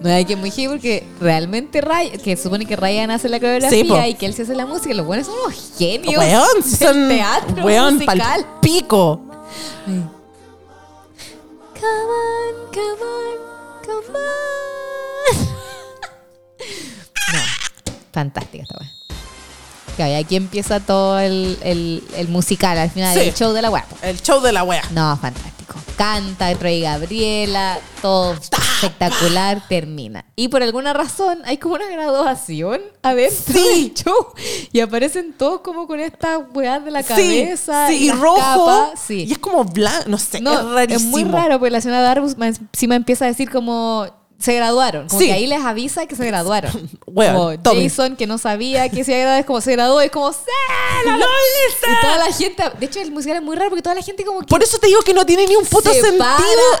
Speaker 4: No hay que muy heavy porque realmente Ryan, que supone que Ryan hace la coreografía
Speaker 1: Sí, po. Oh,
Speaker 4: y que él se hace la música, los buenos son unos genios.
Speaker 1: Weón, si
Speaker 4: del
Speaker 1: son
Speaker 4: teatro
Speaker 1: weón
Speaker 4: musical.
Speaker 1: pal pico.
Speaker 4: Come on, come on, come on. No, fantástica esta weá. Claro, y aquí empieza todo el, el- el musical, al final
Speaker 1: Sí.
Speaker 4: el show de la weá. po.
Speaker 1: El show de la wea.
Speaker 4: No, fantástico. Canta Troy Gabriela, todo espectacular, termina. Y por alguna razón hay como una graduación adentro del show y aparecen todos como con estas weas de la cabeza
Speaker 1: sí,
Speaker 4: y
Speaker 1: y
Speaker 4: las
Speaker 1: rojo.
Speaker 4: capas, sí.
Speaker 1: Y es como blanco, no sé,
Speaker 4: No,
Speaker 1: es rarísimo.
Speaker 4: muy raro porque la señora Darbus ma- encima empieza a decir como se graduaron, como
Speaker 1: Sí.
Speaker 4: que ahí les avisa que se graduaron.
Speaker 1: Weón,
Speaker 4: como
Speaker 1: Tommy.
Speaker 4: Jason que no sabía que se iba a graduar, es como se graduó, es como ¡Sí, lo hice! Y toda la gente, de hecho el musical es muy raro porque toda la gente como que
Speaker 1: Por eso te digo que no tiene ni un puto
Speaker 4: Se
Speaker 1: sentido.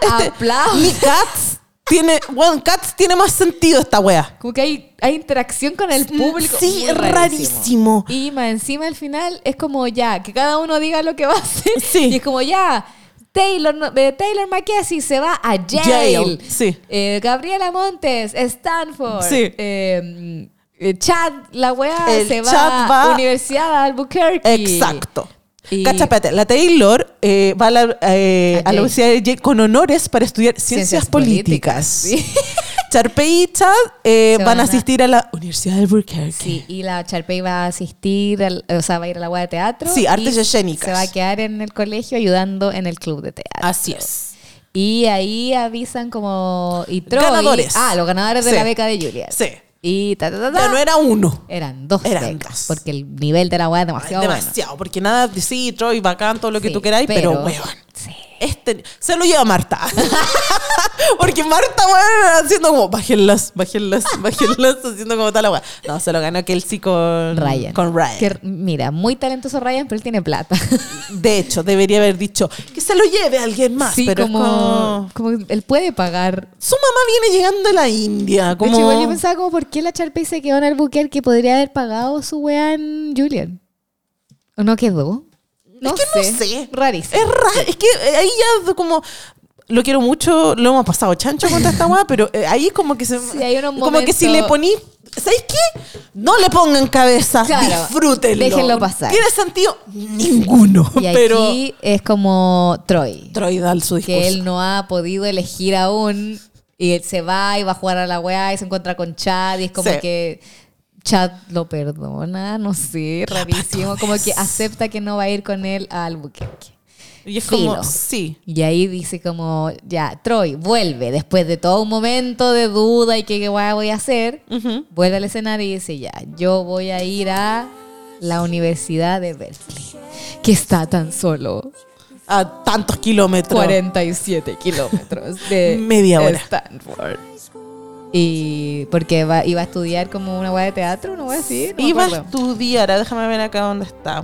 Speaker 4: para, aplaude.
Speaker 1: ni Cats tiene, weón, Cats tiene más sentido esta wea.
Speaker 4: Como que hay, hay interacción con el público.
Speaker 1: Mm, Sí,
Speaker 4: Muy
Speaker 1: rarísimo.
Speaker 4: Y más encima al final es como ya, que cada uno diga lo que va a hacer.
Speaker 1: Sí.
Speaker 4: Y es como ya, Taylor, no- eh, Taylor Mackenzie se va a Yale.
Speaker 1: Yale, sí.
Speaker 4: Eh, Gabriela Montes, Stanford.
Speaker 1: Sí.
Speaker 4: Eh, eh, Chad, la weá,
Speaker 1: El
Speaker 4: se
Speaker 1: Chad
Speaker 4: va,
Speaker 1: va-
Speaker 4: a Universidad de Albuquerque.
Speaker 1: Exacto.
Speaker 4: Y-
Speaker 1: Cachapete, la Taylor eh, va a la, eh,
Speaker 4: A
Speaker 1: a la
Speaker 4: Yale.
Speaker 1: Universidad de Yale con honores para estudiar ciencias,
Speaker 4: Ciencias
Speaker 1: políticas.
Speaker 4: políticas, sí.
Speaker 1: Charpey y Chad eh,
Speaker 4: Se
Speaker 1: van
Speaker 4: van
Speaker 1: a
Speaker 4: a-
Speaker 1: asistir a la Universidad de Albuquerque.
Speaker 4: Sí, y la Charpey va a asistir, al- o sea, va a ir a la agua de teatro.
Speaker 1: Sí, artes
Speaker 4: y
Speaker 1: escénicas.
Speaker 4: Se va a quedar en el colegio ayudando en el club de teatro.
Speaker 1: Así es.
Speaker 4: Y ahí avisan como... Y Troy-
Speaker 1: Ganadores.
Speaker 4: Ah, los ganadores de
Speaker 1: Sí.
Speaker 4: la beca de Julia.
Speaker 1: Sí.
Speaker 4: Y ta, ta, ta, ta.
Speaker 1: Ya no era uno.
Speaker 4: Eran dos
Speaker 1: Eran
Speaker 4: becas,
Speaker 1: dos.
Speaker 4: porque el nivel de la agua
Speaker 1: Ay,
Speaker 4: es demasiado, bueno.
Speaker 1: demasiado, porque nada, sí, Troy, bacán, todo lo que
Speaker 4: Sí,
Speaker 1: tú queráis, pero, weón.
Speaker 4: sí.
Speaker 1: Este, se lo lleva Marta. Porque Marta, weón, haciendo como, bájenlas, bájenlas, bájenlas, haciendo como tal agua. No, se lo ganó Kelsey con
Speaker 4: Ryan.
Speaker 1: Mm, Con Ryan.
Speaker 4: Que, mira, muy talentoso Ryan, pero él tiene plata.
Speaker 1: De hecho, debería haber dicho que se lo lleve alguien más,
Speaker 4: sí,
Speaker 1: pero es
Speaker 4: como,
Speaker 1: como-
Speaker 4: como él puede pagar.
Speaker 1: Su mamá viene llegando de la India,
Speaker 4: De hecho, igual yo
Speaker 1: como...
Speaker 4: pensaba como, ¿por qué la Charpey se quedó en Albuquerque que podría haber pagado su weá en Julian? ¿O no quedó? No,
Speaker 1: que no
Speaker 4: sé.
Speaker 1: sé.
Speaker 4: Rarísimo.
Speaker 1: Es raro, es que eh, ahí ya como... Lo quiero mucho, lo hemos pasado chancho contra esta weá, pero eh, ahí como que se...
Speaker 4: Sí, hay unos
Speaker 1: como que si le
Speaker 4: momentos-
Speaker 1: ponís... ¿Sabéis qué? No le pongan cabeza,
Speaker 4: Claro,
Speaker 1: disfrútenlo.
Speaker 4: déjenlo pasar.
Speaker 1: ¿Tiene sentido? Ninguno,
Speaker 4: y aquí
Speaker 1: pero...
Speaker 4: es como Troy.
Speaker 1: Troy da su discurso.
Speaker 4: que él no ha podido elegir aún y él se va y va a jugar a la weá y se encuentra con Chad y es como
Speaker 1: Sí.
Speaker 4: que Chad lo perdona, no sé, rarísimo, como que acepta que no va a ir con él a Albuquerque.
Speaker 1: y es como,
Speaker 4: filo.
Speaker 1: sí.
Speaker 4: Y ahí dice como, ya, Troy, vuelve, después de todo un momento de duda y que qué weá voy a hacer, vuelve al escenario y dice, ya, yo voy a ir a la Universidad de Berkeley, que está tan solo
Speaker 1: A tantos kilómetros.
Speaker 4: 47 kilómetros de
Speaker 1: Media hora.
Speaker 4: Stanford. Y porque va- iba a estudiar como una weá de teatro, una weá así. No me
Speaker 1: Iba a
Speaker 4: acuerdo.
Speaker 1: estudiar, ah, déjame ver acá dónde está.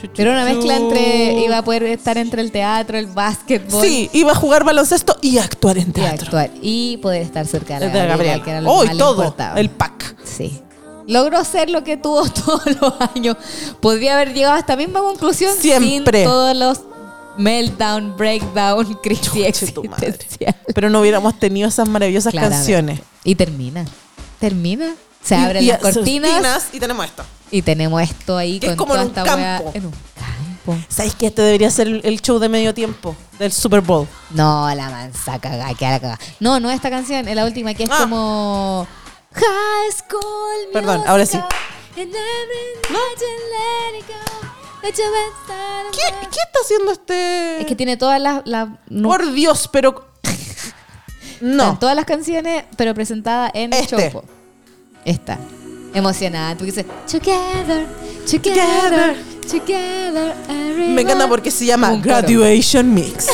Speaker 1: Chu, chu,
Speaker 4: Era una
Speaker 1: chu.
Speaker 4: mezcla entre. Iba a poder estar entre el teatro, el básquetbol
Speaker 1: Sí, iba a jugar baloncesto y a actuar en
Speaker 4: y
Speaker 1: teatro.
Speaker 4: actuar. Y poder estar cerca de la
Speaker 1: De la
Speaker 4: Gabriela,
Speaker 1: Gabriela.
Speaker 4: que era lo que
Speaker 1: Oh, y
Speaker 4: más le
Speaker 1: todo.
Speaker 4: importaba.
Speaker 1: El pack.
Speaker 4: Sí. Logró ser lo que tuvo todos los años. Podría haber llegado a esta misma conclusión
Speaker 1: Siempre.
Speaker 4: sin todos los meltdown, breakdown, crisis
Speaker 1: Che, tu madre.
Speaker 4: existencial.
Speaker 1: Pero no hubiéramos tenido esas maravillosas
Speaker 4: Claramente.
Speaker 1: canciones.
Speaker 4: Y termina. Termina. Se
Speaker 1: Y-
Speaker 4: abren
Speaker 1: y
Speaker 4: las
Speaker 1: a- sus
Speaker 4: cortinas
Speaker 1: tinas y tenemos esto.
Speaker 4: y tenemos esto ahí
Speaker 1: Que es
Speaker 4: con
Speaker 1: como
Speaker 4: toda
Speaker 1: en un
Speaker 4: esta
Speaker 1: campo.
Speaker 4: weá en un campo.
Speaker 1: ¿Sabéis que este debería ser el- el show de medio tiempo del Super Bowl?
Speaker 4: No, la mansa cagá, que la cagá. No, no esta canción, es la última que es
Speaker 1: Ah.
Speaker 4: como High School
Speaker 1: Perdón,
Speaker 4: Musical,
Speaker 1: ahora sí.
Speaker 4: and every night you let it go, let your best out of
Speaker 1: ¿Qué,
Speaker 4: love.
Speaker 1: qué está haciendo este?
Speaker 4: Es que tiene todas las las- no,
Speaker 1: Por Dios, pero.
Speaker 4: están
Speaker 1: No.
Speaker 4: todas las canciones, pero presentada en el
Speaker 1: Este.
Speaker 4: Chopo. Esta. Emocionada. Porque dice, together, together,
Speaker 1: Together.
Speaker 4: together, everyone.
Speaker 1: Me encanta porque se llama
Speaker 4: Un coro.
Speaker 1: Graduation Mix.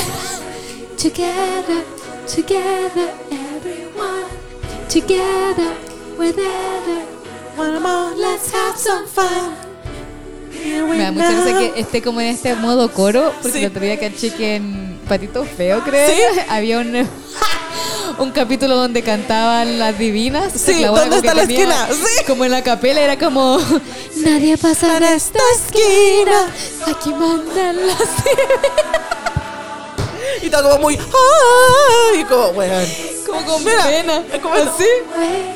Speaker 2: Together, together, everyone. Together, whenever.
Speaker 1: One more, let's have some fun. Here we
Speaker 4: Me da mucha
Speaker 1: now.
Speaker 4: risa que esté como en este modo coro, porque
Speaker 1: Sí.
Speaker 4: el otro día caché que en Patito Feo, creo,
Speaker 1: Sí.
Speaker 4: había un, un capítulo donde cantaban las divinas.
Speaker 1: Sí,
Speaker 4: La buena
Speaker 1: ¿dónde
Speaker 4: como
Speaker 1: está
Speaker 4: que
Speaker 1: la
Speaker 4: tenía-
Speaker 1: esquina? Sí.
Speaker 4: Como en la capela, era como,
Speaker 2: Nadie pasa
Speaker 1: Para esta esquina.
Speaker 2: Aquí mandan las
Speaker 1: Y está como muy. ¡Ay! Y como, weón.
Speaker 4: como con
Speaker 1: Mira,
Speaker 4: pena.
Speaker 1: es como así.
Speaker 2: way.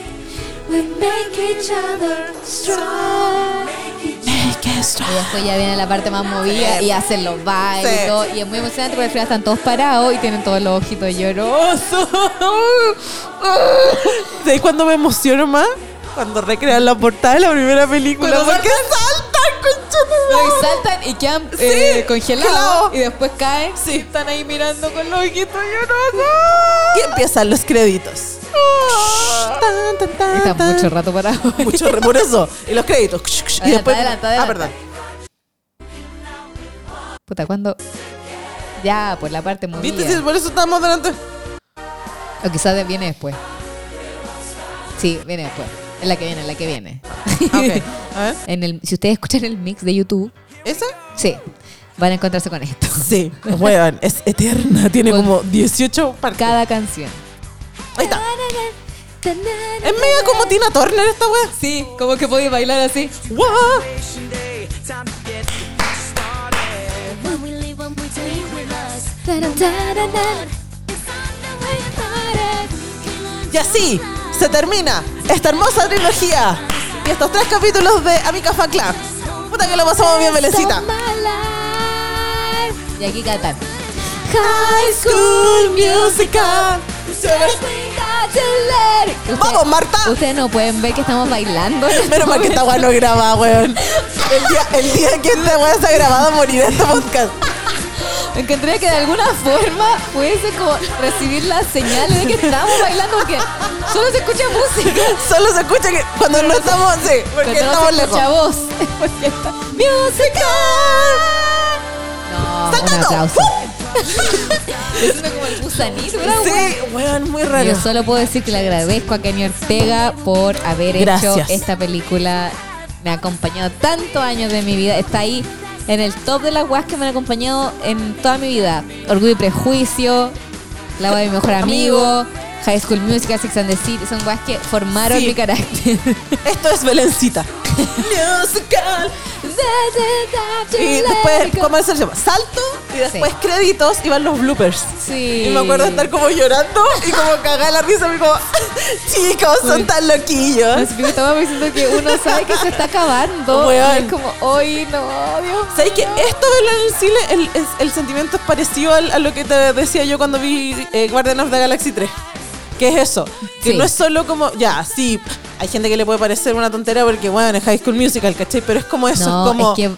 Speaker 2: We make each other strong.
Speaker 4: Y después ya viene la parte más movida y hacen los bailes
Speaker 1: Sí.
Speaker 4: y todo. Y es muy emocionante porque al final están todos parados y tienen todos los ojitos llorosos.
Speaker 1: ¿Sabes cuándo me emociono más? Cuando recrean la portada de la primera película.
Speaker 4: Cuando
Speaker 1: porque saltan,
Speaker 4: No,
Speaker 1: conchetumare.
Speaker 4: y saltan y quedan
Speaker 1: Sí,
Speaker 4: eh, congelados
Speaker 1: claro.
Speaker 4: y después caen. Sí. Están ahí mirando con los ojitos llorosos.
Speaker 1: Y empiezan los créditos. Tan, tan, tan,
Speaker 4: Están
Speaker 1: tan.
Speaker 4: mucho rato parados.
Speaker 1: Mucho re- por eso. Y los créditos. Y
Speaker 4: Adelanta,
Speaker 1: después.
Speaker 4: adelanta,
Speaker 1: Ah,
Speaker 4: adelanta.
Speaker 1: perdón.
Speaker 4: Puta, cuando. Ya, por la parte movida.
Speaker 1: ¿Viste? Si por eso estamos delante.
Speaker 4: O quizás viene después. Sí, viene después. Es la que viene, es la que viene.
Speaker 1: Ah, Ok. A ver.
Speaker 4: en el, si ustedes escuchan el mix de YouTube,
Speaker 1: ¿Esa?
Speaker 4: sí, van a encontrarse con esto.
Speaker 1: Sí. Weón, es eterna. Tiene
Speaker 4: Con-
Speaker 1: como 18 partes.
Speaker 4: Cada canción.
Speaker 1: Ahí está. Es media como Tina Turner esta wea.
Speaker 4: Sí, como que podéis bailar así.
Speaker 1: Guau.
Speaker 2: When we leave, when we take with us. Da da da da da. It's on the way
Speaker 1: Y así se termina esta hermosa trilogía y estos tres capítulos de Amica Fan Club. Puta que lo pasamos bien, Belecita.
Speaker 4: Y aquí cantan.
Speaker 1: High School Musical.
Speaker 2: got to let it go.
Speaker 1: ¡Vamos, Marta!
Speaker 4: Ustedes no pueden ver que estamos bailando.
Speaker 1: Menos mal que esta weá no es grabada, weón. El día, el día que esta weá está grabada, moriré en este podcast.
Speaker 4: Encontré que de alguna forma pudiese como recibir las señales de que estamos bailando porque solo se escucha música.
Speaker 1: Solo se escucha que cuando no estamos, sí, porque
Speaker 4: pero no
Speaker 1: estamos
Speaker 4: se
Speaker 1: lejos.
Speaker 4: escucha voz. Porque está musical. No, un
Speaker 1: ¡Saltando! ¡Uh!
Speaker 4: aplauso. Es como el gusanito, ¿verdad?
Speaker 1: Sí, weón, muy raro.
Speaker 4: Yo solo puedo decir que le agradezco a Kenny Ortega por haber
Speaker 1: Gracias.
Speaker 4: hecho esta película. Me ha acompañado tantos años de mi vida. Está ahí en el top de las weas que me han acompañado en toda mi vida. Orgullo y Prejuicio, La wea de mi mejor amigo, High School Musical, Six and the City. Son weas que formaron
Speaker 1: Sí.
Speaker 4: mi carácter.
Speaker 1: Esto es Belencita. Musical. Y después, ¿cómo se llama? Salto y después
Speaker 4: Sí.
Speaker 1: créditos y van los bloopers.
Speaker 4: Sí.
Speaker 1: Y me acuerdo estar como llorando y como cagada la risa. Y como, chicos, son tan
Speaker 4: Me
Speaker 1: loquillos.
Speaker 4: estaba diciendo que uno sabe que se está acabando.
Speaker 1: Weón.
Speaker 4: Y es como, hoy no, Dios
Speaker 1: ¿Sabes que esto de la en Chile, el, el, el sentimiento es parecido al- a lo que te decía yo cuando vi eh, Guardian of the Galaxy 3? ¿Qué es eso? Que
Speaker 4: Sí.
Speaker 1: no es solo como, ya, sí, hay gente que le puede parecer una tontera porque, bueno, es High School Musical, ¿cachai? Pero es como eso,
Speaker 4: No,
Speaker 1: es como...
Speaker 4: es que-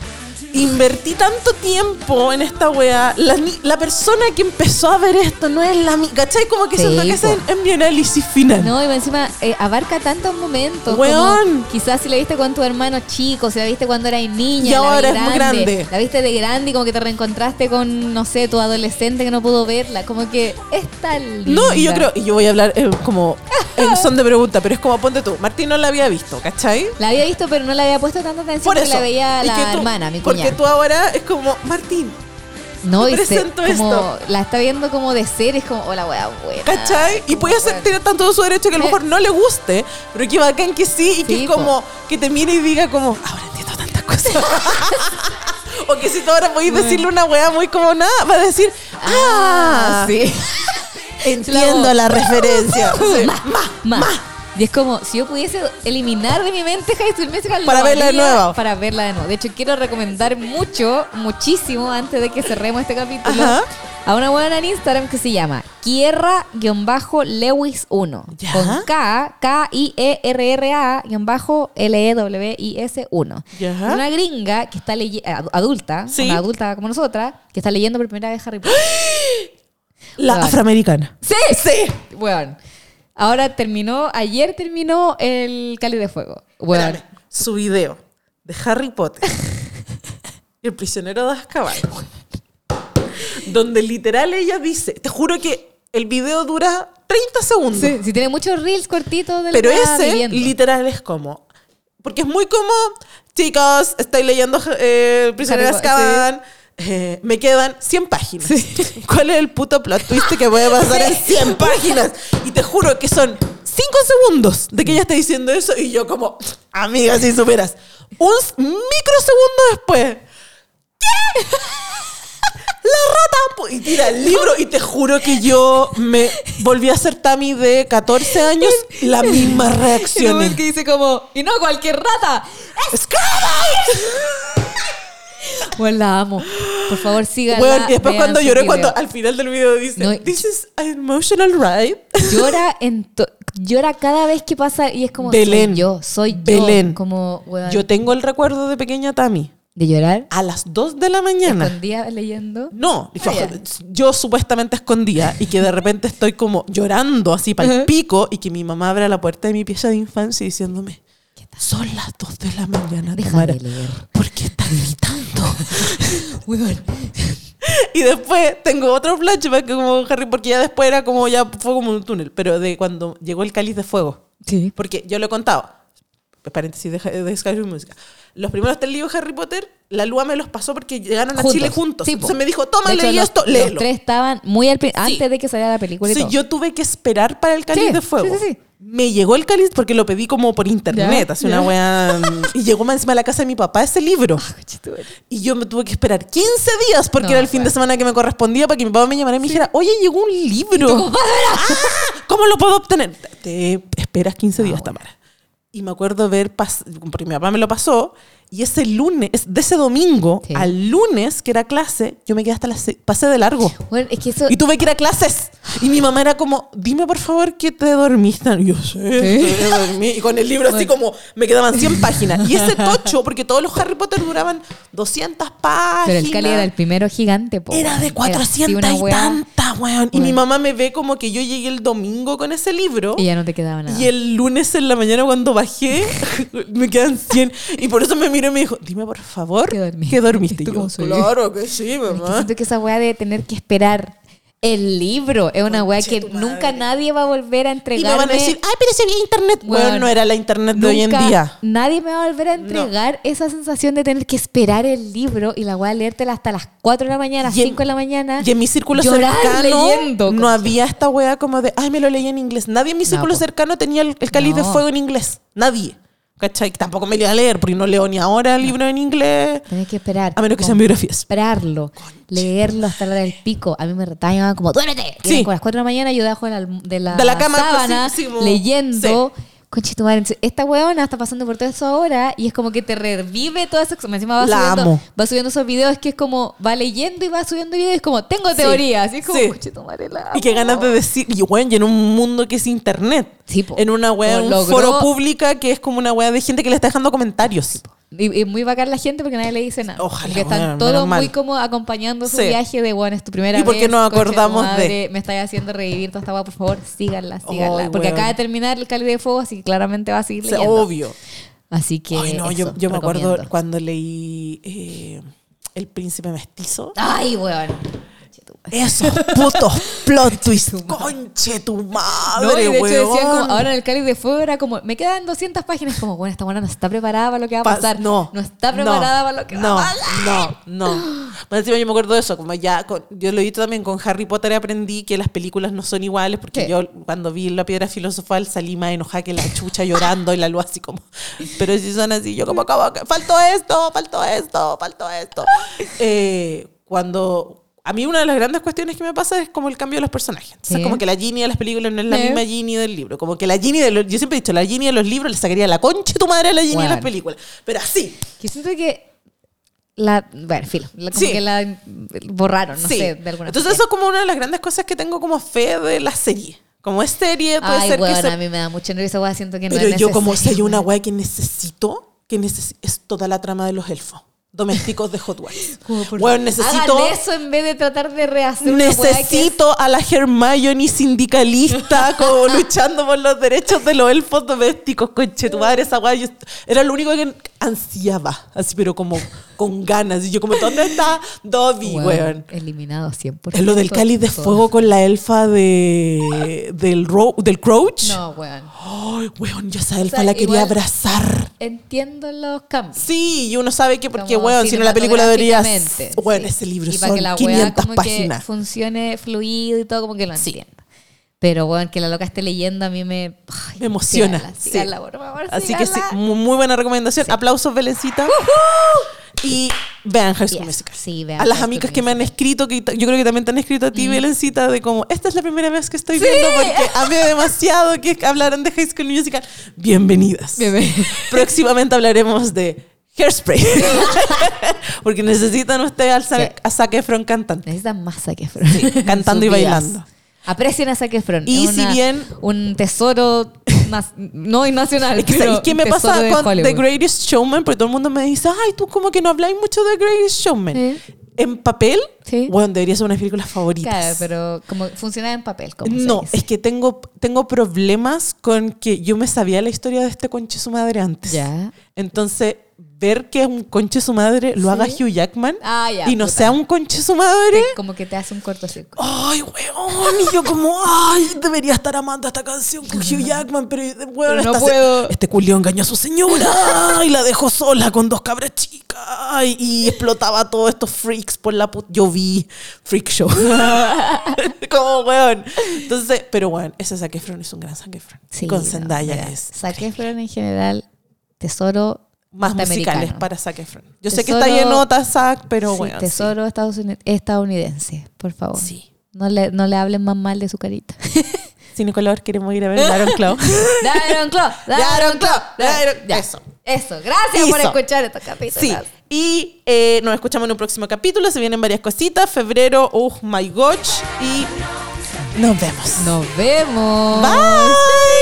Speaker 1: Invertí tanto tiempo en esta weá. La, ni- la persona que empezó a ver esto no es la misma. ¿Cachai? Como que
Speaker 4: Sí,
Speaker 1: siento que
Speaker 4: po.
Speaker 1: ese es, es mi análisis final.
Speaker 4: No, y encima eh, abarca tantos momentos.
Speaker 1: Weón.
Speaker 4: como quizás si la viste con tu hermano chico, si la viste cuando eras niña.
Speaker 1: Y
Speaker 4: la vi
Speaker 1: ahora es muy grande.
Speaker 4: La viste de grande y como que te reencontraste con, no sé, tu adolescente que no pudo verla. Como que es tan linda.
Speaker 1: No, y yo creo, y yo voy a hablar eh, como en son de pregunta, pero es como ponte tú. Martín no la había visto, ¿cachai?
Speaker 4: La había visto, pero no le había puesto tanta atención
Speaker 1: Por
Speaker 4: porque
Speaker 1: eso.
Speaker 4: la veía
Speaker 1: Y que
Speaker 4: la
Speaker 1: tú-
Speaker 4: hermana, mi
Speaker 1: Porque
Speaker 4: cuñada.
Speaker 1: tú ahora es como, Martín,
Speaker 4: no,
Speaker 1: te
Speaker 4: y se-
Speaker 1: presento
Speaker 4: como,
Speaker 1: esto.
Speaker 4: La está viendo como de ser, es como, hola, wea, buena.
Speaker 1: ¿cachai?
Speaker 4: Ah,
Speaker 1: Y puede
Speaker 4: Weón.
Speaker 1: ser, tiene tanto su derecho que a lo
Speaker 4: Eh.
Speaker 1: mejor no le guste, pero que bacán que sí, y que
Speaker 4: Sí,
Speaker 1: es
Speaker 4: po.
Speaker 1: como, que te mire y diga como, ahora entiendo tantas cosas. o que si tú ahora podéis decirle una wea muy como nada, va a decir, ah,
Speaker 4: Ah, sí.
Speaker 1: entiendo la referencia. Sí.
Speaker 4: Ma. Y es como, si yo pudiese eliminar de mi mente High School Musical, lo
Speaker 1: Para verla de
Speaker 4: haría
Speaker 1: nuevo.
Speaker 4: Para verla de nuevo. De hecho, quiero recomendar mucho, muchísimo, antes de que cerremos este capítulo,
Speaker 1: Ajá.
Speaker 4: a una buena en Instagram que se llama Kierra-Lewis1.
Speaker 1: Ya.
Speaker 4: Con K, E K-I-E-R-R-A-L-E-W-I-S-1.
Speaker 1: Ya.
Speaker 4: Es una gringa que está leyendo, adulta,
Speaker 1: Sí.
Speaker 4: una adulta como nosotras, que está leyendo por primera vez Harry Potter.
Speaker 1: La
Speaker 4: Weón.
Speaker 1: afroamericana.
Speaker 4: Sí, sí. Bueno, ahora terminó, ayer terminó el Cali de Fuego. Bueno,
Speaker 1: Espérame, su video de Harry Potter y el prisionero de Azkaban donde literal ella dice te juro que el video dura 30 segundos
Speaker 4: sí, si tiene muchos reels cortitos de
Speaker 1: pero
Speaker 4: la weá
Speaker 1: ese
Speaker 4: viviendo.
Speaker 1: literal es como porque es muy como chicos estoy leyendo eh, el prisionero de
Speaker 4: Harry Po-
Speaker 1: Azkaban eh, me quedan 100 páginas. ¿Cuál es el puto plot twist que voy a pasar en 100 páginas? Y te juro que son 5 segundos de que ella esté diciendo eso y yo como, amiga, si superas, un s- microsegundo después. ¿qué? La rata pu- y tira el libro y te juro que yo me volví a ser Tami de 14 años, la misma
Speaker 4: Y luego el
Speaker 1: reacción.
Speaker 4: que dice como, y no cualquier rata. Bueno, la amo. Por favor, síganla.
Speaker 1: Bueno, y después
Speaker 4: vean
Speaker 1: cuando
Speaker 4: sus
Speaker 1: lloré,
Speaker 4: videos.
Speaker 1: cuando al final del video dice,
Speaker 4: No, y-
Speaker 1: This is an emotional ride.
Speaker 4: Llora, en to- llora cada vez que pasa y es como,
Speaker 1: Belén.
Speaker 4: soy yo, soy yo.
Speaker 1: Belén.
Speaker 4: Como, weón,
Speaker 1: Yo tengo el recuerdo de pequeña Tami.
Speaker 4: de llorar,
Speaker 1: A las 2 de la mañana.
Speaker 4: escondida leyendo.
Speaker 1: No, dijo,
Speaker 4: ya.
Speaker 1: yo supuestamente escondía y que de repente estoy como llorando así para el pico y que mi mamá abre la puerta de mi pieza de infancia diciéndome, son las 2 de la mañana,
Speaker 4: Deja
Speaker 1: Tamara.
Speaker 4: de leer.
Speaker 1: ¿Por qué estás gritando?
Speaker 4: Weón.
Speaker 1: Y después tengo otro flashback como Harry, porque ya después era como, ya fue como un túnel, pero de cuando llegó el cáliz de fuego.
Speaker 4: Sí.
Speaker 1: Porque yo lo he contado, paréntesis de, de Skyrim Música. Los primeros tres libros de Harry Potter, la Lua me los pasó porque llegaron a Chile juntos.
Speaker 4: Sí, po.
Speaker 1: Entonces me dijo, toma,
Speaker 4: De hecho,
Speaker 1: leí
Speaker 4: los-
Speaker 1: esto,
Speaker 4: Los
Speaker 1: léelo.
Speaker 4: tres estaban muy al pri- antes de que saliera la película. y
Speaker 1: Sí,
Speaker 4: todo.
Speaker 1: yo tuve que esperar para el cáliz
Speaker 4: Sí,
Speaker 1: de fuego.
Speaker 4: sí, sí, sí.
Speaker 1: Me llegó el cáliz porque lo pedí como por internet,
Speaker 4: Ya,
Speaker 1: así una
Speaker 4: ya. Ah,
Speaker 1: weá. Y llegó más encima a la casa de mi papá ese libro. Y yo me tuve que esperar 15 días porque
Speaker 4: No,
Speaker 1: era el fin de
Speaker 4: bueno.
Speaker 1: semana que me correspondía para que mi papá me llamara y me dijera, oye, llegó un libro. ¡Ah! ¿Cómo lo puedo obtener?
Speaker 4: Ah,
Speaker 1: Te esperas 15 días, Tamara. Y me acuerdo ver, pas- porque mi papá me lo pasó Y ese lunes, es- de ese domingo
Speaker 4: Sí.
Speaker 1: al lunes que era clase, yo me quedé hasta las seis, pasé de largo.
Speaker 4: Bueno, es que eso.
Speaker 1: Y tuve que ir a clases. Y mi mamá era como, dime por favor que te dormiste. Y yo sé, te dormí. Y con el libro así como, me quedaban 100 páginas. Y ese tocho, porque todos los Harry Potter duraban 200 páginas.
Speaker 4: Pero el Cali era el primero gigante, po,
Speaker 1: Era
Speaker 4: weón.
Speaker 1: de
Speaker 4: así
Speaker 1: 400
Speaker 4: una
Speaker 1: y
Speaker 4: weá,
Speaker 1: tantas, weón. Y mi
Speaker 4: Weón.
Speaker 1: mamá me ve como que yo llegué el domingo con ese libro.
Speaker 4: Y ya no te quedaba nada.
Speaker 1: Y el lunes en la mañana cuando bajé, me quedan 100. Y por eso me miró y me dijo, dime por favor,
Speaker 4: ¿Qué
Speaker 1: ¿qué
Speaker 4: dormiste?
Speaker 1: dormiste?
Speaker 4: ¿Tú
Speaker 1: Y yo,
Speaker 4: cómo soy?
Speaker 1: claro que sí,
Speaker 4: Es que
Speaker 1: mamá.
Speaker 4: siento que esa weá de tener que esperar el libro es una weá
Speaker 1: Conche
Speaker 4: que
Speaker 1: tu madre.
Speaker 4: nunca nadie va a volver
Speaker 1: Y
Speaker 4: a entregarme.
Speaker 1: me van a decir, ay, pero si había internet. Bueno,
Speaker 4: Weón,
Speaker 1: no era la internet de hoy en
Speaker 4: Nunca
Speaker 1: día.
Speaker 4: Nadie me va a volver a entregar esa sensación de tener que esperar el libro y la voy a leértela hasta las 4 de la mañana,
Speaker 1: Y en-
Speaker 4: 5 de la mañana.
Speaker 1: Y en mi círculo
Speaker 4: llorar
Speaker 1: cercano no
Speaker 4: leyendo, concha.
Speaker 1: había esta wea como de, ay, me lo leí en inglés. Nadie en mi círculo
Speaker 4: po.
Speaker 1: cercano tenía el, el cáliz
Speaker 4: No.
Speaker 1: de fuego en inglés. Nadie. ¿Cachai? Tampoco me lo iba a leer porque no leo ni ahora libro en inglés.
Speaker 4: Tenés que esperar.
Speaker 1: A menos que sean
Speaker 4: comprarlo,
Speaker 1: biografías.
Speaker 4: leerlo hasta la hora del pico. A mí me retaban y me llamaban como, duérete. Y
Speaker 1: Sí.
Speaker 4: eran como a las 4 de la mañana yo debajo de la, alm- de la,
Speaker 1: De la cama,
Speaker 4: sábana
Speaker 1: sí, sí, como-
Speaker 4: leyendo. Conche tu madre, entonces, esta weona está pasando por todo eso ahora y es como que te revive toda esa... me Encima va
Speaker 1: La
Speaker 4: subiendo,
Speaker 1: amo.
Speaker 4: va subiendo esos videos que es como, va leyendo y va subiendo videos y es como, tengo teorías. Y es como,
Speaker 1: sí.
Speaker 4: "Conche tu madre, la
Speaker 1: Y qué
Speaker 4: amo".
Speaker 1: ganas de decir, y bueno, y en un mundo que es internet.
Speaker 4: Sí, po.
Speaker 1: En una wea,
Speaker 4: Como
Speaker 1: un
Speaker 4: logró-
Speaker 1: foro pública que es como una wea de gente que le está dejando comentarios.
Speaker 4: Y, y muy bacán la gente porque nadie le dice nada.
Speaker 1: Ojalá,
Speaker 4: Porque están
Speaker 1: weón,
Speaker 4: todos
Speaker 1: menos mal.
Speaker 4: muy como acompañando su
Speaker 1: Sí.
Speaker 4: viaje de, bueno, es tu primera
Speaker 1: ¿Y
Speaker 4: vez.
Speaker 1: por qué nos
Speaker 4: concha tu
Speaker 1: acordamos de?
Speaker 4: madre, Me estáis haciendo revivir toda esta guapa, por favor, síganla, síganla.
Speaker 1: Ay,
Speaker 4: porque
Speaker 1: weón.
Speaker 4: acaba de terminar el Cali de Fuego, así que claramente va a seguir
Speaker 1: O sea,
Speaker 4: leyendo.
Speaker 1: obvio.
Speaker 4: Así que
Speaker 1: Ay, no,
Speaker 4: eso,
Speaker 1: yo, yo me acuerdo
Speaker 4: recomiendo.
Speaker 1: cuando leí eh, El Príncipe Mestizo.
Speaker 4: Ay, weón.
Speaker 1: Esos putos plot twists. Conche tu
Speaker 4: No, y
Speaker 1: madre,
Speaker 4: de hecho decían
Speaker 1: weón.
Speaker 4: como, ahora en el Cali de Fuego era como, me quedan 200 páginas, como, bueno, esta buena no está preparada para lo que va a
Speaker 1: Pa-
Speaker 4: pasar.
Speaker 1: No.
Speaker 4: No está preparada para lo que
Speaker 1: no,
Speaker 4: va a pasar.
Speaker 1: No, no. Más encima yo me acuerdo de eso, como ya, con- yo lo he visto también con Harry Potter aprendí que las películas no son iguales, porque
Speaker 4: Sí.
Speaker 1: yo cuando vi La Piedra Filosofal salí más enojada que la chucha llorando y la luz así como, pero si son así, yo como, como, que faltó esto, faltó esto, faltó esto. Eh, cuando... A mí una de las grandes cuestiones que me pasa es como el cambio de los personajes. Entonces,
Speaker 4: Sí.
Speaker 1: como que la Ginny de las películas no es la
Speaker 4: Sí.
Speaker 1: misma Ginny del libro. Como que la Ginny de los... Yo siempre he dicho, la Ginny de los libros le sacaría la concha a tu madre a la Ginny de
Speaker 4: Bueno.
Speaker 1: las películas. Pero así,
Speaker 4: Que siento que la, bueno, filo, la- como
Speaker 1: Sí.
Speaker 4: que la eh, borraron, no
Speaker 1: Sí.
Speaker 4: sé, de alguna
Speaker 1: Entonces, eso es como una de las grandes cosas que tengo como fe de la serie. Como es serie, puede
Speaker 4: Ay,
Speaker 1: ser
Speaker 4: weón,
Speaker 1: que se-
Speaker 4: a mí me da mucho nervio esa weá, siento que no
Speaker 1: Pero
Speaker 4: es
Speaker 1: yo, como si hay
Speaker 4: necesario,
Speaker 1: una
Speaker 4: weón.
Speaker 1: weá que necesito, que necesi- es toda la trama de los elfos domésticos de Hot Wheels.
Speaker 4: Como por-
Speaker 1: Weón, necesito.
Speaker 4: Hagan eso en vez de tratar de rehacer una weá que es-
Speaker 1: Necesito a la Hermione sindicalista como luchando por los derechos de los elfos domésticos, conche tu madre, esa weá. yo est- Era lo único que ansiaba, así, pero como con ganas. Y yo, como, ¿dónde está Dobby,
Speaker 4: Weón,
Speaker 1: weón?
Speaker 4: Eliminado 100%.
Speaker 1: Es lo del cáliz de fuego con la elfa de, del, ro- del Crouch.
Speaker 4: No, weón.
Speaker 1: Ay, weón, yo esa elfa
Speaker 4: sea,
Speaker 1: la quería
Speaker 4: igual-
Speaker 1: abrazar.
Speaker 4: Entiendo los cambios.
Speaker 1: Sí, y uno sabe que porque,
Speaker 4: Como
Speaker 1: weón, si no la película debería...
Speaker 4: cinematográficamente,
Speaker 1: Weón,
Speaker 4: sí.
Speaker 1: ese libro
Speaker 4: Y para
Speaker 1: son
Speaker 4: que la weá
Speaker 1: 500
Speaker 4: como Que
Speaker 1: páginas.
Speaker 4: funcione fluido y todo, como que lo entienda. Pero, weón, que la loca esté leyendo a mí me. ay,
Speaker 1: Me emociona.
Speaker 4: síganla,
Speaker 1: sí.
Speaker 4: síganla, por favor,
Speaker 1: Así que sí,
Speaker 4: síganla.
Speaker 1: mu- muy buena recomendación. Aplausos, Belencita. Y vean High School
Speaker 4: Yes,
Speaker 1: Musical.
Speaker 4: sí, vean
Speaker 1: a las
Speaker 4: High School Mm.
Speaker 1: amigas que me han escrito, que t- yo creo que también te han escrito a ti, Belencita, de como, esta es la primera vez que estoy viendo porque amé demasiado que hablaran de High School Musical. Bienvenidas.
Speaker 4: Bienven-
Speaker 1: Próximamente hablaremos de Hairspray. porque necesitan ustedes al Sa-
Speaker 4: Sí. Eh,
Speaker 1: a Zac Efron cantante.
Speaker 4: Necesitan más Zac Efron. en
Speaker 1: cantando
Speaker 4: sus
Speaker 1: y
Speaker 4: vidas.
Speaker 1: bailando.
Speaker 4: Aprecien a Zac Efron.
Speaker 1: Y
Speaker 4: Es
Speaker 1: si bien-
Speaker 4: Un tesoro nas- no y nacional.
Speaker 1: Es que,
Speaker 4: pero
Speaker 1: ¿sabes qué me
Speaker 4: tesoro
Speaker 1: pasa
Speaker 4: de
Speaker 1: con The
Speaker 4: Hollywood.
Speaker 1: Greatest Showman? Porque todo el mundo me dice, ay, tú como que no habláis mucho de The Greatest Showman.
Speaker 4: Sí.
Speaker 1: En papel,
Speaker 4: Sí.
Speaker 1: bueno, debería ser una de mis películas favoritas.
Speaker 4: Claro, pero como funcionaba en papel. Como se
Speaker 1: no,
Speaker 4: dice.
Speaker 1: es que tengo, tengo problemas con que yo me sabía la historia de este conche su madre antes.
Speaker 4: Ya.
Speaker 1: Entonces, ver que un conche su madre lo haga Hugh Jackman
Speaker 4: Ah, ya,
Speaker 1: y no
Speaker 4: puta.
Speaker 1: sea un conche su madre.
Speaker 4: Te- Como que te hace un cortocircuito.
Speaker 1: Ay, weón. Y yo como, ay, debería estar amando esta canción con Hugh Jackman, pero, weón,
Speaker 4: Pero no
Speaker 1: esta se-
Speaker 4: puedo.
Speaker 1: este culió engañó a su señora y la dejó sola con dos cabras chicas y, y explotaba a todos estos freaks por la puta. Yo vi Freak Show. como, weón. Entonces, pero weón, ese Zac Efron es un gran Zac Efron. con
Speaker 4: no,
Speaker 1: Zendaya
Speaker 4: mira,
Speaker 1: es
Speaker 4: Zac Efron en general, tesoro
Speaker 1: más
Speaker 4: norteamericano.
Speaker 1: musicales para Zac Efron. Yo sé que
Speaker 4: Tesoro-
Speaker 1: está lleno de Zac, pero
Speaker 4: Sí,
Speaker 1: weón. sí.
Speaker 4: tesoro estadouni- estadounidense, por favor.
Speaker 1: Sí.
Speaker 4: No le, no le hablen más mal de su carita.
Speaker 1: Sin color queremos ir a ver Baron Claw.
Speaker 4: Daron Claw,
Speaker 1: Daron
Speaker 4: Daron
Speaker 1: Club,
Speaker 4: Claw, Daron-
Speaker 1: Daron-
Speaker 4: Ya.
Speaker 1: Eso.
Speaker 2: Eso, gracias por
Speaker 1: Hizo.
Speaker 2: escuchar estos capítulos.
Speaker 1: Sí. Y eh, nos escuchamos en un próximo capítulo. Se vienen varias cositas. Febrero, oh my gosh. Y nos vemos.
Speaker 4: Nos vemos.
Speaker 1: Bye.